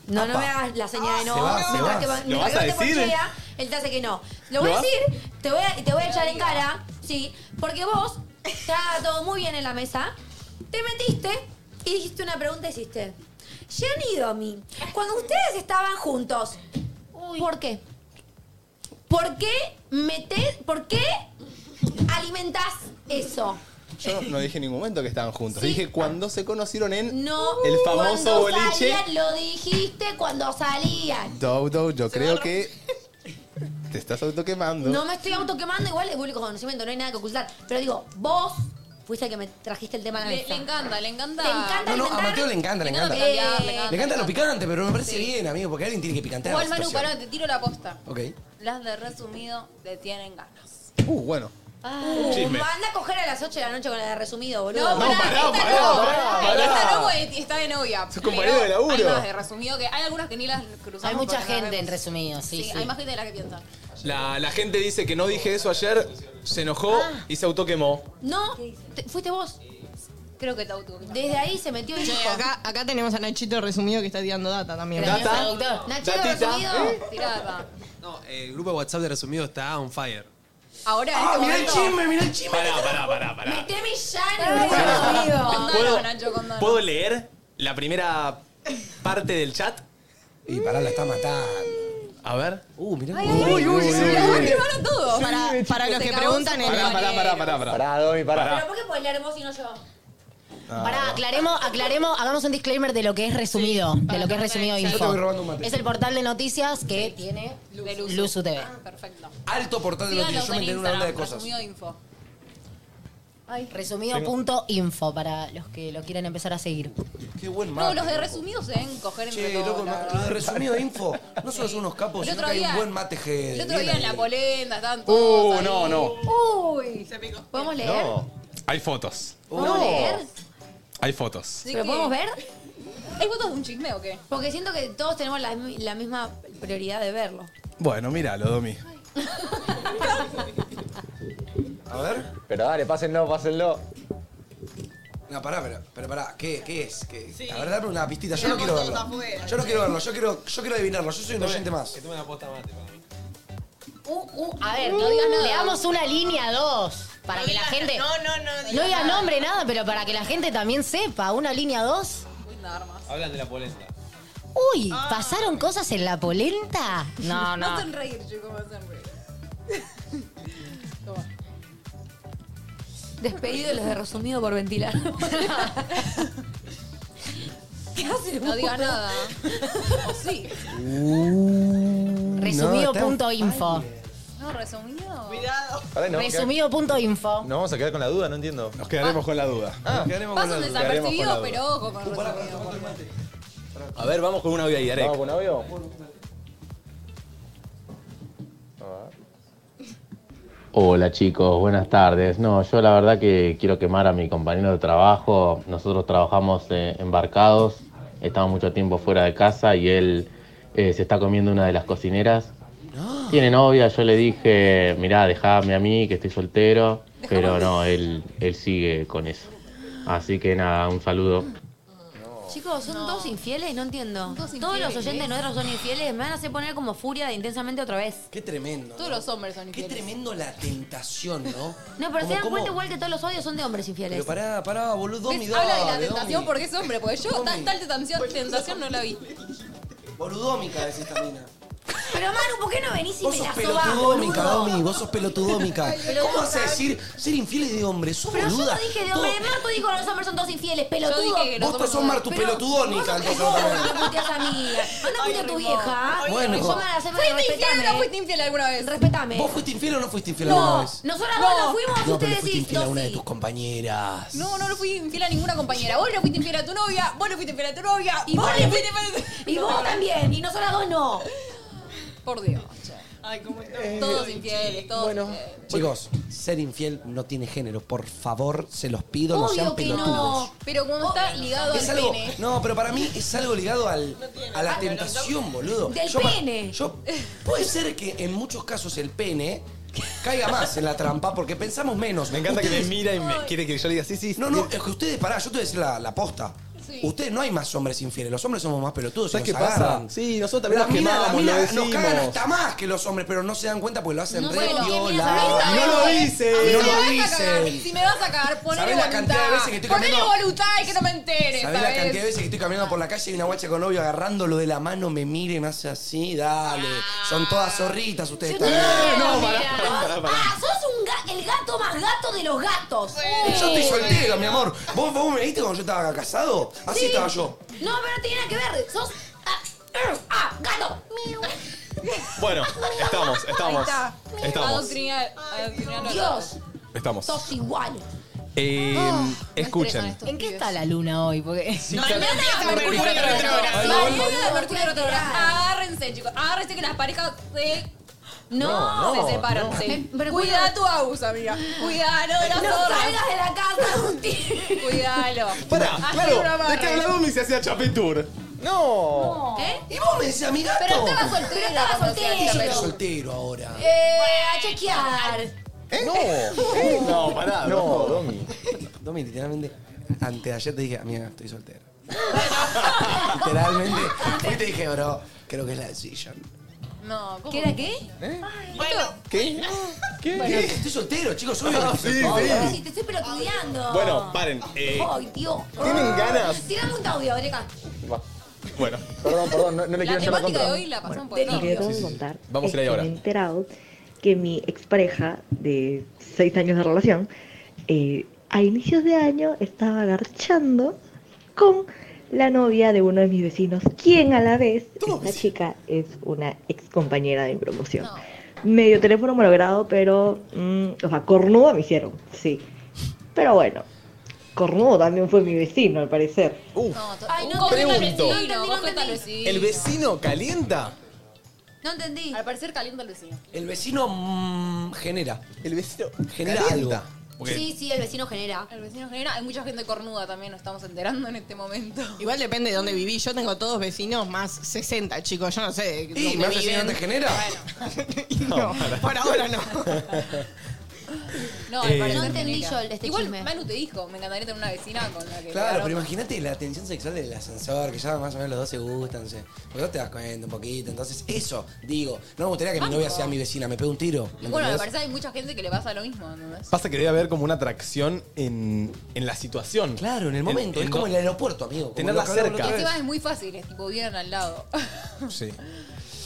Speaker 3: No, no
Speaker 4: Apa.
Speaker 3: me hagas la señal de no.
Speaker 4: Se va, se
Speaker 3: Mientras
Speaker 4: va.
Speaker 3: que-
Speaker 4: ¿Lo
Speaker 3: mientras
Speaker 1: vas
Speaker 3: que este
Speaker 1: a
Speaker 3: vos te
Speaker 1: decir?
Speaker 3: ponchea, él te hace que no. Lo voy
Speaker 1: ¿Lo vas?
Speaker 3: a decir, te voy a, te voy a echar en cara, sí, porque vos, estaba todo muy bien en la mesa, te metiste y dijiste una pregunta y hiciste. Gianni y cuando ustedes estaban juntos, ¿por qué? ¿Por qué metés, por qué alimentás eso?
Speaker 1: Yo no dije en ningún momento que estaban juntos.
Speaker 3: Sí.
Speaker 1: Dije cuando se conocieron en
Speaker 3: No.
Speaker 1: el famoso
Speaker 3: cuando
Speaker 1: boliche.
Speaker 3: salían, lo dijiste cuando salían.
Speaker 1: Dow Dow, yo creo que te estás autoquemando.
Speaker 3: No me estoy autoquemando, igual es público conocimiento, no hay nada que ocultar. Pero digo, vos fuiste el que me trajiste el tema a la
Speaker 2: Le,
Speaker 3: mesa.
Speaker 2: le encanta, le encanta.
Speaker 3: Te encanta
Speaker 4: No, no, a
Speaker 3: inventar.
Speaker 4: Mateo le encanta, le encanta.
Speaker 2: Le encanta, le encanta.
Speaker 4: Le Eh, encanta lo picante, pero me parece bien, amigo, porque alguien tiene que picantear.
Speaker 2: eh,
Speaker 4: la
Speaker 2: Igual, Manu,
Speaker 4: situación.
Speaker 2: pará, te tiro la posta.
Speaker 4: Ok.
Speaker 2: Las de resumido le tienen ganas.
Speaker 1: Uh, bueno.
Speaker 3: Uh,
Speaker 1: Chisme.
Speaker 3: anda a coger a las 8 de la noche con la de resumido, boludo.
Speaker 2: No, pará,
Speaker 1: pará,
Speaker 2: esta
Speaker 1: pará,
Speaker 2: no,
Speaker 1: pará, pará.
Speaker 2: Esta no, porque está de novia.
Speaker 1: Sos compañero
Speaker 2: Pero
Speaker 1: de laburo.
Speaker 2: Hay más de resumido que hay algunas que ni las cruzamos.
Speaker 6: Hay mucha
Speaker 2: porque no
Speaker 6: gente en
Speaker 2: vemos.
Speaker 6: resumido, sí, sí.
Speaker 2: hay más gente de la que piensa.
Speaker 1: La, la gente dice que no dije eso ayer, se enojó y se autoquemó.
Speaker 3: No, te- fuiste vos.
Speaker 2: Creo que te auto.
Speaker 3: Desde ahí se metió el
Speaker 7: Che,
Speaker 3: hijo.
Speaker 7: acá, acá tenemos a Nachito resumido que está tirando data también.
Speaker 1: Gracias. Data. Datita.
Speaker 3: Nachito
Speaker 1: ¿Eh?
Speaker 3: resumido.
Speaker 2: Tirada.
Speaker 12: No, el grupo de WhatsApp de resumido está on fire.
Speaker 2: Ahora, en
Speaker 4: Ah,
Speaker 2: este
Speaker 4: mirá el
Speaker 2: momento-
Speaker 4: chisme, mirá el chisme.
Speaker 1: Pará, pará, pará, pará.
Speaker 3: Meteme ya en el resumido.
Speaker 2: Condano,
Speaker 1: ¿Puedo,
Speaker 2: Nacho, condano.
Speaker 1: puedo leer la primera parte del chat?
Speaker 4: Y pará, la está matando.
Speaker 1: A ver.
Speaker 4: Uh, mirá.
Speaker 1: Uy, uy,
Speaker 2: Ahora llevaron todo.
Speaker 7: Para, para los
Speaker 2: Se
Speaker 7: que
Speaker 2: cagó
Speaker 7: preguntan
Speaker 2: su
Speaker 7: en
Speaker 1: Pará,
Speaker 7: el...
Speaker 1: pará, pará, pará, pará.
Speaker 8: Pará, Domi, pará.
Speaker 3: Pero ¿por qué podés leer vos y no yo?
Speaker 6: Pará, aclaremos, aclaremos, hagamos un disclaimer de lo que es resumido, de lo que es resumido
Speaker 4: Yo te voy
Speaker 6: info.
Speaker 4: robando un mate.
Speaker 6: Es el portal de noticias que tiene
Speaker 2: De Luzu. Ah,
Speaker 6: Luzu TV.
Speaker 2: Perfecto.
Speaker 4: Alto portal de noticias.
Speaker 2: Síganos
Speaker 4: Yo me
Speaker 2: en
Speaker 4: enteré una onda
Speaker 2: Instagram,
Speaker 4: de cosas.
Speaker 2: resumido info.
Speaker 6: Resumido.info para los que lo quieran empezar a seguir.
Speaker 4: Qué buen
Speaker 2: No,
Speaker 4: mate.
Speaker 2: los de resumido se deben coger entre
Speaker 4: Che,
Speaker 2: todos.
Speaker 4: loco,
Speaker 2: la
Speaker 4: ma-
Speaker 2: verdad.
Speaker 4: los de resumido info. No solo son unos capos,
Speaker 2: El
Speaker 4: sino que
Speaker 2: otro
Speaker 4: hay un
Speaker 2: día-
Speaker 4: buen mate head.
Speaker 2: El otro
Speaker 4: Bien
Speaker 2: día en
Speaker 4: ahí.
Speaker 2: la polenta estaban todos.
Speaker 1: Uh,
Speaker 2: ahí.
Speaker 1: no, no.
Speaker 3: Uy.
Speaker 2: Se picó.
Speaker 3: ¿Podemos leer?
Speaker 1: No. Hay fotos.
Speaker 3: ¿Podemos leer?
Speaker 1: Hay fotos.
Speaker 2: Así
Speaker 3: ¿Pero
Speaker 2: que-
Speaker 3: podemos ver?
Speaker 2: ¿Hay fotos de un chisme o qué?
Speaker 3: Porque siento que todos tenemos la, mi- la misma prioridad de verlo.
Speaker 1: Bueno, míralo, Domi.
Speaker 4: A ver.
Speaker 8: Pero dale, pásenlo, pásenlo.
Speaker 4: No, pará, pero, pero pará, ¿qué, qué es? ¿Qué? A ver, dame una pistita, yo no quiero verlo. yo no quiero verlo, yo quiero, yo quiero adivinarlo, yo soy un oyente más.
Speaker 12: Que tuve una posta mate para mí.
Speaker 6: Uh, uh, a ver, no digas nada. Leamos una línea dos para que la gente. No,
Speaker 7: no, no.
Speaker 6: digas nombre, nada, pero para que la gente también sepa. Una línea dos.
Speaker 12: Hablan de la polenta.
Speaker 6: Uy, ¿pasaron cosas en la polenta? No,
Speaker 2: Me
Speaker 6: no.
Speaker 2: hacen reír, chicos, me hacen reír.
Speaker 3: Despedido los de resumido por ventilar. ¿Qué haces?
Speaker 2: No digas nada. Uh, oh, sí.
Speaker 6: Resumido.info.
Speaker 2: No, resumido.
Speaker 6: Cuidado.
Speaker 8: Pará, no,
Speaker 6: Resumido.info.
Speaker 8: Nos vamos a quedar con la duda, no entiendo. Nos
Speaker 1: quedaremos con la duda.
Speaker 8: Nos quedaremos con la
Speaker 2: Pasan
Speaker 8: duda.
Speaker 2: desapercibidos, pero ojo con resumido.
Speaker 1: A ver, vamos con un audio ahí, Darek.
Speaker 8: ¿Vamos con un audio?
Speaker 13: Hola chicos, buenas tardes. No, yo la verdad que quiero quemar a mi compañero de trabajo. Nosotros trabajamos eh, embarcados, estamos mucho tiempo fuera de casa y él eh, se está comiendo una de las cocineras. Tiene novia, yo le dije, mirá, dejame a mí que estoy soltero, pero no, él, él sigue con eso. Así que nada, un saludo.
Speaker 3: Chicos, son todos infieles, no entiendo. Todos
Speaker 2: infieles.
Speaker 3: los oyentes nuestros son infieles, me van a hacer poner como furia de intensamente otra vez.
Speaker 4: Qué tremendo.
Speaker 2: Todos los hombres son
Speaker 4: Qué
Speaker 2: infieles.
Speaker 4: tremendo la tentación, ¿no?
Speaker 3: No, pero
Speaker 4: Como-
Speaker 3: se dan
Speaker 4: como-
Speaker 3: cuenta igual que todos los odios son de hombres infieles.
Speaker 4: Pero pará, pará, boludo, mi
Speaker 2: ¿Ves? Habla de la tentación porque es hombre, porque yo tal, tal tentación, tentación no la vi.
Speaker 4: Boludómica decís esta mina.
Speaker 3: Pero Manu, ¿por qué no venís y
Speaker 4: Vos
Speaker 3: me
Speaker 4: sos
Speaker 3: la sobás,
Speaker 4: pelotudómica,
Speaker 3: boludo?
Speaker 4: Domi. Vos sos pelotudómica.
Speaker 3: Pelotuda.
Speaker 4: ¿Cómo vas a decir ser infieles de hombre? ¿Sos
Speaker 3: Pero yo
Speaker 4: boluda?
Speaker 3: no dije de hombre,
Speaker 4: Todo-
Speaker 3: Marco dijo los hombres son todos infieles, pelotudo.
Speaker 4: Yo dije que los Vos hombres sos son- Martu
Speaker 3: Pero
Speaker 4: pelotudónica,
Speaker 3: vos sos-
Speaker 4: entonces,
Speaker 3: vos
Speaker 4: también.
Speaker 3: me puteás a mí. Anda a putear a tu vieja.
Speaker 4: Ay, Bueno.
Speaker 3: Yo me la
Speaker 2: ¿Fuiste
Speaker 3: sé,
Speaker 2: infiel o no
Speaker 3: respetame.
Speaker 2: fuiste infiel alguna vez?
Speaker 3: Respetame.
Speaker 4: ¿Vos fuiste infiel o no fuiste infiel alguna
Speaker 3: No,
Speaker 4: vez?
Speaker 3: nosotras dos no fuimos,
Speaker 4: No, pero le
Speaker 3: ustedes
Speaker 4: fuiste
Speaker 3: sí.
Speaker 4: infiel a
Speaker 3: dos
Speaker 4: una de
Speaker 3: sí.
Speaker 4: tus compañeras.
Speaker 2: No, no le fui infiel a ninguna compañera. Vos le fuiste infiel a tu novia, vos le fuiste infiel a tu novia,
Speaker 3: Y
Speaker 2: vos
Speaker 3: vos
Speaker 2: le
Speaker 3: le
Speaker 2: fuiste infiel a tu...
Speaker 3: Y vos también, y nosotras dos no.
Speaker 2: Por Dios, che. Ay, cómo Todos infieles, todos infieles.
Speaker 4: Chicos, ser infiel no tiene género. Por favor, se los pido, no sean
Speaker 2: Obvio que
Speaker 4: pelotudos.
Speaker 2: no. Pero cuando está ligado al
Speaker 4: Es algo,
Speaker 2: pene.
Speaker 4: no, pero para mí es algo ligado al, a la tentación, boludo.
Speaker 2: Del
Speaker 4: pa-
Speaker 2: pene.
Speaker 4: yo- puede ser que en muchos casos el pene caiga más en la trampa porque pensamos menos. Me
Speaker 1: encanta que me mira y me quiere que yo le diga, sí, sí.
Speaker 4: No, no, es que ustedes, pará, yo te voy a decir la, la posta.
Speaker 1: Sí.
Speaker 4: Ustedes no hay más hombres infieles, los hombres somos más pelotudos. y
Speaker 1: ¿Sabes qué
Speaker 4: nos
Speaker 1: pasa?
Speaker 4: agarran.
Speaker 1: Sí, nosotros también
Speaker 4: Las
Speaker 1: nos
Speaker 4: minas-
Speaker 1: quemamos, lo
Speaker 4: las minas
Speaker 1: decimos.
Speaker 4: Nos cagan hasta más que los hombres, pero no se dan cuenta porque lo hacen
Speaker 2: No
Speaker 4: re
Speaker 2: sé lo que
Speaker 4: viola.
Speaker 2: miras,
Speaker 1: No lo dicen.
Speaker 2: Si
Speaker 4: No
Speaker 2: me
Speaker 4: lo
Speaker 2: vas a cagar,
Speaker 4: dicen.
Speaker 2: si me vas a cagar, ponele
Speaker 4: ¿Sabés la
Speaker 2: voluntad.
Speaker 4: cantidad de veces que estoy
Speaker 2: ponele
Speaker 4: cambiando?
Speaker 2: voluntad y que no me enteres,
Speaker 4: ¿Sabés
Speaker 2: ¿sabes?
Speaker 4: la cantidad de veces que estoy caminando por la calle y una guacha con novio agarrándolo de la mano, me mira y me hace así? Dale. Son todas zorritas ustedes
Speaker 3: Yo
Speaker 4: también.
Speaker 3: te-
Speaker 4: No,
Speaker 3: Mira.
Speaker 4: pará, pará, pará.
Speaker 3: Ah, sos un ga- el gato más gato de los gatos.
Speaker 4: Yo estoy soltero, mi amor. ¿Vos, vos me viste cuando yo estaba casado? Así
Speaker 3: Sí.
Speaker 4: estaba yo.
Speaker 3: No, pero no tiene nada que ver. Sos. Ah, er, ah, gato.
Speaker 1: Bueno, estamos, estamos.
Speaker 2: Ahí está.
Speaker 1: Estamos.
Speaker 2: Adoctrinar- adoctrinar a
Speaker 3: Dios,
Speaker 1: Estamos.
Speaker 3: sos igual.
Speaker 1: Eh, escuchen.
Speaker 6: ¿En qué está la luna hoy? Porque...
Speaker 2: Mercurio
Speaker 1: Ay,
Speaker 2: retrógrado.
Speaker 1: boludo.
Speaker 2: Mañana de Mercurio retrógrado. Agárrense, chicos. Agárrense que las parejas se...
Speaker 1: No, no,
Speaker 2: se separan.
Speaker 1: no.
Speaker 2: sí.
Speaker 1: Me-
Speaker 2: Cuida tu house, amiga. Cuidalo de la
Speaker 3: No
Speaker 2: zorra.
Speaker 3: salgas de la casa, Agustín.
Speaker 2: Cuidalo.
Speaker 1: Pará,
Speaker 2: Hazle un
Speaker 1: claro,
Speaker 2: amarre.
Speaker 1: de que hablaba y se hacía chapetur. No.
Speaker 2: ¿Eh?
Speaker 4: ¿Y vos me decís a mi gato?
Speaker 2: Pero estaba soltera
Speaker 3: Pero estaba
Speaker 2: cuando se
Speaker 4: Y yo estoy
Speaker 2: agarró.
Speaker 4: soltero ahora.
Speaker 3: Eh, a chequear.
Speaker 1: No. Eh, No, pará.
Speaker 4: No, Domi. Domi, literalmente, anteayer te dije, amiga, estoy soltero. literalmente. Hoy te dije, bro, creo que es la decisión.
Speaker 2: No, ¿cómo?
Speaker 3: ¿Qué era qué?
Speaker 2: Bueno.
Speaker 1: ¿Qué? ¿Qué?
Speaker 4: Dije, Estoy soltero, chicos, obvio.
Speaker 1: Ah,
Speaker 4: que estoy
Speaker 1: sí,
Speaker 4: soltero.
Speaker 1: sí.
Speaker 3: Si te estoy pelotudeando.
Speaker 1: Bueno, paren. eh,
Speaker 3: Ay, Dios.
Speaker 1: ¿Tienen ganas?
Speaker 3: Tirame un audio, Areca.
Speaker 1: bueno. Perdón, perdón, no, le
Speaker 3: La quiero echar la temática contra. de
Speaker 2: hoy la pasan por
Speaker 14: Lo que
Speaker 2: todo.
Speaker 14: acabo de contar
Speaker 1: Vamos a
Speaker 14: es
Speaker 1: ir ahí
Speaker 14: que
Speaker 1: ahora.
Speaker 14: me he enterado que mi expareja de seis años de relación, eh, a inicios de año estaba garchando con la novia de uno de mis vecinos, quien a la vez, esta chica es una ex compañera de mi promoción. Medio teléfono malogrado, pero, mm, o sea, cornudo me hicieron, sí. Pero bueno, cornudo también fue mi vecino, al parecer.
Speaker 3: Ay, no,
Speaker 2: Coge
Speaker 3: entendí,
Speaker 2: tal
Speaker 1: pregunto.
Speaker 2: vecino,
Speaker 1: No
Speaker 3: entendí,
Speaker 2: coge
Speaker 3: no
Speaker 2: tal
Speaker 3: entendí.
Speaker 2: vecino.
Speaker 1: ¿El vecino calienta?
Speaker 3: No entendí.
Speaker 2: Al parecer calienta el vecino.
Speaker 4: El vecino mm, genera.
Speaker 1: El vecino
Speaker 4: genera
Speaker 1: calienta.
Speaker 4: algo.
Speaker 1: Porque-
Speaker 3: Sí, sí, el vecino genera.
Speaker 2: El vecino genera. Hay mucha gente cornuda también, nos estamos enterando en este momento.
Speaker 7: Igual depende de dónde viví. Yo tengo todos vecinos más 60, chicos. Yo no sé.
Speaker 4: ¿Y
Speaker 7: dónde
Speaker 4: me hace si no
Speaker 7: viven.
Speaker 4: te genera?
Speaker 7: No, por ahora no.
Speaker 2: No, al
Speaker 4: Eh,
Speaker 2: parecer
Speaker 4: No
Speaker 3: entendí
Speaker 2: genera.
Speaker 3: yo este
Speaker 2: Igual
Speaker 3: chisme.
Speaker 2: Manu te dijo, me encantaría tener una vecina con la que...
Speaker 4: Claro, pero imagínate la tensión sexual del ascensor, que ya más o menos los dos se gustan. ¿sí? Porque vos te das cuenta un poquito. Entonces, eso, digo, no me gustaría que mi novia sea mi vecina, me pega un tiro. ¿me
Speaker 2: Bueno, al
Speaker 4: entendés?
Speaker 2: parecer hay mucha gente que le pasa lo mismo, ¿entendés?
Speaker 1: Pasa que debe haber como una atracción en, en la situación. Claro, en el
Speaker 4: momento, es como el aeropuerto, amigo.
Speaker 1: Tenerla
Speaker 4: lo que hablamos
Speaker 1: cerca.
Speaker 2: Encima es muy fácil, es tipo, vienen al lado.
Speaker 1: Sí.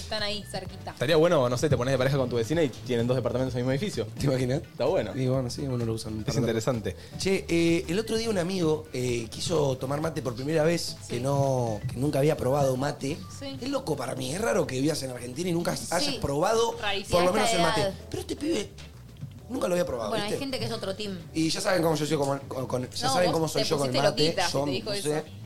Speaker 2: Están ahí, cerquita.
Speaker 1: Estaría bueno, no sé, te pones de pareja con tu vecina y tienen dos departamentos en el mismo edificio.
Speaker 4: ¿Te imaginas?
Speaker 1: Está bueno.
Speaker 4: Y bueno, sí, bueno, lo usan.
Speaker 1: Es interesante.
Speaker 4: Che, eh, el otro día un amigo eh, quiso tomar mate por primera vez, que, no, que nunca había probado mate.
Speaker 2: Sí.
Speaker 4: Es loco para mí, es raro que vivas en Argentina y nunca hayas probado
Speaker 3: Rarísimo.
Speaker 4: por lo
Speaker 3: A
Speaker 4: menos
Speaker 3: esta
Speaker 4: el mate.
Speaker 3: edad.
Speaker 4: Pero este pibe nunca lo había probado,
Speaker 3: Bueno, hay
Speaker 4: ¿viste?
Speaker 3: gente que es otro team.
Speaker 4: Y ya saben cómo yo soy con, con- con- ya
Speaker 3: No,
Speaker 4: saben
Speaker 3: vos
Speaker 4: cómo soy
Speaker 3: te
Speaker 4: yo con el
Speaker 3: pusiste
Speaker 4: mate.
Speaker 3: loquita si
Speaker 4: Yo
Speaker 3: te dijo
Speaker 4: me
Speaker 3: eso.
Speaker 4: puse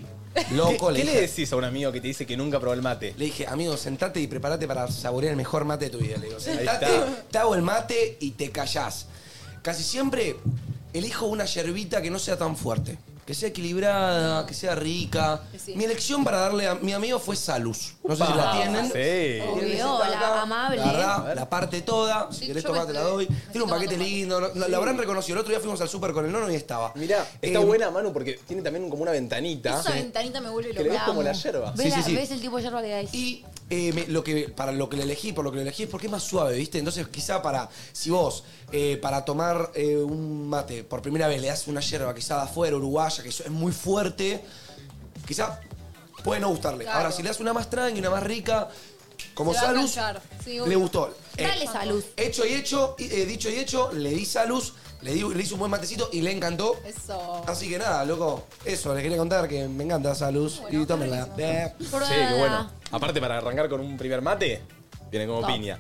Speaker 4: Loco,
Speaker 1: ¿Qué, qué
Speaker 4: dije.
Speaker 1: le decís a un amigo que te dice que nunca probó el mate?
Speaker 4: Le dije, amigo, sentate y prepárate para saborear el mejor mate de tu vida. Le digo,
Speaker 1: Ahí
Speaker 4: sentate,
Speaker 1: está.
Speaker 4: te hago el mate y te callás. Casi siempre elijo una yerbita que no sea tan fuerte, que sea equilibrada, que sea rica. Mi elección para darle a mi amigo fue Salus. No sé si la
Speaker 1: Opa.
Speaker 4: tienen.
Speaker 1: Sí.
Speaker 4: Tienen
Speaker 3: Obvio,
Speaker 4: esa
Speaker 3: la
Speaker 4: acá.
Speaker 3: amable.
Speaker 4: La verdad, la parte toda. Si querés
Speaker 3: yo
Speaker 4: tomar, te
Speaker 3: me
Speaker 4: la
Speaker 3: estoy-
Speaker 4: doy. Tiene un paquete lindo. lo- lo-
Speaker 1: Sí.
Speaker 4: Lo habrán reconocido. El otro día fuimos al súper con el nono y estaba.
Speaker 1: Mirá, está
Speaker 4: Eh,
Speaker 1: buena, Manu, porque tiene también como una ventanita.
Speaker 2: Esa ventanita me vuelve
Speaker 1: Que le ves
Speaker 2: loca.
Speaker 1: como la
Speaker 2: Amo.
Speaker 1: yerba.
Speaker 3: ¿Ves,
Speaker 4: sí,
Speaker 3: la-
Speaker 4: sí.
Speaker 3: ves el tipo de yerba que hay?
Speaker 4: Y eh, me- lo que, para lo que le elegí, por lo que le elegí es porque es más suave, ¿viste? Entonces, quizá para, si vos, eh, para tomar eh, un mate por primera vez, le das una yerba quizá de afuera, uruguaya, que eso es muy fuerte, quizá puede no gustarle.
Speaker 2: Claro.
Speaker 4: Ahora, si le das una más tranqui, una más rica, como
Speaker 2: Se va a
Speaker 4: Salus,
Speaker 2: enganchar. Sí,
Speaker 4: le
Speaker 2: obvio.
Speaker 4: gustó.
Speaker 2: Dale, Salus.
Speaker 4: Hecho y hecho, y, eh, dicho y hecho, le di Salus, le, di, le hice un buen matecito y le encantó.
Speaker 2: Eso.
Speaker 4: Así que nada, loco, eso, les quería contar que me encanta Salus y tómenla. Eh.
Speaker 1: Sí, qué bueno. Aparte, para arrancar con un primer mate, viene como
Speaker 4: Top.
Speaker 1: piña.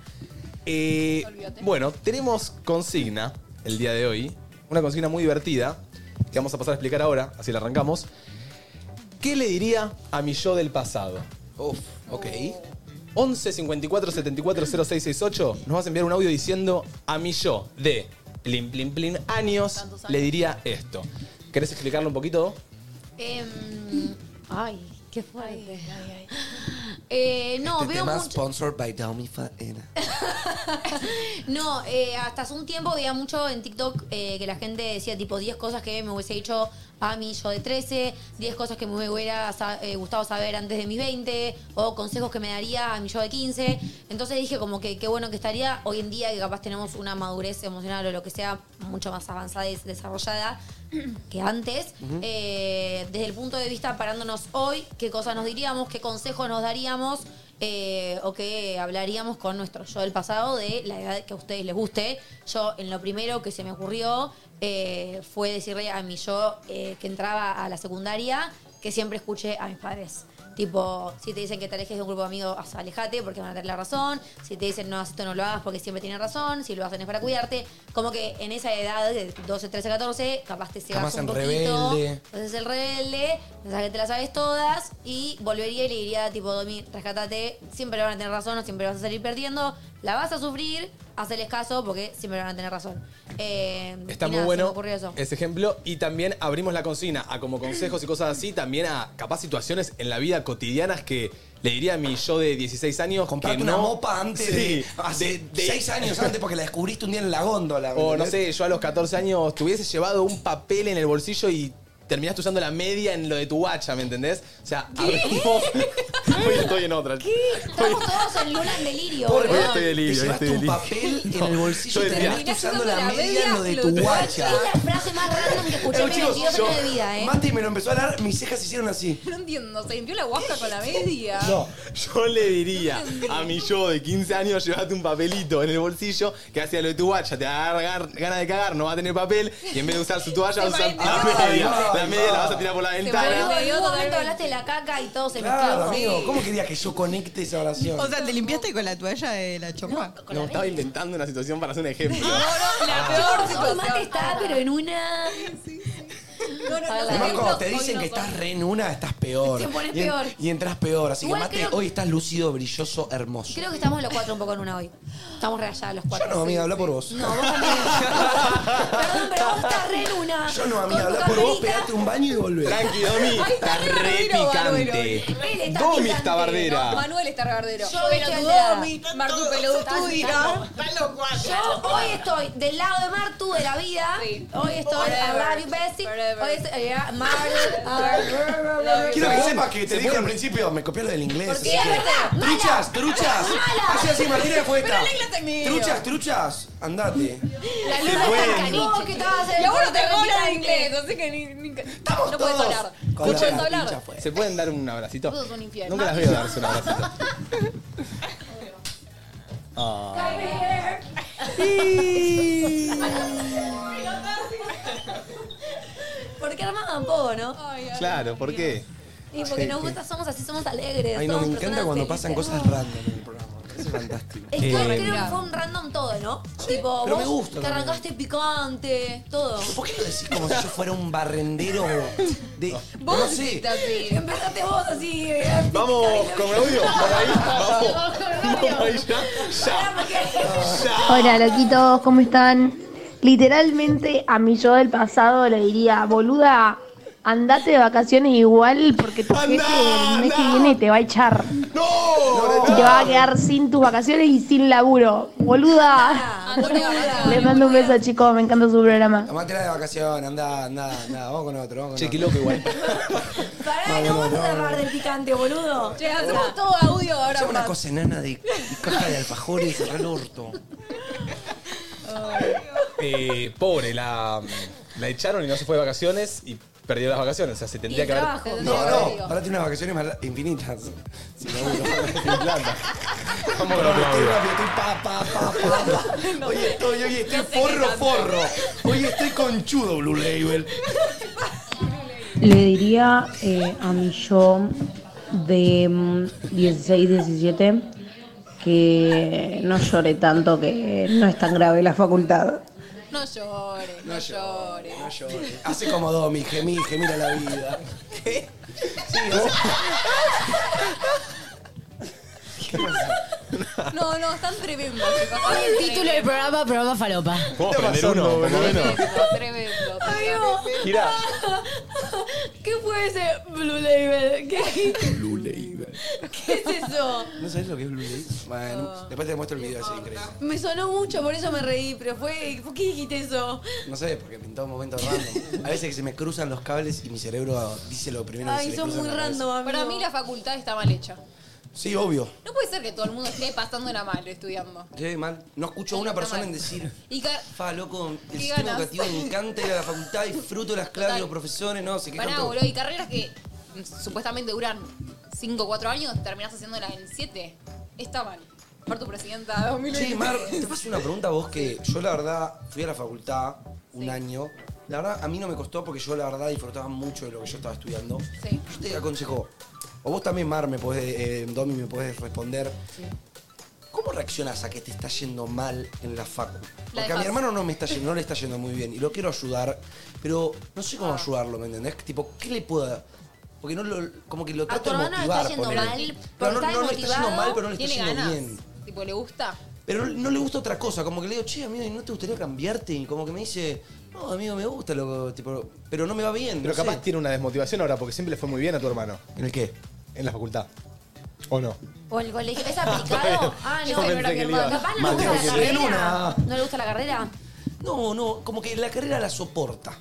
Speaker 1: Eh, bueno, tenemos consigna el día de hoy. Una consigna muy divertida que vamos a pasar a explicar ahora, así la arrancamos. ¿Qué le diría a mi yo del pasado?
Speaker 4: Uf, ok.
Speaker 1: 11 54 74 0668 nos vas a enviar un audio diciendo a mi yo de plin plin plin años, le diría esto. ¿Querés explicarlo un poquito?
Speaker 3: Em, ay, qué fuerte. Eh, no,
Speaker 4: este
Speaker 3: veo
Speaker 4: tema
Speaker 3: mucho.
Speaker 4: sponsored by Domi Faena.
Speaker 3: No, eh, hasta hace un tiempo veía mucho en TikTok eh, que la gente decía tipo 10 cosas que me hubiese hecho a mí yo de 13, 10 cosas que me hubiera sa- eh, gustado saber antes de mis 20 o consejos que me daría a mi yo de 15. Entonces dije como que qué bueno que estaría hoy en día que capaz tenemos una madurez emocional o lo que sea mucho más avanzada y desarrollada que antes.
Speaker 15: Ujú.
Speaker 3: Eh, desde el punto de vista parándonos hoy, qué cosas nos diríamos, qué consejos nos daríamos eh, o qué hablaríamos con nuestro yo del pasado de la edad que a ustedes les guste. Yo en lo primero que se me ocurrió eh, fue decirle a mi yo eh, que entraba a la secundaria que siempre escuche a mis padres. Tipo, si te dicen que te alejes de un grupo de amigos, haz- alejate porque van a tener la razón. Si te dicen no, hagas esto no lo hagas porque siempre tienen razón. Si lo hacen es para cuidarte. Como que en esa edad de 12, 13, 14, capaz te cegas
Speaker 4: Jamás
Speaker 3: un
Speaker 4: en
Speaker 3: poquito.
Speaker 4: rebelde.
Speaker 3: Entonces el rebelde, pensás que te la sabes todas y volvería y le diría tipo, Domi, rescatate, siempre van a tener razón o siempre vas a salir perdiendo, la vas a sufrir, haceles caso porque siempre van a tener razón. Eh,
Speaker 1: Está muy
Speaker 3: y nada, se me
Speaker 1: bueno
Speaker 3: ocurrió eso.
Speaker 1: ese ejemplo. Y también abrimos la consigna a como consejos y cosas así, también a capaz situaciones en la vida cotidianas que le diría a mi yo de 16 años
Speaker 4: Comprate
Speaker 1: que
Speaker 4: una
Speaker 1: no-
Speaker 4: mopa antes
Speaker 1: Sí,
Speaker 4: de. Hace
Speaker 1: de- de-
Speaker 4: seis años antes porque la descubriste un día en la góndola. ¿me
Speaker 1: O no
Speaker 4: entendés?
Speaker 1: sé, yo a los 14 años te hubiese llevado un papel en el bolsillo y terminaste usando la media en lo de tu guacha, ¿me entendés? O sea, abrimos. Hoy estoy en otra.
Speaker 3: Estamos todos en luna en delirio.
Speaker 1: Hoy
Speaker 3: boludo.
Speaker 1: estoy delirio, hoy estoy delirio.
Speaker 4: en el bolsillo
Speaker 1: yo
Speaker 4: y
Speaker 1: decía-
Speaker 4: terminaste usando la media en lo de tu
Speaker 3: lo-
Speaker 4: guacha.
Speaker 3: Es la frase más random que escuché
Speaker 4: Pero,
Speaker 3: en mi
Speaker 4: chicos,
Speaker 3: 22
Speaker 4: yo-
Speaker 3: años de vida, ¿eh?
Speaker 4: Mati me lo empezó a hablar, mis cejas se hicieron así.
Speaker 2: No entiendo, se limpió la guasca con la media.
Speaker 1: No, yo le diría a mi yo de 15 años, llévate un papelito en el bolsillo que hacía lo de tu guacha, te agarra ganas de cagar, no va a tener papel y en vez de usar su toalla
Speaker 3: Se
Speaker 1: vas a usar
Speaker 3: malentendió.
Speaker 1: la media.
Speaker 4: Ay,
Speaker 1: La
Speaker 4: no.
Speaker 1: media la vas a tirar por la
Speaker 3: Boludo,
Speaker 1: ventana.
Speaker 3: en un momento hablaste de la caca y todo se
Speaker 4: Claro,
Speaker 3: mezcló.
Speaker 4: amigo, ¿cómo querías que yo conecte esa oración?
Speaker 7: O sea, ¿te limpiaste con la toalla de la chompa?
Speaker 1: No, estaba inventando una situación para hacer un ejemplo.
Speaker 4: Ah.
Speaker 7: la
Speaker 3: Peor situación. Mate está, pero en una...
Speaker 2: No, no, no.
Speaker 4: Además,
Speaker 2: no,
Speaker 4: cuando
Speaker 2: no,
Speaker 4: te
Speaker 2: hoy
Speaker 4: dicen
Speaker 2: no
Speaker 4: que
Speaker 2: son.
Speaker 4: estás re en una, estás peor.
Speaker 3: Te pones
Speaker 4: y, en-
Speaker 3: peor.
Speaker 4: y entras peor. Así que,
Speaker 3: Igual
Speaker 4: Mate,
Speaker 3: creo-
Speaker 4: hoy estás lúcido, brilloso, hermoso.
Speaker 3: Creo que estamos los cuatro un poco en una hoy. Estamos re allá los cuatro.
Speaker 4: Yo no, amiga, habla por vos.
Speaker 3: No, vos también. Perdón, pero vos estás re en una.
Speaker 4: Yo no, amiga,
Speaker 3: Con tu
Speaker 4: habla por vos,
Speaker 3: camarita.
Speaker 4: pegate un baño y volvés.
Speaker 1: Tranqui, Domi,
Speaker 4: Ay,
Speaker 1: está re
Speaker 2: Barbero,
Speaker 1: picante.
Speaker 2: barbero. Él está
Speaker 1: Domi
Speaker 2: picante.
Speaker 1: está bardera.
Speaker 2: No, Manuel está barbero.
Speaker 3: Yo
Speaker 2: pero
Speaker 3: estoy
Speaker 2: tú,
Speaker 3: alterada.
Speaker 2: Domi, Martu
Speaker 3: Todos
Speaker 2: peludo,
Speaker 3: están
Speaker 2: dirás.
Speaker 3: Yo hoy estoy del lado de Martu de la vida. Hoy estoy
Speaker 2: Forever.
Speaker 3: I love you, Bessie. Hoy estoy yeah, Martu.
Speaker 4: Quiero que sepas que
Speaker 1: Se
Speaker 4: te dije
Speaker 1: pueden-
Speaker 4: al principio, me copié lo del inglés.
Speaker 3: ¿Por qué?
Speaker 4: así que-
Speaker 3: ¡Mala! ¡Mala!
Speaker 4: Truchas, truchas.
Speaker 3: ¡Mala!
Speaker 4: Así, así, Martina fue esta.
Speaker 2: Pero el inglés es mío.
Speaker 4: Truchas, truchas, andate.
Speaker 2: La
Speaker 4: luna está en caniche.
Speaker 2: Vos que estabas en
Speaker 3: Y a vos no
Speaker 2: te
Speaker 3: te
Speaker 2: cobran
Speaker 3: cobran
Speaker 2: inglés, así que ni, ni- no puedes
Speaker 4: todos
Speaker 2: hablar.
Speaker 4: con
Speaker 2: No
Speaker 4: la
Speaker 2: puedes
Speaker 4: cara
Speaker 2: hablar.
Speaker 4: pincha
Speaker 1: ¿Se pueden dar un abracito?
Speaker 2: Todos son infieles.
Speaker 1: Nunca las veo darse un abracito. Ah.
Speaker 3: Porque armaban poco, ¿no?
Speaker 1: Claro, ¿por qué?
Speaker 3: Y porque
Speaker 4: Sí,
Speaker 3: nos
Speaker 4: sí.
Speaker 3: gusta, somos así, somos alegres.
Speaker 4: Ay, no, me
Speaker 3: somos
Speaker 4: encanta
Speaker 3: personas
Speaker 4: cuando
Speaker 3: felices.
Speaker 4: pasan cosas random en el programa. Me parece fantástico.
Speaker 3: Es que creo que fue un random todo, ¿no? tipo,
Speaker 4: Eh, pero
Speaker 3: vos
Speaker 4: me gusta
Speaker 3: te
Speaker 4: también.
Speaker 3: arrancaste picante, todo.
Speaker 4: ¿Por qué lo decís como si yo fuera un barrendero de.
Speaker 3: Vos
Speaker 4: no sé.
Speaker 3: hiciste así. Empezaste vos así. eh,
Speaker 1: Vamos con audio. Por ahí. Vamos. Vamos ahí ya. Ya.
Speaker 15: Hola, loquitos, ¿cómo están? Literalmente a mi yo del pasado le diría, boluda, andate de vacaciones igual porque tu jefe el mes que viene te va a echar. Y te va a quedar sin tus vacaciones y sin laburo. Boluda. Les mando un beso, chicos, me encanta su programa.
Speaker 4: Tomátela de vacación, anda, anda, anda. Vamos con otro, vamos con
Speaker 1: Che,
Speaker 4: otro.
Speaker 1: qué loco igual.
Speaker 3: Pará, no vas a cerrar del picante, boludo.
Speaker 2: Che, hacemos todo audio ahora.
Speaker 4: Hacemos una cosa enana de de caja de alfajores, el orto.
Speaker 1: Eh, pobre, la, la echaron y no se fue de vacaciones y perdió las vacaciones. O sea, se tendría
Speaker 4: Y
Speaker 1: que
Speaker 4: trabajo,
Speaker 1: haber.
Speaker 4: No, no, ahora tiene unas vacaciones más- infinitas. Si no, uno. plata. Vamos con otro audio. Estoy pa, pa, pa, pa, pa. Hoy estoy, hoy estoy forro, forro. Hoy estoy conchudo, Blue Label.
Speaker 16: Le diría eh, a mi yo de mm, 16, 17 que no llore tanto, que no es tan grave la facultad.
Speaker 2: No llores, no, llores. No llores.
Speaker 4: Hace como Domi, gemí, gemí a la vida.
Speaker 2: No, no, están tremendo.
Speaker 6: El título del programa, programa falopa.
Speaker 1: ¿Cómo prender uno? por lo menos?
Speaker 2: Tremendo.
Speaker 3: Amigo.
Speaker 1: Mirá.
Speaker 3: ¿Qué fue ese Blue Label? ¿Qué,
Speaker 4: Blue Label.
Speaker 3: ¿Qué es eso?
Speaker 4: ¿No sabés lo que es Blue Label? Bueno, después te muestro el video, es increíble.
Speaker 3: Me sonó mucho, por eso me reí, pero fue. ¿Por qué dijiste eso?
Speaker 4: No sé, porque pintó un momento random. A veces que se me cruzan los cables y mi cerebro dice lo primero que se
Speaker 2: Ay,
Speaker 4: le
Speaker 2: son
Speaker 4: cruza
Speaker 2: muy
Speaker 4: en la cabeza.
Speaker 2: random, amigo. Para mí la facultad está mal hecha.
Speaker 4: Sí, obvio.
Speaker 2: No puede ser que todo el mundo esté pasándola mal estudiando.
Speaker 4: Che, mal. No escucho a una persona en decir,
Speaker 2: Y que,
Speaker 4: fa, loco, el
Speaker 2: ¿Qué
Speaker 4: sistema
Speaker 2: ganas?
Speaker 4: educativo me encanta ir a la facultad, disfruto las clases,
Speaker 2: Total.
Speaker 4: los profesores, no, se quejan
Speaker 2: pará,
Speaker 4: todos.
Speaker 2: boludo, y carreras que mm, supuestamente duran 5 o 4 años, terminás haciéndola en 7. Está mal. Por tu presidenta 2020.
Speaker 4: Che, Mar, te puedo hacer una pregunta a vos que yo la verdad fui a la facultad un año. La verdad a mí no me costó porque yo la verdad disfrutaba mucho de lo que yo estaba estudiando.
Speaker 2: Sí.
Speaker 4: Yo te aconsejo, o vos también Mar me podés, eh, Domi me podés responder. ¿Cómo reaccionás a que te está yendo mal en la facu?
Speaker 2: La
Speaker 4: Porque a mi
Speaker 2: dejás.
Speaker 4: hermano no, me está yendo, no le está yendo muy bien y lo quiero ayudar, pero no sé
Speaker 2: Ah.
Speaker 4: cómo ayudarlo, ¿me entendés? Tipo, ¿qué le puedo...? Porque no lo, como que lo
Speaker 2: A
Speaker 4: trato
Speaker 2: tu
Speaker 4: de
Speaker 2: hermano le
Speaker 4: motivar.
Speaker 2: está yendo
Speaker 4: ponele.
Speaker 2: mal,
Speaker 4: Claro, no,
Speaker 2: porque
Speaker 4: no le
Speaker 2: está
Speaker 4: está yendo
Speaker 2: desmotivado,
Speaker 4: mal, pero no le está
Speaker 2: tiene
Speaker 4: yendo
Speaker 2: ganas.
Speaker 4: bien.
Speaker 2: Tipo, ¿le gusta?
Speaker 4: Pero no, no le gusta otra cosa, como que le digo, che, amigo, ¿no te gustaría cambiarte? Y como que me dice, no, amigo, me gusta, loco, tipo, pero no me va bien.
Speaker 1: Pero
Speaker 4: no
Speaker 1: capaz
Speaker 4: sé".
Speaker 1: tiene una desmotivación ahora porque siempre le fue muy bien a tu hermano.
Speaker 4: ¿En el qué?
Speaker 1: En la facultad. ¿O no?
Speaker 3: ¿O el colegio? ¿Es aplicado? Ah,
Speaker 1: Yo
Speaker 3: no,
Speaker 1: pensé
Speaker 3: pero
Speaker 1: que
Speaker 3: mi
Speaker 1: le iba
Speaker 3: hermano.
Speaker 1: a-
Speaker 3: Capaz no le
Speaker 1: Mateo,
Speaker 3: gusta la
Speaker 1: que le-
Speaker 3: carrera.
Speaker 4: Luna.
Speaker 3: ¿No le gusta la carrera?
Speaker 4: No, no, como que la carrera la soporta.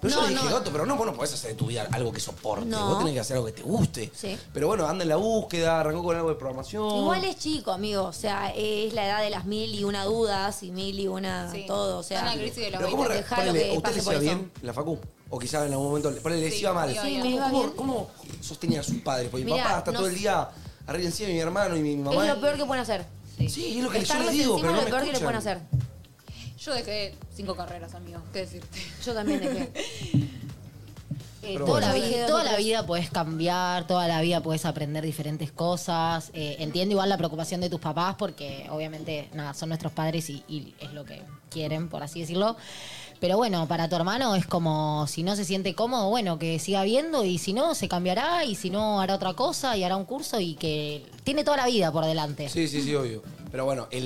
Speaker 4: Pero yo
Speaker 3: No,
Speaker 4: le dije,
Speaker 3: no.
Speaker 4: Gato, pero no, vos no podés hacer de tu vida algo que soporte.
Speaker 3: No.
Speaker 4: Vos tenés que hacer algo que te guste.
Speaker 3: Sí.
Speaker 4: Pero bueno, anda en la búsqueda, arrancó con algo de programación.
Speaker 3: Igual es chico, amigo. O sea, es la edad de las mil y una dudas y mil y una todo. O sea,
Speaker 2: Una crisis de la
Speaker 4: Pero ¿cómo re-
Speaker 3: dejalo
Speaker 4: ponele,
Speaker 3: que
Speaker 4: ¿a usted
Speaker 3: pase
Speaker 4: les
Speaker 3: por
Speaker 4: iba
Speaker 3: eso.
Speaker 4: bien en la facu? O quizás en algún momento, le- ponele, les
Speaker 3: Sí,
Speaker 4: iba mal.
Speaker 3: iba bien. Sí, me iba
Speaker 4: ¿Cómo,
Speaker 3: bien.
Speaker 4: ¿Cómo sostenía a sus padres? Porque mi
Speaker 3: Mirá,
Speaker 4: papá está
Speaker 3: no
Speaker 4: todo el
Speaker 3: sé.
Speaker 4: día arriba encima de mi hermano y mi mamá.
Speaker 3: Es lo peor que pueden hacer.
Speaker 4: Sí, es lo que yo
Speaker 3: Estarles
Speaker 4: les digo,
Speaker 3: encima
Speaker 4: pero no
Speaker 3: es
Speaker 4: me
Speaker 3: lo peor que le
Speaker 4: escuchan.
Speaker 3: pueden hacer.
Speaker 2: Yo dejé 5 carreras, amigo. ¿Qué decirte?
Speaker 3: Yo también dejé.
Speaker 6: Eh,
Speaker 2: Pero
Speaker 6: toda,
Speaker 2: bueno.
Speaker 6: la vida,
Speaker 2: Yo
Speaker 6: toda
Speaker 2: dejé
Speaker 6: la vida puedes cambiar, toda la vida puedes aprender diferentes cosas. Eh, entiendo igual la preocupación de tus papás porque obviamente nada, son nuestros padres y, y es lo que quieren, por así decirlo. Pero bueno, para tu hermano es como si no se siente cómodo, bueno, que siga viendo y si no, se cambiará y si no, hará otra cosa y hará un curso y que tiene toda la vida por delante.
Speaker 4: Sí, sí, sí, obvio. Pero bueno, el,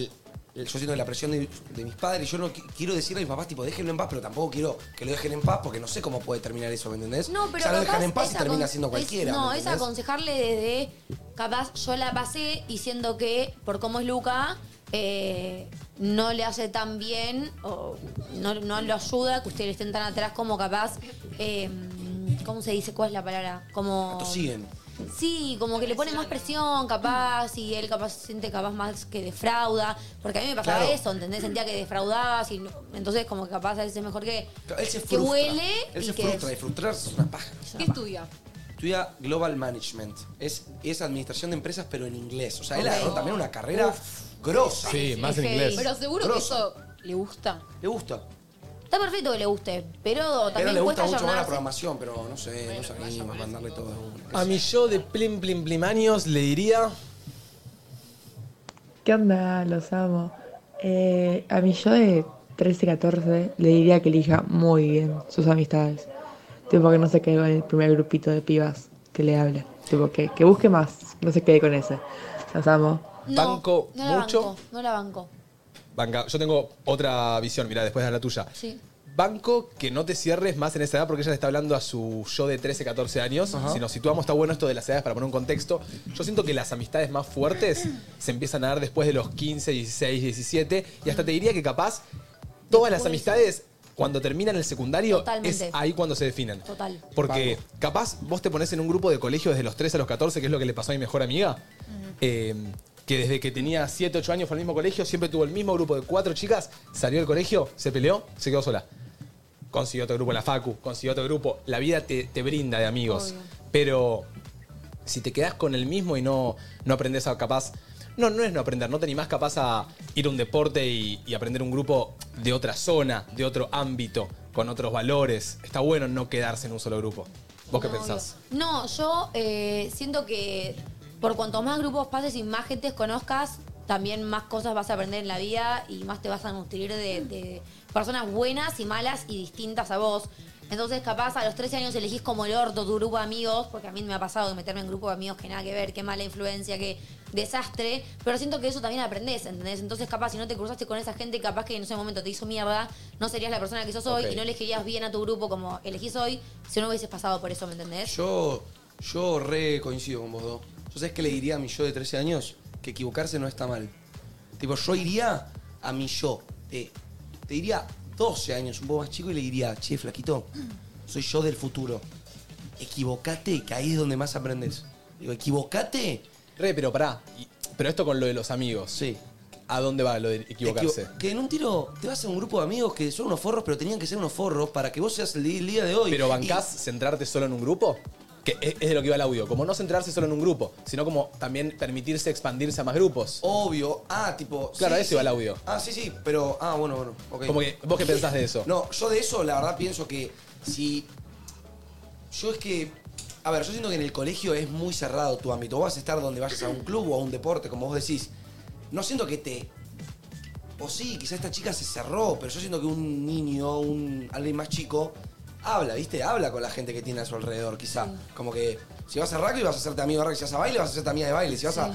Speaker 4: el- yo siento la presión de, de mis padres. Yo no qui- quiero decirle a mis papás, tipo, déjenlo en paz, pero tampoco quiero que lo dejen en paz porque no sé cómo puede terminar eso, ¿me entendés?
Speaker 3: No, pero
Speaker 4: ya lo dejan
Speaker 3: capaz
Speaker 4: en paz
Speaker 3: es
Speaker 4: y termina
Speaker 3: acon-
Speaker 4: siendo
Speaker 3: es-
Speaker 4: cualquiera.
Speaker 3: no,
Speaker 4: ¿me
Speaker 3: es
Speaker 4: entendés?
Speaker 3: aconsejarle desde, capaz yo la pasé diciendo que por cómo es Luca, eh, no le hace tan bien o no, no lo ayuda que ustedes estén tan atrás como capaz, eh, ¿cómo se dice? ¿Cuál es la palabra? Como...
Speaker 4: Siguen.
Speaker 3: Sí, como que le pone más presión, capaz, y él capaz se siente capaz más que defrauda. Porque a mí me pasaba
Speaker 4: Claro.
Speaker 3: eso, ¿entendés? Sentía que defraudabas y no- entonces como que capaz a veces es mejor que,
Speaker 4: Él se
Speaker 3: que
Speaker 4: frustra.
Speaker 3: huele
Speaker 4: Él
Speaker 3: y
Speaker 4: se
Speaker 3: que...
Speaker 4: frustra. De frustrarse es una paja.
Speaker 2: ¿Qué estudia?
Speaker 4: Estudia Global Management. Es, es administración de empresas, pero en inglés. O sea, él
Speaker 2: Ok.
Speaker 4: agarró también una carrera grosa.
Speaker 1: Sí, más
Speaker 2: Es
Speaker 1: en
Speaker 2: heavy.
Speaker 1: inglés.
Speaker 2: Pero seguro que eso le gusta.
Speaker 4: Le gusta.
Speaker 3: Está perfecto que le guste, pero también
Speaker 4: Pero le gusta
Speaker 3: cuesta
Speaker 4: mucho más la
Speaker 3: jornarse.
Speaker 4: programación, pero no sé, no se anima a mandarle todo de una.
Speaker 12: A mi yo de plim plim plim años le diría.
Speaker 17: ¿Qué onda? Los amo. Eh, a mi yo de 13, 14 le diría que elija muy bien sus amistades. Tipo que no se quede con el primer grupito de pibas que le habla. Tipo que, que busque más, no se quede con ese. Los amo.
Speaker 3: No,
Speaker 1: Banco
Speaker 3: no la
Speaker 1: mucho.
Speaker 3: banco, no la banco.
Speaker 1: Banca- yo tengo otra visión, mirá, después de la tuya.
Speaker 3: Sí.
Speaker 1: Banco que no te cierres más en esa edad porque ella le está hablando a su yo de 13, 14 años.
Speaker 4: Ajá.
Speaker 1: Si nos situamos, está bueno esto de las edades para poner un contexto. Yo siento que las amistades más fuertes se empiezan a dar después de los 15, 16, 17 y hasta te diría que capaz todas las amistades cuando terminan el secundario
Speaker 3: Totalmente.
Speaker 1: es ahí cuando se definen.
Speaker 3: Total.
Speaker 1: Porque capaz vos te pones en un grupo de colegio desde los 13 a los 14, que es lo que le pasó a mi mejor amiga, eh, que desde que tenía 7, 8 años fue al mismo colegio, siempre tuvo el mismo grupo de cuatro chicas, salió del colegio, se peleó, se quedó sola. Consiguió otro grupo en la facu, consiguió otro grupo. La vida te, te brinda de amigos. Pero si te quedás con el mismo y no, no aprendes a capaz... No, no es no aprender, no te animás capaz a ir a un deporte y, y aprender un grupo de otra zona, de otro ámbito, con otros valores. Está bueno no quedarse en un solo grupo. ¿Vos qué pensás?
Speaker 3: No, yo eh, siento que por cuanto más grupos pases y más gente conozcas, también más cosas vas a aprender en la vida y más te vas a nutrir de, de personas buenas y malas y distintas a vos. Entonces, capaz a los 13 años elegís como el orto tu grupo de amigos, porque a mí me ha pasado de meterme en grupo de amigos que nada que ver, qué mala influencia, qué desastre, pero siento que eso también aprendés, ¿entendés? Entonces, capaz si no te cruzaste con esa gente, capaz que en ese momento te hizo mierda, no serías la persona que sos hoy
Speaker 4: Ok.
Speaker 3: y no elegirías bien a tu grupo como elegís hoy si no hubieses pasado por eso, ¿me entendés?
Speaker 4: Yo, yo re coincido con vos dos. ¿Yo sabés qué le diría a mi yo de 13 años? Que equivocarse no está mal. Tipo, yo iría a mi yo de, te diría 12 años, un poco más chico, y le diría, che, flaquito, soy yo del futuro. Equivocate, que ahí es donde más aprendes. Digo, equivocate.
Speaker 1: Re, pero pará. Pero esto con lo de los amigos.
Speaker 4: Sí.
Speaker 1: ¿A dónde va lo de equivocarse?
Speaker 4: Que en un tiro te vas a un grupo de amigos que son unos forros, pero tenían que ser unos forros para que vos seas el di- el día de hoy.
Speaker 1: ¿Pero bancás centrarte solo en un grupo? Que es, es de lo que iba el audio. Como no centrarse solo en un grupo, sino como también permitirse expandirse a más grupos.
Speaker 4: Obvio. Ah, tipo.
Speaker 1: Claro,
Speaker 4: sí,
Speaker 1: eso iba
Speaker 4: sí.
Speaker 1: el audio.
Speaker 4: Ah, sí, sí, pero. Ah, bueno, bueno. ok.
Speaker 1: Como que, ¿vos qué pensás de eso?
Speaker 4: No, yo de eso la verdad pienso que si. Yo es que. A ver, yo siento que en el colegio es muy cerrado tu ámbito. Vos vas a estar donde vayas a un club o a un deporte, como vos decís. No siento que te. O sí, quizá esta chica se cerró, pero yo siento que un niño, un alguien más chico, habla, ¿viste? Habla con la gente que tiene a su alrededor, quizá. Como que si vas a rugby vas a hacerte amigo de rugby, si vas a baile vas a hacerte amiga de baile, si vas a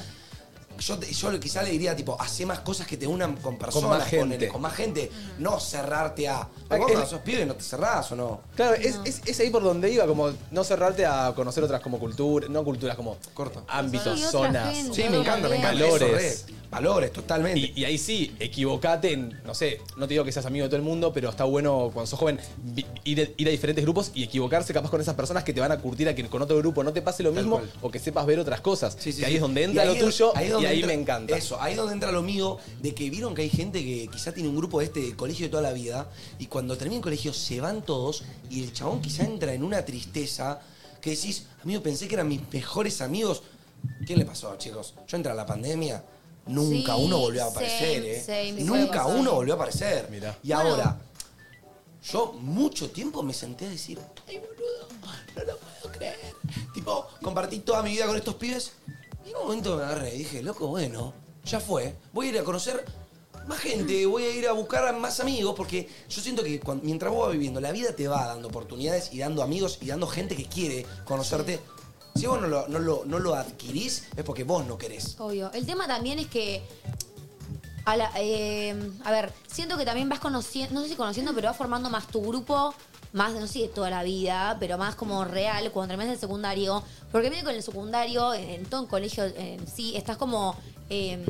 Speaker 4: yo, te- yo quizá le diría, tipo, hace más cosas que te unan con personas,
Speaker 1: más
Speaker 4: con, el-
Speaker 1: gente.
Speaker 4: con más gente. No cerrarte a. Porque vos
Speaker 1: es-
Speaker 4: cuando sos pibe no te cerrás o no.
Speaker 1: Claro, Es, es- es ahí por donde iba, como no cerrarte a conocer otras como culturas, no culturas, como ámbitos,
Speaker 4: Y otra
Speaker 1: zonas.
Speaker 4: gente, Sí, me encanta, me encanta,
Speaker 1: Valores.
Speaker 4: eso, valores, totalmente.
Speaker 1: Y, y ahí sí, equivocate en, no sé, no te digo que seas amigo de todo el mundo, pero está bueno cuando sos joven vi- ir, ir a diferentes grupos y equivocarse capaz con esas personas que te van a curtir a que con otro grupo no te pase lo mismo o que sepas ver otras cosas. que ahí es donde entra
Speaker 4: Y
Speaker 1: lo
Speaker 4: ahí es-
Speaker 1: tuyo
Speaker 4: ahí es
Speaker 1: y
Speaker 4: donde
Speaker 1: ahí
Speaker 4: entra-
Speaker 1: me encanta.
Speaker 4: Eso, ahí es donde entra lo mío, de que vieron que hay gente que quizá tiene un grupo de este del colegio de toda la vida, y cuando termina el colegio se van todos, y el chabón quizá entra en una tristeza que decís, amigo, pensé que eran mis mejores amigos. ¿Qué le pasó, chicos? Yo entré a la pandemia, nunca
Speaker 3: Sí,
Speaker 4: uno volvió a
Speaker 3: same,
Speaker 4: aparecer, ¿eh?
Speaker 3: same, me puede
Speaker 4: nunca
Speaker 3: pasar.
Speaker 4: uno volvió a aparecer.
Speaker 1: Mirá.
Speaker 4: Y ahora, yo mucho tiempo me senté a decir, Tipo, compartí toda mi vida con estos pibes. Y en un momento me agarré y dije, loco, bueno, ya fue. Voy a ir a conocer más gente, voy a ir a buscar a más amigos, porque yo siento que cuan- mientras vos vas viviendo, la vida te va dando oportunidades y dando amigos y dando gente que quiere conocerte. Si vos no lo, no lo- no lo adquirís, es porque vos no querés.
Speaker 3: Obvio. El tema también es que. A, la- eh, a ver, siento que también vas conociendo, no sé si conociendo, pero vas formando más tu grupo, más, no sé, de toda la vida, pero más como real cuando terminas el secundario. Porque viene con el secundario, en, en todo el colegio en sí, estás como. eh,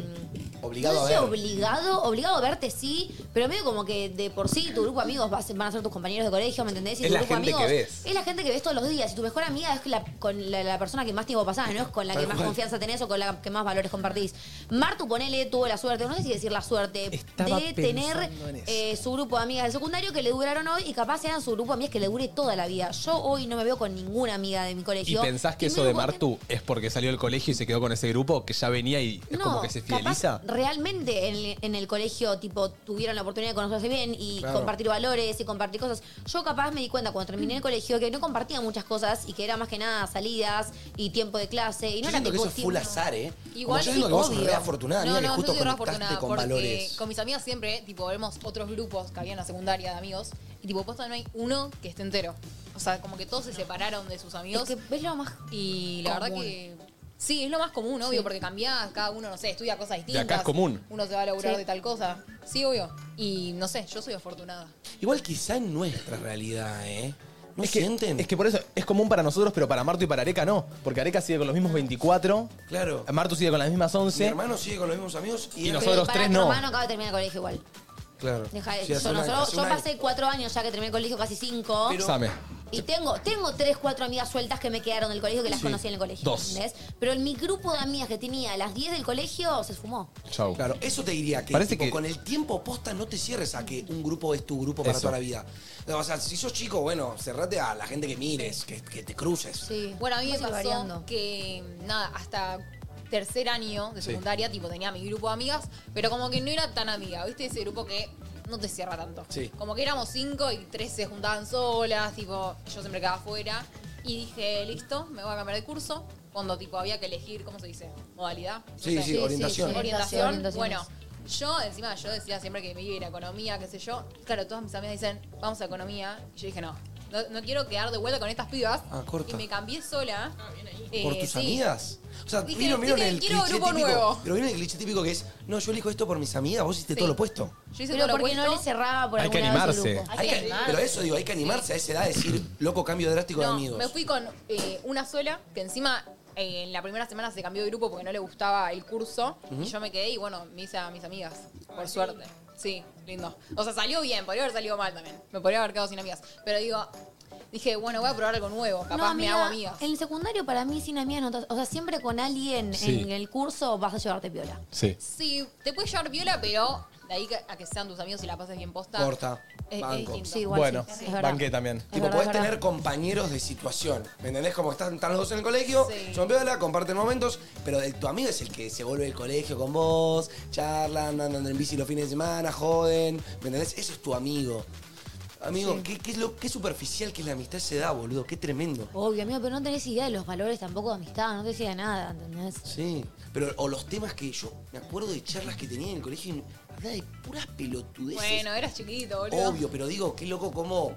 Speaker 4: Obligado
Speaker 3: no
Speaker 4: a
Speaker 3: sé,
Speaker 4: ver.
Speaker 3: obligado, obligado a verte, sí, pero medio como que de por sí tu grupo de amigos vas- van a ser tus compañeros de colegio, ¿me entendés? Y
Speaker 1: Es
Speaker 3: tu
Speaker 1: la
Speaker 3: grupo de
Speaker 1: gente que
Speaker 3: amigos
Speaker 1: ves.
Speaker 3: es la gente que ves todos los días. Y tu mejor amiga es la, con la, la persona que más tiempo pasás, ¿no? Es con la
Speaker 1: Tal
Speaker 3: que más
Speaker 1: cual.
Speaker 3: confianza tenés o con la que más valores compartís. Martu, ponele, tuvo la suerte, no sé si decir la suerte,
Speaker 1: Estaba
Speaker 3: de
Speaker 1: pensando
Speaker 3: tener
Speaker 1: en eso.
Speaker 3: eh, su grupo de amigas del secundario que le duraron hoy y capaz eran su grupo de amigas que le dure toda la vida. Yo hoy no me veo con ninguna amiga de mi
Speaker 1: ¿Y
Speaker 3: colegio.
Speaker 1: pensás que eso de Martu es porque salió del colegio y se quedó con ese grupo que ya venía y es
Speaker 3: No,
Speaker 1: como que se
Speaker 3: capaz
Speaker 1: fideliza?
Speaker 3: realmente en el, en el colegio, tipo, tuvieron la oportunidad de conocerse bien y
Speaker 2: Claro.
Speaker 3: compartir valores y compartir cosas. Yo capaz me di cuenta cuando terminé el colegio que no compartía muchas cosas y que era más que nada salidas y tiempo de clase. Y
Speaker 4: Yo
Speaker 3: no era
Speaker 4: siento que
Speaker 3: tipo
Speaker 4: eso es full
Speaker 3: tiempo-
Speaker 4: azar, ¿eh? Como
Speaker 3: Igual
Speaker 4: yo
Speaker 3: sí,
Speaker 4: siento que vos sos
Speaker 3: obvio.
Speaker 4: re afortunada,
Speaker 3: No,
Speaker 4: amiga, que
Speaker 3: no,
Speaker 4: justo
Speaker 3: yo soy re
Speaker 4: conectaste
Speaker 3: afortunada
Speaker 4: con
Speaker 2: porque
Speaker 4: valores.
Speaker 2: Con mis amigas siempre, tipo, vemos otros grupos que había en la secundaria de amigos. Y tipo, posta no hay uno que esté entero. O sea, como que todos se separaron de sus amigos.
Speaker 3: Es que ves lo más.
Speaker 2: Y la verdad
Speaker 3: común.
Speaker 2: que. Sí, es lo más común, obvio,
Speaker 3: Sí.
Speaker 2: porque cambiás, cada uno, no sé, estudia cosas distintas.
Speaker 1: es común.
Speaker 2: Uno se va a laburar
Speaker 3: Sí.
Speaker 2: de tal cosa. Sí, obvio. Y no sé, yo soy afortunada.
Speaker 4: Igual quizá en nuestra realidad, ¿eh? ¿No
Speaker 1: es que,
Speaker 4: sienten?
Speaker 1: Es que por eso es común para nosotros, pero para Marto y para Areca no. Porque Areca sigue con los mismos 24.
Speaker 4: Claro.
Speaker 1: Marto sigue con las mismas 11.
Speaker 4: Mi hermano sigue con los mismos amigos y,
Speaker 1: Y
Speaker 4: es-
Speaker 1: nosotros
Speaker 3: Para
Speaker 1: tres
Speaker 3: mi
Speaker 1: no.
Speaker 3: hermano acaba de terminar el colegio igual.
Speaker 4: Claro.
Speaker 3: Deja de-
Speaker 1: Sí, hace
Speaker 3: yo,
Speaker 1: un
Speaker 3: no,
Speaker 1: año,
Speaker 3: solo-
Speaker 1: hace
Speaker 3: yo
Speaker 1: un año.
Speaker 3: pasé cuatro años ya que terminé el colegio, casi cinco.
Speaker 1: Same.
Speaker 3: Y tengo, tengo tres, cuatro amigas sueltas que me quedaron del colegio que las
Speaker 1: Sí.
Speaker 3: conocí en el colegio.
Speaker 1: Dos.
Speaker 3: ¿entendés? Pero en mi grupo de amigas que tenía a las 10 del colegio se esfumó.
Speaker 1: Chau.
Speaker 4: Claro, eso te diría que,
Speaker 1: Parece
Speaker 4: tipo,
Speaker 1: que-
Speaker 4: con el tiempo posta no te cierres a que un grupo es tu grupo para
Speaker 1: Eso.
Speaker 4: toda la vida. No, o sea, si sos chico, bueno, cerrate a la gente que mires, que, que te cruces.
Speaker 2: Bueno, a mí me
Speaker 3: Vas a ir
Speaker 2: pasó
Speaker 3: variando.
Speaker 2: que, nada, hasta tercer año de
Speaker 4: Sí.
Speaker 2: secundaria, tipo, tenía mi grupo de amigas, pero como que no era tan amiga, ¿viste? Ese grupo que no te cierra tanto.
Speaker 4: Sí.
Speaker 2: Como que éramos cinco y tres se juntaban solas, tipo, yo siempre quedaba afuera. Y dije, listo, me voy a cambiar de curso. Cuando, tipo, había que elegir, ¿cómo se dice? Modalidad. No
Speaker 4: Sí,
Speaker 2: sé.
Speaker 4: sí, orientación.
Speaker 2: Orientación.
Speaker 3: Orientaciones.
Speaker 2: Bueno, yo, encima, yo decía siempre que me iba a ir a economía, qué sé yo. Claro, todas mis amigas dicen, vamos a economía. Y yo dije, no, no, no quiero quedar de vuelta con estas pibas.
Speaker 4: Ah, corta.
Speaker 2: Y me cambié sola. Eh,
Speaker 4: ¿Por tus
Speaker 2: sí.
Speaker 4: amigas? O sea,
Speaker 2: Dije,
Speaker 4: vieron, vieron
Speaker 2: dije,
Speaker 4: el
Speaker 2: quiero
Speaker 4: cliché
Speaker 2: grupo
Speaker 4: típico.
Speaker 2: nuevo.
Speaker 4: Pero vieron el cliché típico que es, no, yo elijo esto por mis amigas, vos hiciste
Speaker 2: Sí.
Speaker 4: todo lo opuesto.
Speaker 2: Yo hice
Speaker 3: Pero
Speaker 2: todo lo
Speaker 3: porque no le
Speaker 2: opuesto.
Speaker 3: cerraba por
Speaker 4: Hay que
Speaker 3: alguna vez el
Speaker 4: animarse.
Speaker 3: grupo.
Speaker 4: Hay que- pero eso digo, hay que animarse a esa edad a decir, loco, cambio drástico de
Speaker 2: No,
Speaker 4: amigos.
Speaker 2: me fui con eh, una sola, que encima eh, en la primera semana se cambió de grupo porque no le gustaba el curso.
Speaker 4: Ujú.
Speaker 2: Y yo me quedé y bueno, me hice a mis amigas, por suerte. Sí, lindo. O sea, salió bien, podría haber salido mal también. Me podría haber quedado sin amigas. Pero digo, dije, bueno, voy a probar algo nuevo. Capaz
Speaker 3: No,
Speaker 2: me
Speaker 3: amiga,
Speaker 2: hago amigas.
Speaker 3: En el secundario para mí sin amigas no te- O sea, siempre con alguien
Speaker 2: Sí.
Speaker 3: en el curso vas a llevarte piola.
Speaker 1: Sí.
Speaker 2: Sí, te puedes llevar viola, pero de ahí que- a que sean tus amigos y la pases bien posta.
Speaker 4: Corta.
Speaker 2: Es- es
Speaker 4: Banco.
Speaker 2: distinto.
Speaker 1: bueno, banqué también.
Speaker 4: Tipo, podés tener compañeros de situación. ¿Me entendés? Como están, están los dos en el colegio, son piola, comparten momentos, pero el- tu amigo es el que se vuelve del colegio con vos, charlan, andan en bici los fines de semana, joden. ¿Me entendés? Eso es tu amigo. Amigo,
Speaker 3: Sí.
Speaker 4: qué, qué es lo, qué superficial que es la amistad se da, boludo. Qué tremendo.
Speaker 3: Obvio, amigo, pero no tenés idea de los valores tampoco de amistad, no te decía nada, ¿entendés?
Speaker 4: Sí, pero o los temas que yo me acuerdo de charlas que tenía en el colegio y hablaba de puras pelotudeces.
Speaker 2: Bueno, eras chiquito, boludo.
Speaker 4: Obvio, pero digo, qué loco cómo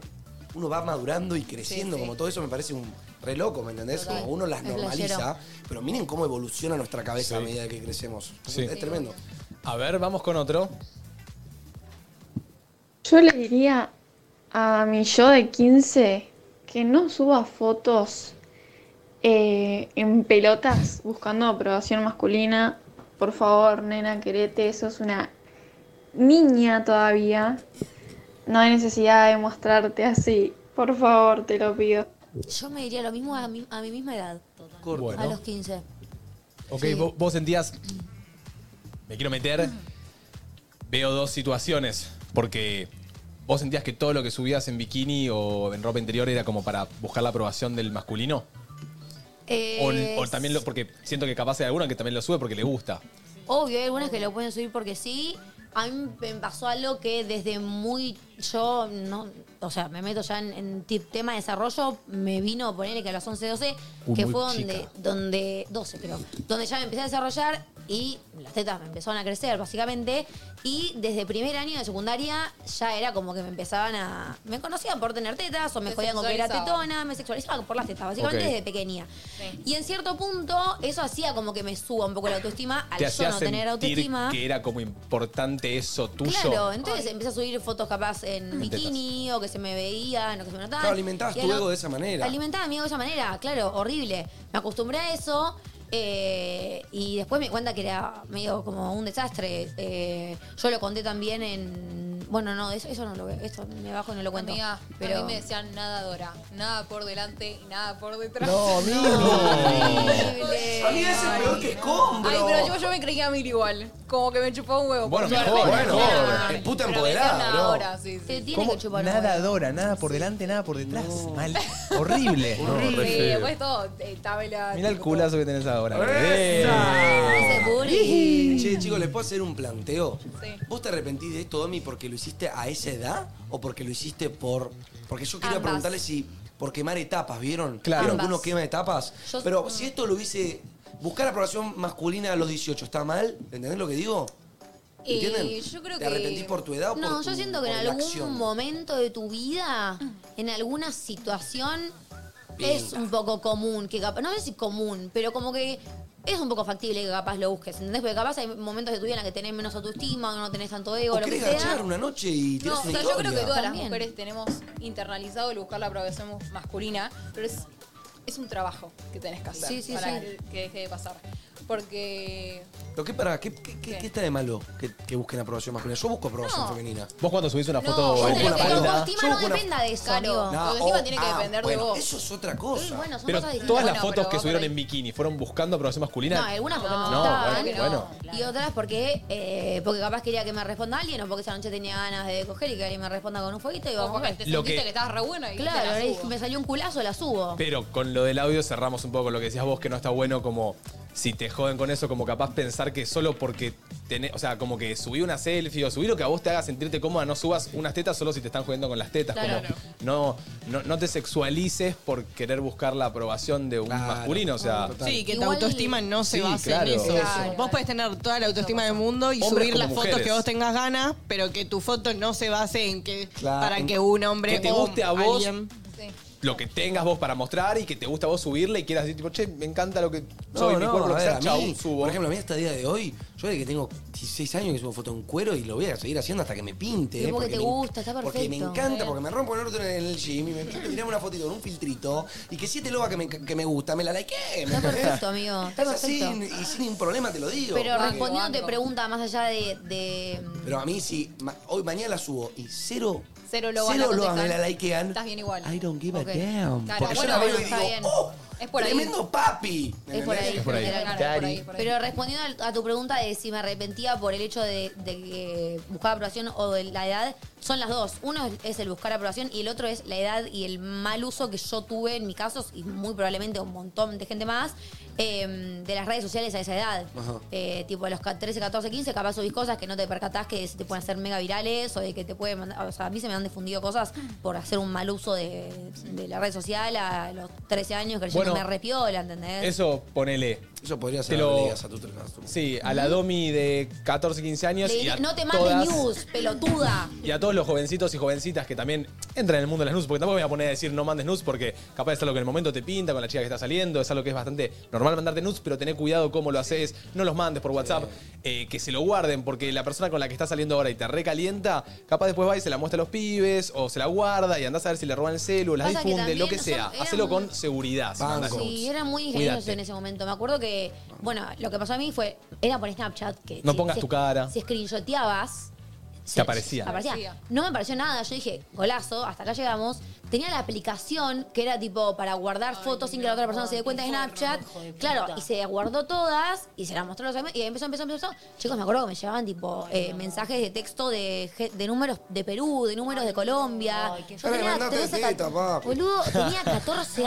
Speaker 4: uno va madurando y creciendo,
Speaker 2: Sí, sí.
Speaker 4: como todo eso me parece un re loco, ¿me entendés?
Speaker 2: Total.
Speaker 4: Como uno las
Speaker 2: Es
Speaker 4: normaliza,
Speaker 2: flashero.
Speaker 4: pero miren cómo evoluciona nuestra cabeza a
Speaker 1: Sí.
Speaker 4: medida que crecemos.
Speaker 1: Sí.
Speaker 4: Es tremendo.
Speaker 1: A ver, vamos con otro.
Speaker 18: Yo le diría a mi yo de 15 que no suba fotos eh, en pelotas buscando aprobación masculina. Por favor, nena, querete, sos una niña todavía. No hay necesidad de mostrarte así. Por favor, te lo pido.
Speaker 3: Yo me diría lo mismo a mi, a mi misma edad,
Speaker 1: Corto,
Speaker 3: a
Speaker 1: Bueno.
Speaker 3: los 15.
Speaker 1: Ok, vos, vos sentías. Me quiero meter. Veo dos situaciones. Porque vos sentías que todo lo que subías en bikini o en ropa interior era como para buscar la aprobación del masculino. O,
Speaker 3: Eh,
Speaker 1: o también lo. Porque siento que capaz hay alguna que también lo sube porque le gusta.
Speaker 3: Obvio, hay algunas que lo pueden subir porque sí. A mí me pasó algo que desde muy. Yo, no, o sea, me meto ya en, en ti- tema de desarrollo. Me vino, ponerle que a los 11, 12,
Speaker 19: Uy, Uh,
Speaker 3: que
Speaker 19: muy
Speaker 3: fue donde,
Speaker 19: chica.
Speaker 3: donde. 12, creo. Donde ya me empecé a desarrollar y las tetas me empezaron a crecer, básicamente. Y desde primer año de secundaria ya era como que me empezaban a. Me conocían por tener tetas o me
Speaker 2: Te
Speaker 3: jodían con que era
Speaker 2: sexualizaban.
Speaker 3: tetona, me sexualizaban por las tetas, básicamente
Speaker 1: Ok.
Speaker 3: desde pequeña. Y en cierto punto, eso hacía como que me suba un poco la autoestima al
Speaker 1: Te
Speaker 3: yo
Speaker 1: hacía
Speaker 3: no
Speaker 1: sentir
Speaker 3: tener autoestima.
Speaker 1: que era como importante eso tuyo.
Speaker 3: Claro, entonces empecé a subir fotos capaz en
Speaker 1: En tetas.
Speaker 3: bikini o que se me veían o que se me notaban.
Speaker 4: Claro, alimentabas
Speaker 3: Y
Speaker 4: tu
Speaker 3: a lo-
Speaker 4: ego de esa manera.
Speaker 3: Alimentaba a mi ego de esa manera, claro, horrible. Me acostumbré a eso eh, y después me di cuenta que era medio como un desastre. Eh, yo lo conté también en Bueno, no, eso, eso no lo veo. Esto me bajo y no lo cuento.
Speaker 2: Amiga,
Speaker 3: pero
Speaker 2: a mí me decían nadadora. Nada por delante y nada por detrás.
Speaker 4: No, amigo.
Speaker 2: Horrible.
Speaker 4: Amiga, ese es peor que escombro.
Speaker 2: Ay, pero yo, yo me creía a mí igual. Como que me chupó un huevo.
Speaker 4: Bueno,
Speaker 2: por
Speaker 4: mejor,
Speaker 2: suerte.
Speaker 4: bueno.
Speaker 2: Nah,
Speaker 4: Es puta
Speaker 2: pero me
Speaker 4: empoderada,
Speaker 2: decían
Speaker 4: bro.
Speaker 2: nadadora, sí, sí.
Speaker 1: ¿Cómo? Nadadora, nada por delante, nada por detrás. Mal. Horrible.
Speaker 2: Horrible. Sí, después todo, eh, tabla.
Speaker 1: Mira el culazo que tenés ahora.
Speaker 2: Ese booty.
Speaker 4: Che, chicos, ¿les puedo hacer un planteo?
Speaker 2: Sí.
Speaker 4: ¿Vos te arrepentís de esto, Domi, porque lo hiciste a esa edad o porque lo hiciste por...? Porque yo quería
Speaker 2: Ambas.
Speaker 4: preguntarle si... Por quemar etapas, ¿vieron?
Speaker 1: Claro.
Speaker 4: ¿Vieron que
Speaker 1: Ambas.
Speaker 4: uno quema etapas?
Speaker 1: Yo-
Speaker 4: Pero si esto lo hubiese... Buscar aprobación masculina a los 18, ¿está mal? ¿Entendés lo que digo?
Speaker 3: Eh,
Speaker 4: ¿Entienden?
Speaker 3: yo creo
Speaker 4: ¿Te
Speaker 3: que-
Speaker 4: arrepentís por tu edad o por
Speaker 3: No, yo
Speaker 4: tu-
Speaker 3: siento que en
Speaker 4: por la
Speaker 3: algún
Speaker 4: acción?
Speaker 3: momento de tu vida, en alguna situación,
Speaker 4: Bien.
Speaker 3: es un poco común. que capaz- No sé si común, pero como que es un poco factible que capaz lo busques. ¿Entendés? Porque capaz hay momentos de tu vida en la que tenés menos autoestima, que no tenés tanto ego,
Speaker 4: ¿O
Speaker 3: lo que
Speaker 4: querés
Speaker 3: sea.
Speaker 4: garchar una noche y tirás
Speaker 2: No, o
Speaker 4: una
Speaker 2: sea, yo creo
Speaker 4: historia?
Speaker 2: que todas las
Speaker 3: También.
Speaker 2: mujeres tenemos internalizado el buscar la aprobación masculina, pero es, es un trabajo que tenés que hacer
Speaker 3: Sí, sí,
Speaker 2: para
Speaker 3: sí.
Speaker 2: que deje de pasar. Porque
Speaker 4: ¿Pero qué, para, qué, qué- qué- qué está de malo que, que busquen aprobación masculina? Yo busco aprobación
Speaker 2: No.
Speaker 4: femenina.
Speaker 1: Vos cuando subís una
Speaker 2: No, foto yo
Speaker 1: en
Speaker 2: creo que
Speaker 1: falda-
Speaker 2: tu
Speaker 3: autoestima
Speaker 4: Yo
Speaker 3: no
Speaker 4: busco una-
Speaker 3: dependa de eso,
Speaker 2: Claro.
Speaker 3: amigo.
Speaker 2: No, autoestima tiene que depender de
Speaker 4: oh, ah, bueno,
Speaker 2: vos.
Speaker 4: Eso es otra cosa.
Speaker 3: Sí, bueno, son
Speaker 1: Pero
Speaker 3: cosas distintas.
Speaker 1: todas las fotos que subieron en bikini fueron buscando aprobación masculina.
Speaker 3: No, algunas porque no, me
Speaker 1: No,
Speaker 3: gustaban.
Speaker 1: bueno, bueno.
Speaker 3: Y otras porque, eh, porque capaz quería que me responda alguien o porque esa noche tenía ganas de coger y que alguien me responda con un fueguito y vamos a ver.
Speaker 1: te Lo sentiste que- que
Speaker 2: estabas re buena y te
Speaker 3: Claro,
Speaker 2: la
Speaker 3: ahí
Speaker 2: subo.
Speaker 3: me salió un culazo, la subo.
Speaker 1: Pero con lo del audio cerramos un poco con lo que decías vos, que no está bueno como si te joden con eso, como capaz pensar que solo porque tenés, o sea, como que subí una selfie o subí lo que a vos te haga sentirte cómoda, no subas unas tetas solo si te están jodiendo con las tetas.
Speaker 5: Claro.
Speaker 1: Como, no, no, no te sexualices por querer buscar la aprobación de un masculino, o
Speaker 4: Ah,
Speaker 1: sea.
Speaker 7: Sí, que
Speaker 1: Igual-
Speaker 7: tu autoestima no se
Speaker 1: Sí,
Speaker 7: basa
Speaker 1: claro.
Speaker 7: en eso.
Speaker 1: Eso.
Speaker 7: Vos podés tener toda la autoestima del mundo y
Speaker 1: Hombres
Speaker 7: subir
Speaker 1: como
Speaker 7: las fotos
Speaker 1: mujeres.
Speaker 7: que vos tengas ganas, pero que tu foto no se base en que
Speaker 1: Claro.
Speaker 7: para que un hombre
Speaker 1: Que te
Speaker 7: o
Speaker 1: guste a vos.
Speaker 7: alguien-
Speaker 1: Lo que tengas vos para mostrar y que te gusta vos subirle y quieras decir, tipo, che, me encanta lo que
Speaker 4: No,
Speaker 1: soy, mi
Speaker 4: no,
Speaker 1: cuerpo, lo
Speaker 4: a
Speaker 1: que
Speaker 4: ver,
Speaker 1: sea,
Speaker 4: a
Speaker 1: chau,
Speaker 4: mí,
Speaker 1: subo.
Speaker 4: Por ejemplo, a mí hasta el día de hoy, yo desde que tengo 16 años que subo foto en cuero y lo voy a seguir haciendo hasta que me pinte.
Speaker 3: Pero
Speaker 4: eh,
Speaker 3: porque te
Speaker 4: me en-
Speaker 3: gusta, está
Speaker 4: Porque me
Speaker 3: perfecto.
Speaker 4: encanta, porque me rompo el orto en el gym y me yo me tiraba una fotito con un filtrito y que siete loba que me, que me gusta, me la likeé.
Speaker 3: Está perfecto, amigo. Está
Speaker 4: Es así
Speaker 3: perfecto.
Speaker 4: y sin ningún problema te lo digo.
Speaker 3: Pero respondiéndote pregunta más allá de. de- mm,
Speaker 4: Pero a mí si ma- hoy mañana la subo y cero
Speaker 2: Cero lo van
Speaker 4: Cero
Speaker 2: a
Speaker 4: lo van,
Speaker 2: contestar.
Speaker 4: me la likean.
Speaker 2: Estás bien igual.
Speaker 4: I don't give
Speaker 2: Ok.
Speaker 4: a damn.
Speaker 2: Claro,
Speaker 4: porque
Speaker 2: bueno,
Speaker 4: yo la veo y
Speaker 2: está
Speaker 4: digo,
Speaker 2: bien.
Speaker 4: "Oh,
Speaker 2: Es por ahí.
Speaker 4: tremendo papi.
Speaker 3: Es por ahí,
Speaker 4: ¿Entendés?
Speaker 3: literal, Pero respondiendo a a tu pregunta de si me arrepentía por el hecho de, de que buscaba aprobación o de la edad, son las dos. Uno es- es el buscar aprobación y el otro es la edad y el mal uso que yo tuve en mi caso, y muy probablemente un montón de gente más, eh, de las redes sociales a esa edad.
Speaker 5: Ajá.
Speaker 3: Eh, tipo a los ca- 13, 14, 15, capaz subís cosas que no te percatás que se te pueden hacer mega virales o de que te pueden mandar. O sea, a mí se me han difundido cosas por hacer un mal uso de, de la red social a los 13 años creyéndome
Speaker 1: Bueno,
Speaker 3: repiola, ¿entendés?
Speaker 1: Eso, ponele.
Speaker 4: Eso podría
Speaker 1: ser
Speaker 4: a tu
Speaker 1: Sí, a la Domi de 14, 15 años.
Speaker 3: Le
Speaker 1: y
Speaker 3: diría,
Speaker 1: a
Speaker 3: no te mandes
Speaker 1: todas-
Speaker 3: news, pelotuda.
Speaker 1: Y a todos los jovencitos y jovencitas que también entran en el mundo de las news, porque tampoco me voy a poner a decir no mandes news, porque capaz es algo que en el momento te pinta con la chica que está saliendo, es algo que es bastante normal mandarte news, pero tené cuidado cómo lo haces, no los mandes por WhatsApp, eh, que se lo guarden, porque la persona con la que estás saliendo ahora y te recalienta, capaz después va y se la muestra a los pibes, o se la guarda y andás a ver si le roban el celu, las
Speaker 3: Pasa que
Speaker 1: difunde, lo
Speaker 3: también
Speaker 1: que sea.
Speaker 3: nosotros
Speaker 1: Hacelo
Speaker 3: éramos-
Speaker 1: con seguridad. si mandas news.
Speaker 3: Sí, eran muy ingeniosos
Speaker 1: Cuídate.
Speaker 3: en ese momento. Me acuerdo que, bueno, lo que pasó a mí fue, era por Snapchat que.
Speaker 1: No
Speaker 3: si-
Speaker 1: pongas
Speaker 3: si-
Speaker 1: tu cara.
Speaker 3: Si screenshoteabas,
Speaker 1: Te aparecía.
Speaker 3: aparecía. No me pareció nada. Yo dije, golazo, hasta acá llegamos. Tenía la aplicación que era tipo para guardar fotos sin que la otra persona se dé cuenta de Snapchat. Claro, y se guardó todas y se las mostró a los amigos. Y ahí empezó, empezó, empezó. Chicos, me acuerdo que me llevaban tipo eh, mensajes de texto de, ge- de números de Perú, de números de Colombia. Yo
Speaker 4: Me
Speaker 3: tenía
Speaker 4: mandaste
Speaker 3: 13,
Speaker 4: teta, papi.
Speaker 3: Boludo, tenía 14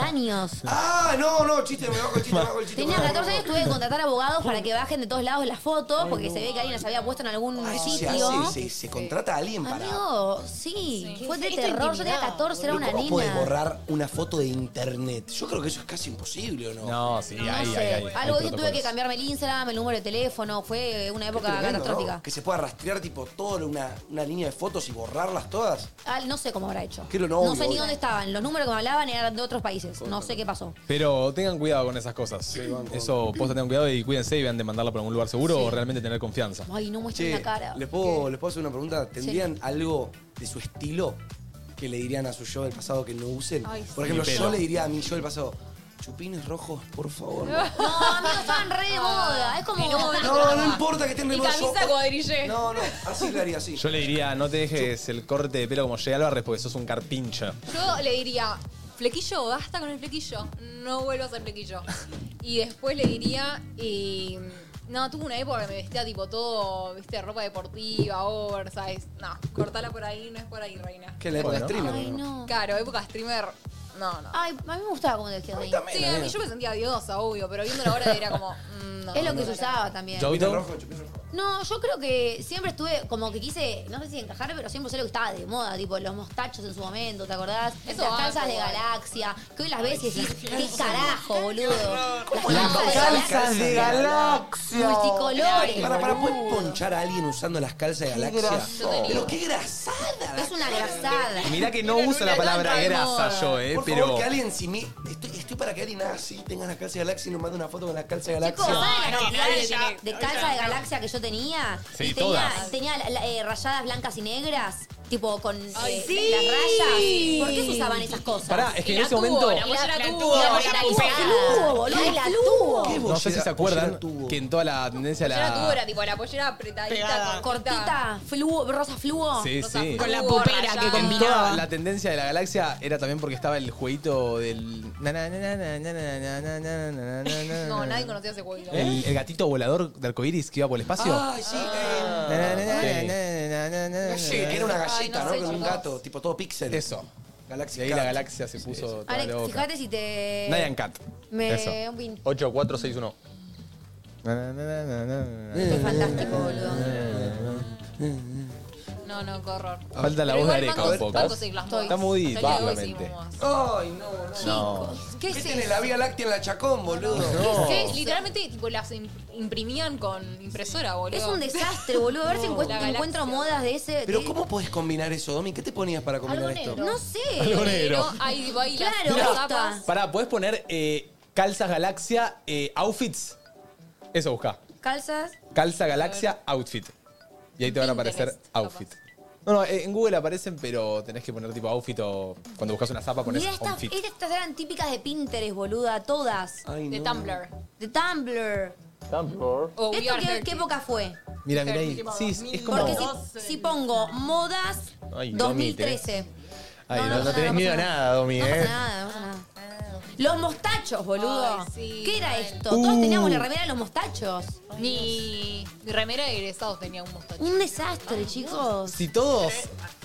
Speaker 3: años.
Speaker 4: Ah, no, no, chiste, me bajo el chiste, me bajo el chiste.
Speaker 3: Tenía
Speaker 4: me bajo el
Speaker 3: 14 años, tuve que contratar abogados para que bajen de todos lados las fotos porque se ve que alguien las había puesto en algún
Speaker 4: Se,
Speaker 3: sitio.
Speaker 4: hace, se, se contrata a alguien para.
Speaker 3: Amigo, sí, fue de
Speaker 2: Esto
Speaker 3: terror. Yo tenía
Speaker 2: intimidad,
Speaker 3: 14, era
Speaker 4: Pero
Speaker 3: una
Speaker 4: ¿Cómo puedes
Speaker 3: nena.
Speaker 4: borrar una foto de internet? Yo creo que eso es casi imposible, ¿o no?
Speaker 1: No, sí,
Speaker 4: hay,
Speaker 3: No sé, algo de eso tuve que cambiarme el Instagram, el número de teléfono, fue una época catastrófica.
Speaker 4: Que se pueda rastrear tipo toda una, una línea de fotos y borrarlas todas.
Speaker 3: Ah, No sé cómo habrá hecho.
Speaker 4: Quiero no,
Speaker 3: No,
Speaker 4: obvio,
Speaker 3: sé ni
Speaker 4: obvio.
Speaker 3: dónde estaban. Los números que me hablaban eran de otros países. No sé qué pasó.
Speaker 1: Pero tengan cuidado con esas cosas. Eso, posta, tengan cuidado y cuídense y vean de mandarla por algún lugar seguro
Speaker 3: Sí.
Speaker 1: o realmente tener confianza.
Speaker 3: Ay, no muestren
Speaker 4: Che,
Speaker 3: la cara.
Speaker 4: ¿les puedo, ¿les puedo hacer una pregunta? ¿Tendrían algo de su estilo que le dirían a su yo del pasado que no usen?
Speaker 3: Ay,
Speaker 4: Por
Speaker 1: sí.
Speaker 4: ejemplo,
Speaker 1: Mi
Speaker 4: yo
Speaker 1: pelo.
Speaker 4: le diría a mi yo del pasado, Chupines rojos, por favor.
Speaker 3: No, amigos, estaban re de moda. Es como.
Speaker 4: No, no, no importa que estén de moda, yo-
Speaker 3: No,
Speaker 4: no. Así lo haría, así.
Speaker 1: Yo le diría, no te dejes el corte de pelo como Jay Álvarez porque sos un carpincho.
Speaker 2: Yo le diría, flequillo, basta con el flequillo. No vuelvas al flequillo. Y después le diría, eh, no, tuve una época que me vestía tipo todo, viste, ropa deportiva, oversize. No, cortala por ahí, no es por ahí, reina.
Speaker 4: Que la época
Speaker 3: Bueno.
Speaker 4: streamer.
Speaker 3: Ay,
Speaker 4: ¿no?
Speaker 3: no.
Speaker 2: Claro, época streamer, no, no.
Speaker 3: Ay, a mí me gustaba como te vestías ahí.
Speaker 2: Sí, a mí yo me sentía diosa, obvio, pero viendo la hora era como, mm, no.
Speaker 3: Es lo
Speaker 2: no,
Speaker 3: que se
Speaker 2: no,
Speaker 3: usaba también.
Speaker 4: Chupines rojos, chupines rojos.
Speaker 3: No, yo creo que siempre estuve, como que quise, no sé si encajar, pero siempre sé lo que estaba de moda, tipo los mostachos en su momento, ¿te acordás?
Speaker 2: Eso
Speaker 3: las
Speaker 2: banco,
Speaker 3: calzas de
Speaker 2: igual.
Speaker 3: galaxia, que hoy las ves y decís, qué carajo, boludo. Las
Speaker 4: Las calzas de galaxia.
Speaker 3: Multicolores.
Speaker 4: Para, para, ¿pueden ponchar a alguien usando las calzas de galaxia?
Speaker 3: grasoso.
Speaker 4: Pero qué grasa.
Speaker 3: Es una grasada.
Speaker 1: Mirá que no uso la palabra grasa yo, eh,
Speaker 4: Por
Speaker 1: pero.
Speaker 4: favor, que alguien, si me. Estoy, estoy para que alguien haga así, tenga las calzas de galaxia y nos mande una foto con las calzas de galaxia.
Speaker 3: Chicos, ¿saben la cantidad de-
Speaker 2: tiene-
Speaker 3: de, calza de galaxia que yo tenía?
Speaker 4: Sí,
Speaker 3: y tenía,
Speaker 4: todas.
Speaker 3: tenía la- la- eh, rayadas blancas y negras, tipo con eh,
Speaker 2: Ay,
Speaker 3: las
Speaker 2: sí.
Speaker 3: rayas. ¿Por qué se usaban esas cosas?
Speaker 1: Pará, es que en ese momento.
Speaker 3: La mollera tubo, la mollera tubo, boludo,
Speaker 2: Ay,
Speaker 3: la
Speaker 2: la
Speaker 3: tubo.
Speaker 1: No sé si se acuerdan que en toda la tendencia a
Speaker 2: La pollera tubo
Speaker 1: la.
Speaker 2: era tipo la pollera apretadita,
Speaker 3: Cortita, cortita, fluo, rosa fluo.
Speaker 1: Sí,
Speaker 3: rosa
Speaker 1: sí.
Speaker 3: fluo,
Speaker 7: Con la pupera
Speaker 3: rayada.
Speaker 7: que
Speaker 1: En
Speaker 7: combinaba.
Speaker 1: toda Ah, la tendencia de la galaxia era también porque estaba el jueguito del. na, na, na, na, na, na, na, na, na, na, na, na, na,
Speaker 2: No,
Speaker 1: na.
Speaker 2: nadie conocía ese juego.
Speaker 1: El, el gatito volador de arcoiris que iba por el espacio.
Speaker 2: Ah,
Speaker 4: Ay, sí.
Speaker 3: Ah.
Speaker 1: Na,
Speaker 4: eh.
Speaker 1: na, na, na,
Speaker 4: Sí.
Speaker 1: na, na, na, na,
Speaker 4: Sí, que era una
Speaker 1: na.
Speaker 4: galleta,
Speaker 3: Ay, no
Speaker 4: ¿no?
Speaker 3: sé,
Speaker 4: Con un
Speaker 3: chicos.
Speaker 4: gato, tipo todo pixel.
Speaker 1: Eso.
Speaker 4: Galaxia
Speaker 1: Y ahí
Speaker 4: Cat.
Speaker 1: la galaxia se puso toda
Speaker 3: Alex,
Speaker 1: loca.
Speaker 3: fíjate si te.
Speaker 1: Nyan Cat.
Speaker 3: Me.
Speaker 1: Eso.
Speaker 3: Un pin.
Speaker 8: 8461.
Speaker 1: Es
Speaker 3: fantástico, boludo.
Speaker 2: No, no, qué horror.
Speaker 1: Falta la
Speaker 2: Pero
Speaker 1: voz de
Speaker 2: igual
Speaker 1: Areca
Speaker 2: Banco-
Speaker 1: un poco.
Speaker 2: Banco Siglas Moas.
Speaker 1: Está muy
Speaker 2: Salió hoy,
Speaker 1: vagamente.
Speaker 2: sí, Moas.
Speaker 4: Ay, no, no.
Speaker 1: No.
Speaker 2: ¿Qué es
Speaker 4: ¿Qué
Speaker 2: eso?
Speaker 4: tiene la Vía Láctea en la Chacón, boludo?
Speaker 2: Sí, literalmente tipo, las im- imprimían con impresora, boludo.
Speaker 3: Es un desastre, boludo. A ver si
Speaker 2: No,
Speaker 3: encuent-
Speaker 2: la galaxia.
Speaker 3: encuentro modas de ese. de-
Speaker 4: Pero ¿cómo podés combinar eso, Domi? ¿Qué te ponías para combinar esto?
Speaker 3: No sé.
Speaker 1: Algo negro.
Speaker 2: Ahí baila.
Speaker 3: Claro,
Speaker 1: Mirá,
Speaker 3: basta.
Speaker 1: Pará, ¿podés poner eh, calzas galaxia, eh, outfits? Eso busca.
Speaker 3: Calzas.
Speaker 1: Calza galaxia, outfit. Y ahí te van a aparecer outfit. No, no, eh, en Google aparecen, pero tenés que poner tipo outfit o cuando buscas una zapa pones
Speaker 3: Mirá, estas,
Speaker 1: outfit.
Speaker 3: estas eran típicas de Pinterest, boluda, todas.
Speaker 4: Ah.
Speaker 1: Ay, De no. Tumblr.
Speaker 3: De Tumblr.
Speaker 2: O Oh, We
Speaker 3: ¿Esto
Speaker 2: Are
Speaker 3: qué,
Speaker 2: Dirty.
Speaker 3: qué época fue?
Speaker 1: Mira, mira ahí. Sí, es- es como.
Speaker 3: Porque si, si pongo modas
Speaker 8: Ay, no,
Speaker 3: 2013.
Speaker 8: Ay,
Speaker 3: No,
Speaker 8: no,
Speaker 3: no
Speaker 8: no
Speaker 3: pasa
Speaker 8: tenés
Speaker 3: nada,
Speaker 8: miedo a
Speaker 3: no pasa
Speaker 8: nada, Domi,
Speaker 3: No
Speaker 8: ¿eh?
Speaker 3: pasa nada, no pasa nada. Los mostachos, boludo.
Speaker 2: Ay, sí,
Speaker 3: ¿Qué era
Speaker 2: mal.
Speaker 3: esto? Todos teníamos
Speaker 2: Uh.
Speaker 3: la remera de los mostachos.
Speaker 2: Mi, mi remera de egresados tenía un mostacho.
Speaker 3: Un desastre, chicos.
Speaker 1: Si todos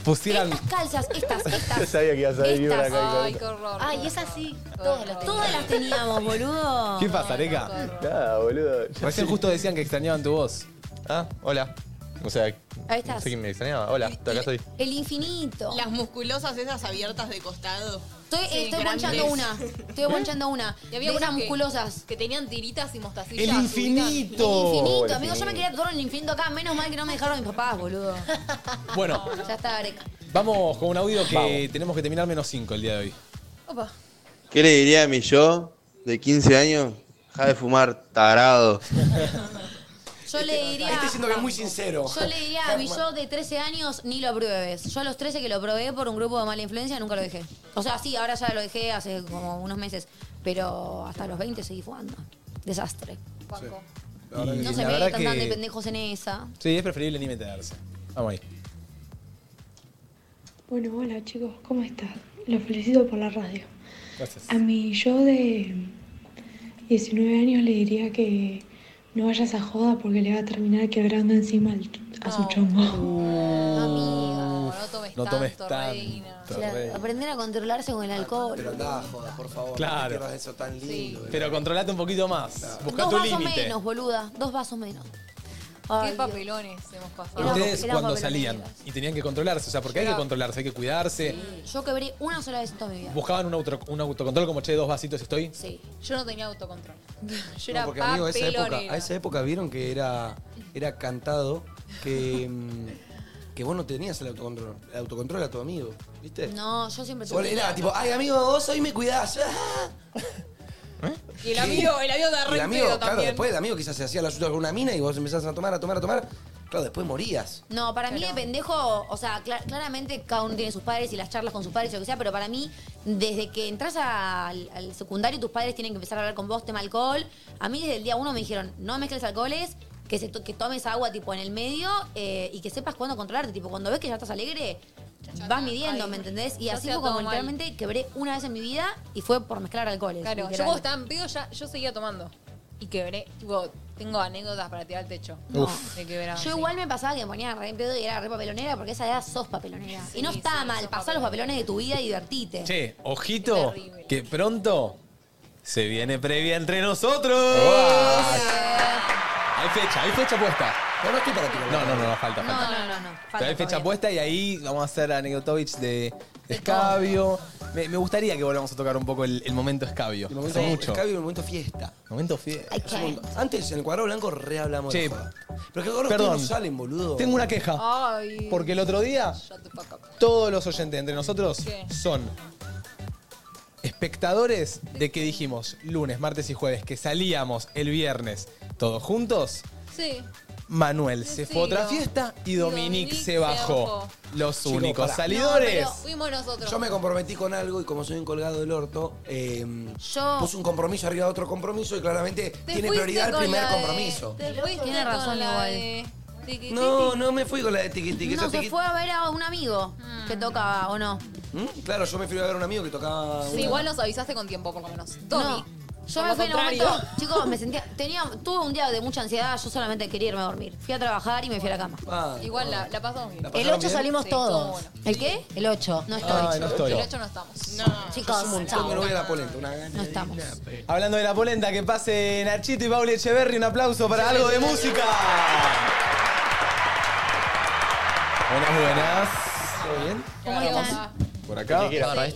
Speaker 1: pusieran.
Speaker 3: Calzas, estas, estas.
Speaker 8: Sabía que ibas a salir vibra acá.
Speaker 3: Ay,
Speaker 8: hijo de-
Speaker 3: Ay, es así. Todas las, todas las teníamos, boludo.
Speaker 1: ¿Qué pasa, Areca?
Speaker 8: Nada, boludo.
Speaker 1: Recién justo decían que extrañaban tu voz.
Speaker 8: Ah, hola. O sea,
Speaker 3: Ahí
Speaker 8: no
Speaker 3: estás.
Speaker 8: sé quién me extrañaba. Hola, acá estoy.
Speaker 3: El infinito.
Speaker 7: Las musculosas esas abiertas de costado.
Speaker 3: Estoy,
Speaker 7: Sí,
Speaker 3: estoy
Speaker 7: grandes.
Speaker 3: ponchando una. Estoy ponchando una.
Speaker 2: Y había
Speaker 3: de
Speaker 2: unas
Speaker 3: esas
Speaker 2: que-
Speaker 3: musculosas.
Speaker 2: Que tenían tiritas y mostacillas.
Speaker 1: ¡El infinito!
Speaker 3: Infinito, amigo, yo me quería tatuar el infinito acá. Menos mal que no me dejaron mis papás, boludo.
Speaker 1: Bueno,
Speaker 3: Ya está, Areca.
Speaker 1: vamos con un audio que
Speaker 9: Vamos.
Speaker 1: tenemos que terminar menos 5 el día de hoy.
Speaker 3: Opa.
Speaker 9: ¿Qué le diría a mi yo de 15 años? Deja de fumar, tarado.
Speaker 3: Yo le diría.
Speaker 4: Este siento que es muy sincero.
Speaker 3: Yo le diría a mi yo de 13 años, ni lo pruebes. Yo a los 13 que lo probé por un grupo de mala influencia, nunca lo dejé. O sea, sí, ahora ya lo dejé hace como unos meses. Pero hasta los 20 seguí fumando. Desastre.
Speaker 1: Y
Speaker 3: No se
Speaker 1: la
Speaker 3: ve
Speaker 1: verdad
Speaker 3: tan tan de
Speaker 1: que-
Speaker 3: pendejos en esa.
Speaker 1: Sí, es preferible ni meterse. Vamos ahí.
Speaker 19: Bueno, hola chicos, ¿cómo están? Los felicito por la radio.
Speaker 1: Gracias.
Speaker 19: A mi yo de 19 años le diría que no vayas a joda porque le va a terminar quebrando encima al- a su chombo.
Speaker 1: Mm.
Speaker 2: No tomes
Speaker 1: No tomes
Speaker 2: tanto,
Speaker 1: tanto,
Speaker 2: reina.
Speaker 3: O sea,
Speaker 1: reina.
Speaker 3: aprender a controlarse con el alcohol.
Speaker 4: Pero andá, joda, por favor.
Speaker 1: Claro.
Speaker 4: No te pierdas eso tan lindo. eh.
Speaker 1: Pero controlate un poquito más. Busca
Speaker 3: Dos
Speaker 1: tu
Speaker 3: vasos
Speaker 1: límite.
Speaker 3: menos, boluda. Dos vasos menos.
Speaker 2: Qué papelones hemos pasado.
Speaker 1: Ustedes
Speaker 3: éramos
Speaker 1: cuando
Speaker 3: peloteras.
Speaker 1: salían y tenían que controlarse, o sea, porque hay que
Speaker 3: Éramos-
Speaker 1: controlarse, hay que cuidarse.
Speaker 3: Yo quebré una sola vez en toda mi vida.
Speaker 1: Buscaban un, auto- un autocontrol como che, dos vasitos estoy.
Speaker 3: Sí.
Speaker 2: Yo no tenía autocontrol. Yo
Speaker 4: No,
Speaker 2: era
Speaker 4: porque amigo, a esa época,
Speaker 2: papelonera.
Speaker 4: a esa época vieron que era, era cantado que, mm, que vos no tenías el autocontrol. El autocontrol a tu amigo, ¿viste?
Speaker 3: No, yo siempre
Speaker 4: Vos Era tipo, ay amigo, vos hoy me cuidás. Ah.
Speaker 2: Y el amigo, el amigo de
Speaker 4: Y
Speaker 2: arranque
Speaker 4: el amigo, claro,
Speaker 2: también.
Speaker 4: después el amigo quizás se hacía la suya con una mina y vos empezás a tomar, a tomar, a tomar. Claro, después morías.
Speaker 3: No, para mí de pendejo, o sea, cla- claramente cada uno tiene sus padres y las charlas con sus padres y lo que sea, pero para mí, desde que entras al, al secundario, tus padres tienen que empezar a hablar con vos tema alcohol. A mí desde el día uno me dijeron, no mezcles alcoholes, que, se to- que tomes agua tipo en el medio eh, y que sepas cuándo controlarte. Tipo, cuando ves que ya estás alegre, vas midiendo,
Speaker 2: ahí.
Speaker 3: ¿me entendés? Y
Speaker 2: Yo
Speaker 3: así
Speaker 2: hacía
Speaker 3: fue como
Speaker 2: todo mal.
Speaker 3: literalmente quebré una vez en mi vida y fue por mezclar alcoholes.
Speaker 2: Claro, yo
Speaker 3: literal.
Speaker 2: cuando estaba en pedo ya, yo seguía tomando. Y quebré, tipo, tengo anécdotas para tirar al techo.
Speaker 3: Uf.
Speaker 2: De quebrar,
Speaker 3: Yo
Speaker 2: sí.
Speaker 3: igual me pasaba que me ponía re en pedo y era re papelonera porque a esa edad sos papelonera. y no está mal, pasar los papelones de tu vida y divertite.
Speaker 1: Che, ojito, que pronto se viene previa entre nosotros. Hay fecha, hay fecha puesta.
Speaker 4: No, no estoy para tirar.
Speaker 1: No, no, no, falta,
Speaker 3: No,
Speaker 1: falta.
Speaker 3: no, no,
Speaker 1: Pero
Speaker 3: no.
Speaker 1: hay
Speaker 3: Falta
Speaker 1: fecha
Speaker 3: todavía.
Speaker 1: puesta y ahí vamos a hacer anecdotovich de, de escabio. Me, me gustaría que volvamos a tocar un poco el, el momento escabio.
Speaker 4: El momento
Speaker 1: Hace mucho.
Speaker 4: escabio y el momento fiesta.
Speaker 1: Momento fiesta.
Speaker 4: Es un montón. Antes en el cuadrado blanco re hablamos
Speaker 1: Che,
Speaker 4: de la joda. Pero que ahora
Speaker 1: perdón.
Speaker 4: ustedes no salen, boludo.
Speaker 1: Tengo una queja.
Speaker 2: Ay.
Speaker 1: Porque el otro día, todos los oyentes entre nosotros
Speaker 2: ¿Qué?
Speaker 1: son espectadores de que dijimos lunes, martes y jueves que salíamos el viernes todos juntos.
Speaker 2: Sí.
Speaker 1: Manuel se fue a otra fiesta y Dominique, se bajó.
Speaker 2: bajó.
Speaker 1: Los
Speaker 4: Chicos,
Speaker 1: únicos
Speaker 4: pará.
Speaker 1: salidores.
Speaker 2: No, pero fuimos nosotros.
Speaker 4: Yo me comprometí con algo y como soy un colgado del orto, eh, puse un compromiso arriba de otro compromiso y claramente tiene
Speaker 2: fuiste
Speaker 4: prioridad el
Speaker 2: con
Speaker 4: primer
Speaker 2: la de-
Speaker 4: compromiso.
Speaker 2: te fuiste
Speaker 3: Tiene
Speaker 2: con
Speaker 3: razón
Speaker 2: la
Speaker 3: igual.
Speaker 2: de tiqui,
Speaker 4: No,
Speaker 2: tiqui.
Speaker 4: no me fui con la de tiqui tiqui.
Speaker 3: No,
Speaker 4: esa
Speaker 3: se
Speaker 4: tiqui-
Speaker 3: fue a ver a un amigo que tocaba, ¿o no?
Speaker 4: ¿Mm? Claro, yo me fui a ver a un amigo que tocaba.
Speaker 2: Sí,
Speaker 4: una-
Speaker 2: igual nos avisaste con tiempo, por lo menos. Tommy.
Speaker 3: Yo
Speaker 2: por
Speaker 3: me
Speaker 2: lo
Speaker 3: fui en un
Speaker 2: contrario.
Speaker 3: momento, chicos, me sentía, tenía, tuve un día de mucha ansiedad, yo solamente quería irme a dormir. Fui a trabajar y me fui a la cama.
Speaker 4: Ah,
Speaker 2: Igual la, la pasamos bien.
Speaker 6: El 8 salimos
Speaker 2: Sí, estuvo
Speaker 6: todos.
Speaker 2: bueno.
Speaker 6: ¿El qué? El 8. No
Speaker 1: estoy. Ay, no estoy.
Speaker 2: El 8 no estamos.
Speaker 3: Chicos,
Speaker 4: Hace un montón
Speaker 3: chao.
Speaker 4: que no voy a la polenta. Una gana de-
Speaker 1: Hablando de la polenta, que pase Nachito y Paul Echeverry. Un aplauso para algo de música. Buenas, buenas. ¿Todo bien?
Speaker 2: ¿Cómo están?
Speaker 1: Por acá.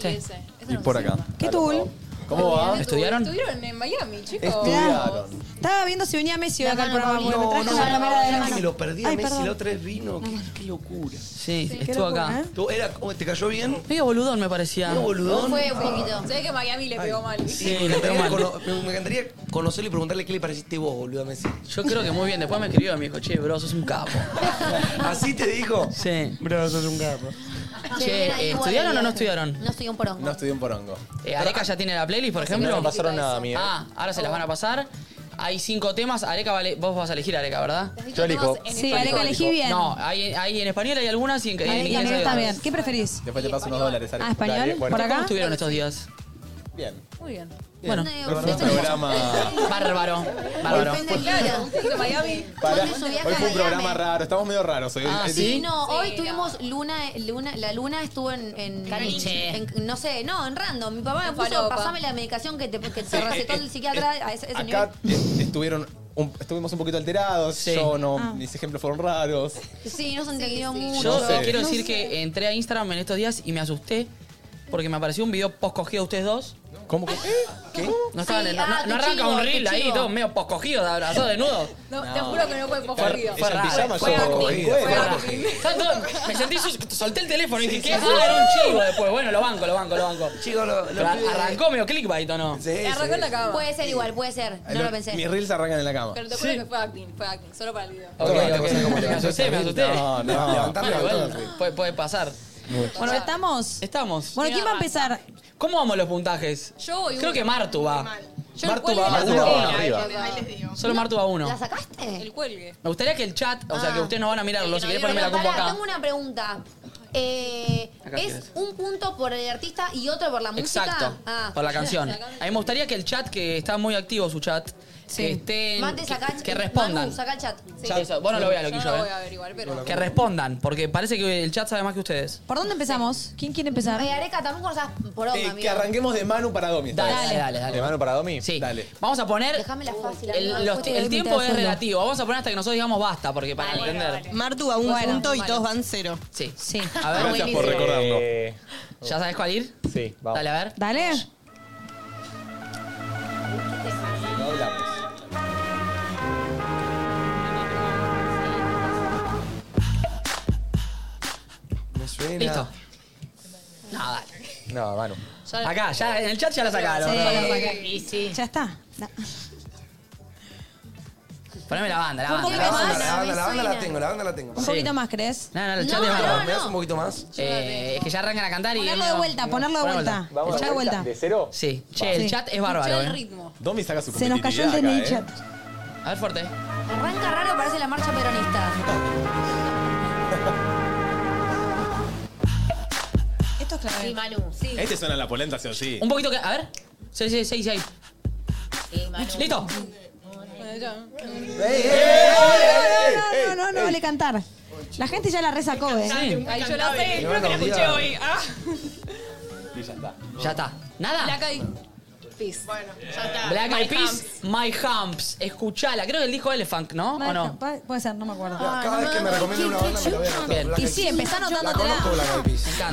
Speaker 2: Sí, ese.
Speaker 1: Y por acá.
Speaker 20: ¿Qué tool?
Speaker 1: ¿Cómo va?
Speaker 2: Estuvieron en Miami, chicos.
Speaker 1: Estudiaron.
Speaker 20: Estaba viendo si venía Messi acá al
Speaker 2: mano
Speaker 20: programa. porque me
Speaker 2: no,
Speaker 20: traje
Speaker 2: no,
Speaker 20: la
Speaker 2: no,
Speaker 20: remera de
Speaker 2: no,
Speaker 20: Messi.
Speaker 4: Me lo perdí a
Speaker 20: Ay,
Speaker 4: Messi,
Speaker 20: perdón.
Speaker 4: la otra vez vino. Qué, qué locura.
Speaker 20: Sí,
Speaker 4: Qué
Speaker 20: estuvo
Speaker 4: locura,
Speaker 20: acá.
Speaker 4: ¿eh? Tú- Era, ¿Cómo te cayó bien?
Speaker 20: Medio boludón me parecía.
Speaker 4: Medio boludón.
Speaker 2: Fue un poquito. Sé que Miami le pegó mal.
Speaker 20: Sí,
Speaker 4: me,
Speaker 20: le pegó
Speaker 4: encantaría
Speaker 20: mal.
Speaker 4: cono- me- me encantaría conocerlo y preguntarle qué le pareciste vos, boludo, a Messi.
Speaker 20: Yo creo que muy bien. Después me escribió y me dijo, che, bro, sos un capo.
Speaker 4: ¿Así te dijo?
Speaker 20: Sí.
Speaker 4: Bro, sos un capo.
Speaker 20: Che, eh, ¿estudiaron o no estudiaron?
Speaker 3: No estudié un porongo.
Speaker 1: No estudié un porongo.
Speaker 20: Eh, Areca ya tiene la playlist, por ejemplo.
Speaker 8: No me pasaron nada, Miguel.
Speaker 20: Ah, ahora se las van a pasar. Hay cinco temas. Areca, vale, vos vas a elegir Areca, ¿verdad?
Speaker 8: Yo elijo.
Speaker 20: Sí,
Speaker 8: Areca,
Speaker 20: elegí bien. No, hay, hay en español hay algunas y en, en
Speaker 8: Areca,
Speaker 20: inglés
Speaker 8: Areca
Speaker 20: hay
Speaker 8: también.
Speaker 20: ¿Qué preferís?
Speaker 1: Después te paso unos dólares. Alex.
Speaker 20: Ah, ¿español?
Speaker 1: Dale, bueno.
Speaker 20: ¿Por acá? ¿Cómo estuvieron estos días?
Speaker 1: Bien.
Speaker 2: Muy bien.
Speaker 20: Bueno,
Speaker 1: Perfecto. programa.
Speaker 20: Bárbaro. Bárbaro.
Speaker 2: Claro, de Miami.
Speaker 1: Pará.
Speaker 3: ¿Dónde subí a
Speaker 1: Hoy fue un
Speaker 3: Miami?
Speaker 1: programa raro. Estamos medio raros. hoy.
Speaker 20: Ah,
Speaker 1: Eh,
Speaker 3: Sí, no, hoy tuvimos luna, luna, la luna estuvo en, en,
Speaker 20: Caliche.
Speaker 3: en- no sé, no, en random. Mi papá me
Speaker 2: En
Speaker 3: puso,
Speaker 2: falopa.
Speaker 3: pasame la medicación que te, que
Speaker 1: Sí,
Speaker 3: te recetó
Speaker 1: eh,
Speaker 3: el psiquiatra a ese, ese nivel.
Speaker 1: Acá eh, estuvieron un- estuvimos un poquito alterados. Yo no,
Speaker 20: Ah.
Speaker 1: mis ejemplos fueron raros.
Speaker 3: Sí, no se entendió mucho.
Speaker 20: Yo
Speaker 1: No sé.
Speaker 20: te quiero
Speaker 1: No
Speaker 20: decir que entré a Instagram en estos días y me asusté porque me apareció un video post-cogido de ustedes dos.
Speaker 1: ¿Cómo? ¿Qué?
Speaker 20: No, estaban
Speaker 2: Sí,
Speaker 20: en- no-
Speaker 2: ah,
Speaker 20: no
Speaker 2: tu
Speaker 20: arranca
Speaker 2: chivo,
Speaker 20: un
Speaker 2: tu
Speaker 20: reel ahí,
Speaker 2: chivo.
Speaker 20: todo medio post-cogido, de abrazado desnudo.
Speaker 2: No, te juro que no fue poco
Speaker 20: Fue-
Speaker 2: corrido.
Speaker 20: fue raro. Fue
Speaker 1: yo
Speaker 20: acting,
Speaker 1: cogí,
Speaker 20: fue
Speaker 1: fue
Speaker 20: acting. Estaban todos- Me sentí, sus- solté el teléfono y dije, ¿qué? Ah, era un chivo después. Bueno, lo banco, lo banco, lo banco.
Speaker 4: Chico, lo,
Speaker 20: Pero ar- arrancó medio clickbait, ¿o no?
Speaker 4: Sí,
Speaker 2: Arrancó en la cama.
Speaker 3: Puede ser igual, puede ser. No
Speaker 1: Lo-
Speaker 3: lo pensé.
Speaker 1: Mis reels arrancan en la cama.
Speaker 2: Pero te juro que fue acting, fue acting, solo para el video.
Speaker 20: Ok,
Speaker 1: Todas las
Speaker 20: ok.
Speaker 1: cosas como
Speaker 20: Me asusté, me asusté.
Speaker 1: No, no.
Speaker 20: Bueno, igual puede, puede pasar.
Speaker 2: Bueno,
Speaker 20: ¿estamos? Estamos.
Speaker 2: Bueno, ¿quién va a empezar?
Speaker 20: ¿Cómo vamos los puntajes?
Speaker 2: Yo voy
Speaker 20: Creo
Speaker 2: uno.
Speaker 20: que Martu
Speaker 7: Ah.
Speaker 20: va.
Speaker 2: Yo
Speaker 20: Martu
Speaker 2: el
Speaker 20: va
Speaker 2: cuelgue
Speaker 20: uno,
Speaker 2: saqué,
Speaker 20: uno arriba.
Speaker 2: la verdad.
Speaker 20: Solo Martu va uno.
Speaker 3: ¿La sacaste?
Speaker 2: El cuelgue.
Speaker 20: Me gustaría que el chat, o sea, que
Speaker 3: Ah.
Speaker 20: ustedes no van a mirarlo, si
Speaker 3: Pero
Speaker 20: querés ponerme la compu
Speaker 3: pará,
Speaker 20: acá.
Speaker 3: Tengo una pregunta. Eh,
Speaker 20: Acá
Speaker 3: ¿Es
Speaker 20: tienes.
Speaker 3: un punto por el artista y otro por la música?
Speaker 20: Exacto,
Speaker 3: Ah.
Speaker 20: por la canción. A mí me gustaría que el chat, que está muy activo su chat, que
Speaker 8: Eh,
Speaker 20: estén,
Speaker 3: Mate,
Speaker 20: que-
Speaker 3: saca-
Speaker 20: que, respondan.
Speaker 3: Manu, saca el chat. Sí.
Speaker 20: Ya, eso, vos no lo veas,
Speaker 2: Yo
Speaker 20: Loquillo,
Speaker 2: no lo
Speaker 20: eh.
Speaker 2: voy a ver igual, pero.
Speaker 20: Que respondan, porque parece que el chat sabe más que ustedes.
Speaker 3: ¿Por dónde empezamos? ¿Quién quiere empezar? Eh, Areca, tampoco usás por onda,
Speaker 1: Eh, que
Speaker 3: amigo.
Speaker 1: arranquemos de Manu para Domi.
Speaker 20: Dale, dale, dale, dale.
Speaker 1: ¿De Manu para Domi?
Speaker 20: Sí.
Speaker 1: Dale.
Speaker 20: Vamos a poner.
Speaker 3: Déjame la fácil. amigo,
Speaker 20: El, los-
Speaker 3: después te
Speaker 20: el
Speaker 3: doy mitad
Speaker 20: tiempo
Speaker 3: de
Speaker 20: es
Speaker 3: sueldo.
Speaker 20: relativo. Vamos a poner hasta que nosotros digamos basta, porque para entender.
Speaker 7: Martu a un
Speaker 20: Bueno,
Speaker 7: punto y
Speaker 20: bueno.
Speaker 7: todos van cero.
Speaker 20: Sí.
Speaker 7: Sí.
Speaker 20: A ver,
Speaker 7: Gracias por Buenísimo.
Speaker 8: recordarlo.
Speaker 20: Eh, ¿Ya sabes cuál ir?
Speaker 8: Sí, vamos.
Speaker 20: Dale, a ver.
Speaker 7: Dale.
Speaker 1: No hablamos.
Speaker 4: Me suena.
Speaker 20: Listo. No, dale.
Speaker 8: No, Manu.
Speaker 20: Acá, ya en el chat ya la sacaron.
Speaker 7: Sí.
Speaker 20: ¿no?
Speaker 7: Ya está.
Speaker 6: Poneme la banda, la
Speaker 4: Un
Speaker 6: banda.
Speaker 4: poquito más, La banda, la banda la tengo, la banda la tengo.
Speaker 7: Un poquito más, ¿crees?
Speaker 6: No, no, el chat es bárbaro.
Speaker 4: ¿Me das un poquito más?
Speaker 6: Eh, es que ya arrancan a cantar y.
Speaker 7: Ponerlo
Speaker 6: es
Speaker 7: de
Speaker 6: medio-
Speaker 7: vuelta, ponerlo de vuelta. El chat de vuelta.
Speaker 1: cero?
Speaker 6: Sí. Che, el
Speaker 7: Sí.
Speaker 6: chat es bárbaro.
Speaker 7: Escuchá el
Speaker 6: eh.
Speaker 7: ritmo.
Speaker 1: Domi saca su
Speaker 7: Se nos cayó el
Speaker 1: competitividad
Speaker 7: DNI
Speaker 1: acá, ¿eh?
Speaker 7: chat.
Speaker 6: A ver, fuerte.
Speaker 3: Arranca raro, parece la marcha peronista.
Speaker 7: Esto es clave.
Speaker 3: Sí, Manu, sí.
Speaker 1: Este suena la polenta, sí o sí.
Speaker 6: Un poquito que. A ver. Sí, sí, sí, sí. Listo.
Speaker 7: No, no, no, no vale cantar. La gente ya la resacó, ¿eh?
Speaker 6: Sí.
Speaker 2: Ay, yo la sé, creo que la escuché hoy. Ah.
Speaker 1: Y ya está.
Speaker 6: Ya está. ¿Nada?
Speaker 2: Black Eyed Peas. Bueno, ya está.
Speaker 6: Black Eyed
Speaker 2: My
Speaker 6: Peas, My Humps. Escuchala. Creo que él dijo Elephant, ¿no? ¿O no?
Speaker 7: Puede- Puede ser, no me acuerdo.
Speaker 4: Cada vez que me recomienda una banda me la voy a anotar.
Speaker 6: Bien.
Speaker 4: Black
Speaker 7: Y
Speaker 4: Eyed
Speaker 7: sí,
Speaker 4: Peas.
Speaker 7: empezá
Speaker 4: La
Speaker 7: anotándotela.
Speaker 4: conozco Black Eyed Peas.
Speaker 6: Me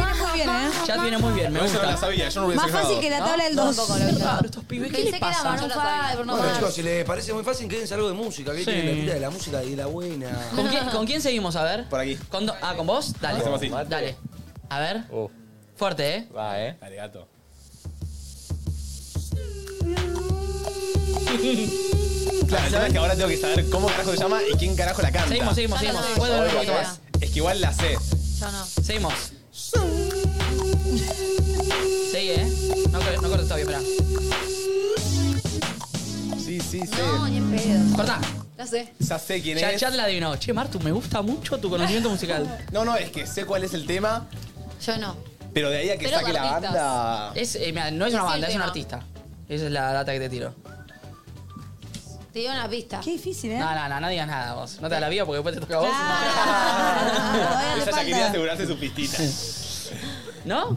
Speaker 7: Maja,
Speaker 6: encanta.
Speaker 7: El chat viene muy bien, ¿eh?
Speaker 6: Chat viene muy bien, me
Speaker 1: Pero eso
Speaker 6: gusta.
Speaker 1: no la sabía, yo no hubiese
Speaker 7: Más fácil
Speaker 1: dejado.
Speaker 7: que la
Speaker 1: ¿No?
Speaker 7: tabla del
Speaker 1: No,
Speaker 7: 2.
Speaker 1: tampoco lo vi.
Speaker 6: estos pibes,
Speaker 3: Pensé que era Maroon 5, Bruno
Speaker 4: Bueno,
Speaker 3: Mars.
Speaker 4: chicos, si les parece muy fácil, quédense algo de música. Que
Speaker 6: Sí.
Speaker 4: tienen la tira de la música y la buena.
Speaker 6: ¿Con quién, con quién seguimos? A ver. Por
Speaker 1: aquí.
Speaker 6: ah, ¿con vos? Dale.
Speaker 1: Hacemos así.
Speaker 6: Dale. A ver.
Speaker 20: Oh.
Speaker 6: Fuerte, ¿eh?
Speaker 20: Ah,
Speaker 1: Va, eh. Dale, gato. Claro, el tema es que ahora tengo que saber cómo carajo se llama y quién carajo la canta.
Speaker 6: Seguimos, seguimos,
Speaker 2: Yo no
Speaker 6: seguimos.
Speaker 2: sé,
Speaker 6: Puedo
Speaker 2: yo
Speaker 6: ver
Speaker 2: no
Speaker 6: un poquito
Speaker 2: sé.
Speaker 6: más.
Speaker 1: Es que igual la sé.
Speaker 3: Yo no.
Speaker 6: Seguimos. Sí, ¿eh? No, cor- no cortes todavía, espera.
Speaker 1: Sí, sí, sí.
Speaker 3: No, ni en pedo.
Speaker 6: Corta.
Speaker 2: Ya sé.
Speaker 1: Ya sé quién
Speaker 6: Ya,
Speaker 1: es.
Speaker 6: ya te la adivinó. Che, Martu, me gusta mucho tu conocimiento musical.
Speaker 1: No, no, es que sé cuál es el tema,
Speaker 3: Yo no.
Speaker 1: pero de ahí a que
Speaker 3: Pero
Speaker 1: saque la
Speaker 3: artistas.
Speaker 1: banda.
Speaker 6: Es, eh, mira, no es
Speaker 3: Es
Speaker 6: una
Speaker 3: el
Speaker 6: banda, es un
Speaker 3: tema.
Speaker 6: artista. Esa es la data que te tiro.
Speaker 3: Te dio una pista.
Speaker 7: Qué difícil, ¿eh?
Speaker 6: No, no, no, no digas nada vos. No te da la vida porque después te toca a vos.
Speaker 1: Ella ya quería asegurarse su pistita.
Speaker 6: ¿No?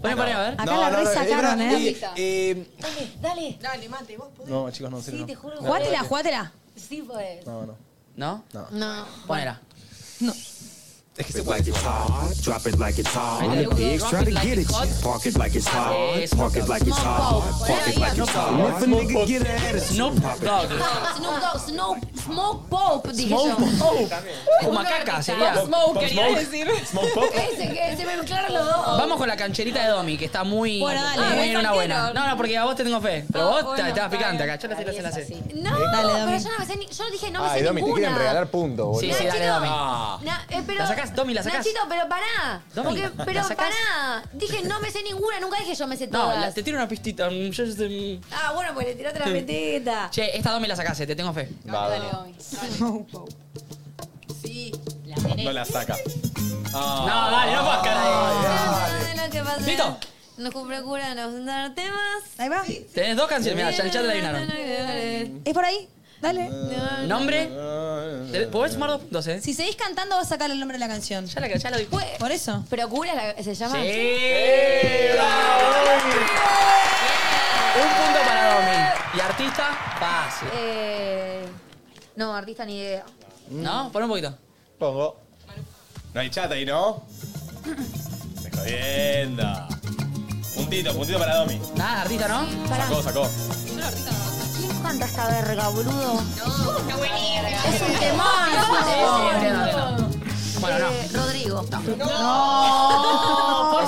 Speaker 6: Poné, poné, a ver.
Speaker 7: Acá la resacaron, ¿eh?
Speaker 1: eh,
Speaker 3: Dale, dale.
Speaker 21: Dale, mate, vos podés.
Speaker 1: No, chicos, no, en serio.
Speaker 3: Sí,
Speaker 1: no.
Speaker 3: te juro. que-
Speaker 7: Jugátela, jugátela.
Speaker 3: Sí, pues.
Speaker 1: No, no.
Speaker 6: ¿No?
Speaker 3: No.
Speaker 6: Ponela.
Speaker 1: Es que se
Speaker 5: Drop it like it's hot, drop it like it's hot.
Speaker 6: Ahí
Speaker 5: I'm
Speaker 6: te
Speaker 5: the
Speaker 6: gusta,
Speaker 5: pigs
Speaker 6: drop
Speaker 5: try
Speaker 6: it
Speaker 5: to
Speaker 6: like
Speaker 5: get
Speaker 6: it's
Speaker 5: it.
Speaker 6: hot.
Speaker 5: Park it like it's hot,
Speaker 6: Eso.
Speaker 5: park it like it's hot, park it like it's hot. If a nigga get an attitude,
Speaker 6: Snoop
Speaker 5: pop it.
Speaker 6: Dogg.
Speaker 3: Ah, Snoop Dogg, Snoop, Smoke Pope, dije
Speaker 6: Smoke
Speaker 3: yo.
Speaker 6: O macaca sería.
Speaker 3: Pop Smoke,
Speaker 1: Pop
Speaker 3: quería
Speaker 1: Smoke.
Speaker 3: decir.
Speaker 1: Smoke Pop.
Speaker 3: Ese que se me mezclaron los dos.
Speaker 6: Vamos con la cancherita de Domi, que está muy.
Speaker 7: Bueno, dale.
Speaker 6: muy
Speaker 7: Ah,
Speaker 6: en
Speaker 7: voy
Speaker 6: una buena.
Speaker 3: tranquilo.
Speaker 6: No, no, porque a vos te tengo fe. Pero
Speaker 3: Ah,
Speaker 6: vos
Speaker 3: bueno,
Speaker 6: te- estabas
Speaker 3: está
Speaker 6: picante
Speaker 3: bien.
Speaker 6: acá. Yo la sé, la sé, la sé. Sí,
Speaker 3: No,
Speaker 7: Dale, Domi.
Speaker 3: pero yo no me sé ni. Yo dije, no me
Speaker 8: Ay,
Speaker 3: sé
Speaker 8: Domi, te
Speaker 3: ninguna.
Speaker 8: quieren regalar puntos, boludo.
Speaker 6: sí, dale,
Speaker 3: Nachito.
Speaker 6: Domi.
Speaker 3: Na- eh, pero,
Speaker 6: ¿La sacás, Domi, la sacás?
Speaker 3: Nachito, pero pará.
Speaker 6: Domi,
Speaker 3: Porque-
Speaker 6: ¿la
Speaker 3: pero
Speaker 6: sacás?
Speaker 3: pará. Dije, no me sé ninguna. Nunca dije yo me sé
Speaker 6: No,
Speaker 3: todas.
Speaker 6: la- te tiro una pistita. Mm, yo- yo- mm.
Speaker 3: Ah, bueno, pues le tiraste la
Speaker 6: Sí.
Speaker 3: meteta.
Speaker 6: Che, esta Domi la sacaste, te tengo fe.
Speaker 8: Va,
Speaker 2: Dale,
Speaker 8: va.
Speaker 2: Omi.
Speaker 1: No la saca.
Speaker 6: No, dale, no puedes caray.
Speaker 3: Lo que pasa
Speaker 6: Listo.
Speaker 3: Nos procura no darte más.
Speaker 7: Ahí va.
Speaker 6: Tenés dos canciones, mira, ya el chat la adivinaron.
Speaker 7: Es por ahí. Dale.
Speaker 6: Nombre. de- ¿Podés sumar dos puntos, eh?
Speaker 7: Si seguís cantando, vas a sacar el nombre de la canción.
Speaker 6: Ya la, ya la di.
Speaker 3: Pues,
Speaker 7: Por eso.
Speaker 3: ¿Procura la- se llama?
Speaker 6: ¡Sí! Un punto para Domi. Y artista, fácil.
Speaker 3: Eh, no, artista ni idea.
Speaker 6: ¿No? Pon un poquito.
Speaker 8: Pongo.
Speaker 1: No hay chat ahí, ¿no? Me jodiendo. Puntito, puntito para Domi.
Speaker 6: Nada, artista, ¿no?
Speaker 3: Pará,
Speaker 1: Sacó, sacó.
Speaker 3: ¿quién canta esta verga, boludo?
Speaker 2: Está buenísimo.
Speaker 3: Es un temor.
Speaker 6: Bueno, no.
Speaker 3: Rodrigo.
Speaker 6: por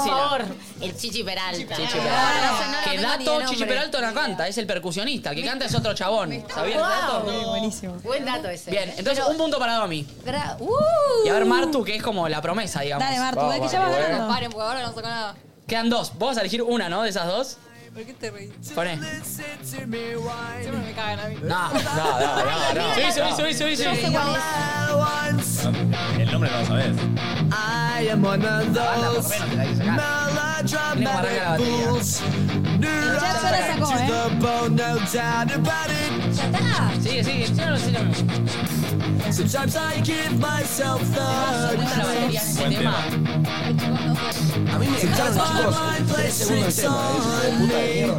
Speaker 6: favor.
Speaker 22: El Chichi Peralta.
Speaker 6: Oh, Chichi
Speaker 3: Claro,
Speaker 6: Peralta.
Speaker 3: o sea, no lo
Speaker 6: Que
Speaker 3: tengo ni de
Speaker 6: dato,
Speaker 3: nombre.
Speaker 6: Chichi Peralta no canta, es el percusionista. El que canta es otro chabón. ¿Sabías el dato?
Speaker 7: Buenísimo.
Speaker 22: Buen dato ese.
Speaker 6: Bien, entonces un punto para Domi.
Speaker 3: Gra- uh.
Speaker 6: Y a ver, Martu, que es como la promesa, digamos.
Speaker 7: Dale, Martu,
Speaker 8: Vamos,
Speaker 7: ve que ya vas
Speaker 8: Martu, eh.
Speaker 7: ganando.
Speaker 2: Paren, porque ahora no saco nada.
Speaker 6: Quedan dos. Vos vas a elegir una, ¿no? De esas dos.
Speaker 2: ¿Por qué te reís?
Speaker 6: Poné.
Speaker 2: Siempre me cagan a mí.
Speaker 6: No.
Speaker 8: No, no, no, no.
Speaker 6: Subí, subí, subí, subí, subí.
Speaker 1: El nombre no lo sabés.
Speaker 5: I am one of those
Speaker 6: Melodramatic
Speaker 5: melodramatic fools.
Speaker 7: Ya se la sacó,
Speaker 5: to
Speaker 7: ¿eh?
Speaker 5: the bone, no doubt about it.
Speaker 3: Ya está.
Speaker 6: Sigue, sigue. Ya no sé lo mismo.
Speaker 5: Sometimes I give myself the
Speaker 6: ¿Dónde está la batería en este
Speaker 1: Buen
Speaker 6: tema?
Speaker 4: A mí me echaron, chicos, tres segundos de tema. ¿eh? Hijo de puta de mierda.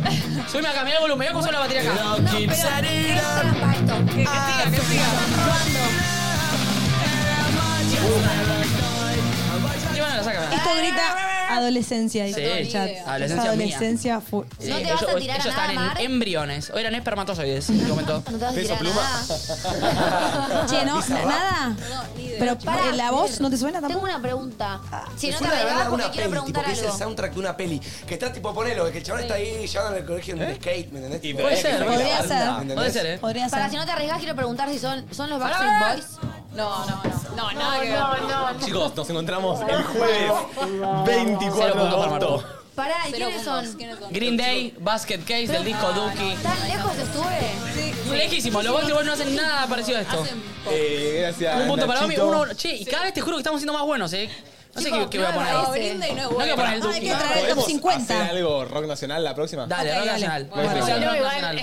Speaker 6: Subime acá, mirá el volumen. Mirá cómo suena la batería acá.
Speaker 5: I'll keep setting
Speaker 3: Es
Speaker 5: up.
Speaker 3: trampa esto. Ah,
Speaker 6: Que
Speaker 2: Ah,
Speaker 6: siga, que siga. Sí, bueno, la saca, mirá.
Speaker 7: Esto grita adolescencia. dice
Speaker 6: Sí,
Speaker 7: el chat.
Speaker 6: adolescencia
Speaker 7: Adolescencia full.
Speaker 6: Sí,
Speaker 3: No te
Speaker 6: ellos-
Speaker 3: vas a tirar a
Speaker 6: ellos
Speaker 3: nada,
Speaker 6: estaban
Speaker 3: Mar.
Speaker 6: en embriones, o eran espermatozoides en ese momento.
Speaker 3: No te vas a
Speaker 1: Peso
Speaker 3: tirar
Speaker 1: pluma.
Speaker 3: nada.
Speaker 7: Che, no, na- nada.
Speaker 2: No, ni
Speaker 23: Pero para, ¿la voz no te suena tampoco?
Speaker 3: Tengo una pregunta. Si
Speaker 20: Ah,
Speaker 4: Me
Speaker 3: no te
Speaker 4: suena de
Speaker 3: agregás,
Speaker 4: verdad
Speaker 3: porque
Speaker 4: una
Speaker 3: quiero
Speaker 4: peli, tipo
Speaker 3: preguntar
Speaker 4: que es el
Speaker 3: algo.
Speaker 4: soundtrack de una peli. Que está tipo, ponelo, que el chabón está ahí ya en el colegio en
Speaker 20: ¿Eh?
Speaker 4: skate, ¿me entendés? Tipo,
Speaker 20: puede
Speaker 4: eh,
Speaker 20: ser,
Speaker 4: que
Speaker 20: podría
Speaker 4: baila
Speaker 20: ser.
Speaker 4: banda, ¿me entendés?
Speaker 20: Puede ser, ¿eh?
Speaker 3: Podría Para, si no te arriesgas, quiero preguntar si son, son los
Speaker 2: Pará,
Speaker 3: Backstreet
Speaker 2: pará.
Speaker 3: Boys.
Speaker 2: No, no, no. No, nada que ver.
Speaker 1: Chicos, nos encontramos el jueves 24 de
Speaker 20: Cero punto para
Speaker 1: agosto.
Speaker 3: Pará, ¿y
Speaker 2: Cero
Speaker 3: quiénes son?
Speaker 20: Green Day, Basket Case del disco Duki.
Speaker 3: ¿Tan lejos estuve?
Speaker 20: Lejísimo, los Backstreet Boys no hacen nada parecido a esto.
Speaker 1: Eh, gracias.
Speaker 20: Un punto para mí,
Speaker 1: Nachito.
Speaker 20: uno. Che, y cada vez te juro que estamos siendo más buenos, eh. No sé qué, qué voy a poner.
Speaker 2: No, Green Day no es
Speaker 20: No voy a poner el
Speaker 2: bueno.
Speaker 20: Duki.
Speaker 1: ¿Podemos hacer algo rock nacional la próxima?
Speaker 20: Dale, rock nacional. Especial rock nacional.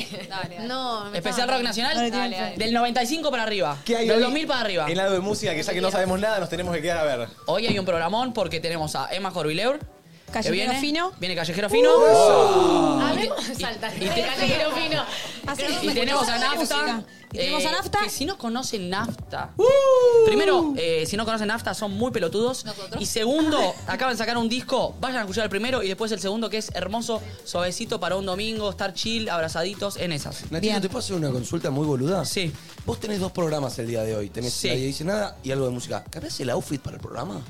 Speaker 3: No, me
Speaker 20: Especial
Speaker 3: estaba-
Speaker 20: rock nacional
Speaker 3: Dale, dale.
Speaker 20: del 95 para arriba.
Speaker 1: ¿Qué hay
Speaker 20: del
Speaker 1: hoy
Speaker 20: 2000 para arriba.
Speaker 1: En lado de música, que ya que no sabemos nada, nos tenemos que quedar a ver.
Speaker 20: Hoy hay un programón porque tenemos a Emma Jorvileur. que
Speaker 1: Callejero
Speaker 20: viene,
Speaker 1: Fino.
Speaker 20: Viene Callejero Fino. Oh.
Speaker 1: ¡Uh!
Speaker 20: Hablemos
Speaker 2: Y te-
Speaker 20: Y tenemos a Nafta.
Speaker 2: Y tenemos
Speaker 20: eh,
Speaker 2: a Nafta.
Speaker 20: Que si no conocen Nafta. Primero, eh, si no conocen Nafta, son muy pelotudos. Y segundo, acaban de sacar un disco, vayan a escuchar el primero y después el segundo, que es hermoso, suavecito para un domingo, estar chill, abrazaditos, en esas.
Speaker 4: Nachito, ¿te puedo hacer una consulta muy boluda?
Speaker 20: Sí.
Speaker 4: Vos tenés dos programas el día de hoy. Tenés
Speaker 20: Sí.
Speaker 4: Nadie Dice Nada y algo de música. ¿Cambiás el outfit para el programa?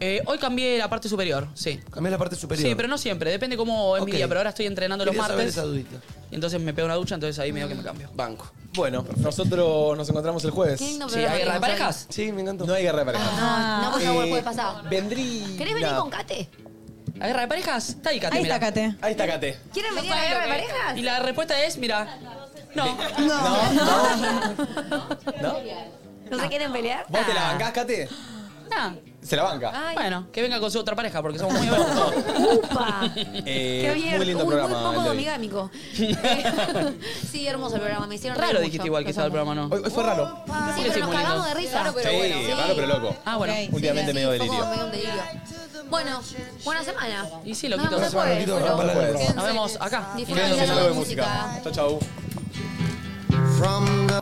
Speaker 20: Eh, hoy cambié la parte superior, sí.
Speaker 4: Cambiás la parte superior.
Speaker 20: Sí, pero no siempre, depende cómo es mi
Speaker 4: Ok.
Speaker 20: día, pero ahora estoy entrenando los
Speaker 4: Quería saber
Speaker 20: martes.
Speaker 4: esa dudita. Mm.
Speaker 20: Y entonces me pego una ducha, entonces ahí medio que me cambio.
Speaker 4: Banco.
Speaker 1: Bueno, nosotros nos encontramos el jueves.
Speaker 3: Qué lindo
Speaker 20: Sí, ¿hay guerra de parejas?
Speaker 4: Sí, me encantó.
Speaker 1: No hay guerra de parejas.
Speaker 3: No, no, por favor,
Speaker 1: Eh,
Speaker 3: puede pasar.
Speaker 1: Vendrí.
Speaker 3: ¿Querés venir
Speaker 1: No.
Speaker 3: con Kate?
Speaker 20: ¿La guerra de parejas? Está ahí, Cate,
Speaker 1: Ahí
Speaker 20: mira.
Speaker 1: está, Cate. Ahí está Cate.
Speaker 3: ¿Quieren venir a la guerra de parejas?
Speaker 20: Y la respuesta es, mira, no.
Speaker 3: No.
Speaker 1: No.
Speaker 3: ¿No se quieren pelear?
Speaker 1: ¿Vos te la bancás, Cate?
Speaker 20: Ah,
Speaker 1: Se la banca.
Speaker 3: Ay.
Speaker 20: Bueno, que venga con su otra pareja porque somos muy buenos.
Speaker 3: ¡Upa!
Speaker 1: Eh,
Speaker 3: Qué bien.
Speaker 1: Muy lindo
Speaker 3: Uy,
Speaker 1: programa.
Speaker 3: muy
Speaker 1: el
Speaker 3: poco
Speaker 1: de hoy.
Speaker 3: amigámico. sí, hermoso el programa. Me hicieron
Speaker 20: Raro
Speaker 3: reír
Speaker 20: dijiste
Speaker 3: mucho.
Speaker 20: igual que estaba el programa, ¿no?
Speaker 1: Hoy, hoy fue raro.
Speaker 3: Sí,
Speaker 20: Sí,
Speaker 3: pero nos
Speaker 20: muy lindo.
Speaker 3: cagamos de risa.
Speaker 1: sí, raro pero loco.
Speaker 20: Ah, bueno.
Speaker 3: Sí,
Speaker 1: Últimamente
Speaker 3: sí,
Speaker 1: medio
Speaker 3: fue como
Speaker 1: delirio.
Speaker 3: medio un delirio. Bueno, buena semana.
Speaker 20: Y sí, loquito.
Speaker 3: Nos vemos el jueves.
Speaker 20: Nos vemos acá.
Speaker 3: Disfruten de la
Speaker 1: Algo de
Speaker 3: música.
Speaker 1: música. Chau, chau.
Speaker 5: From the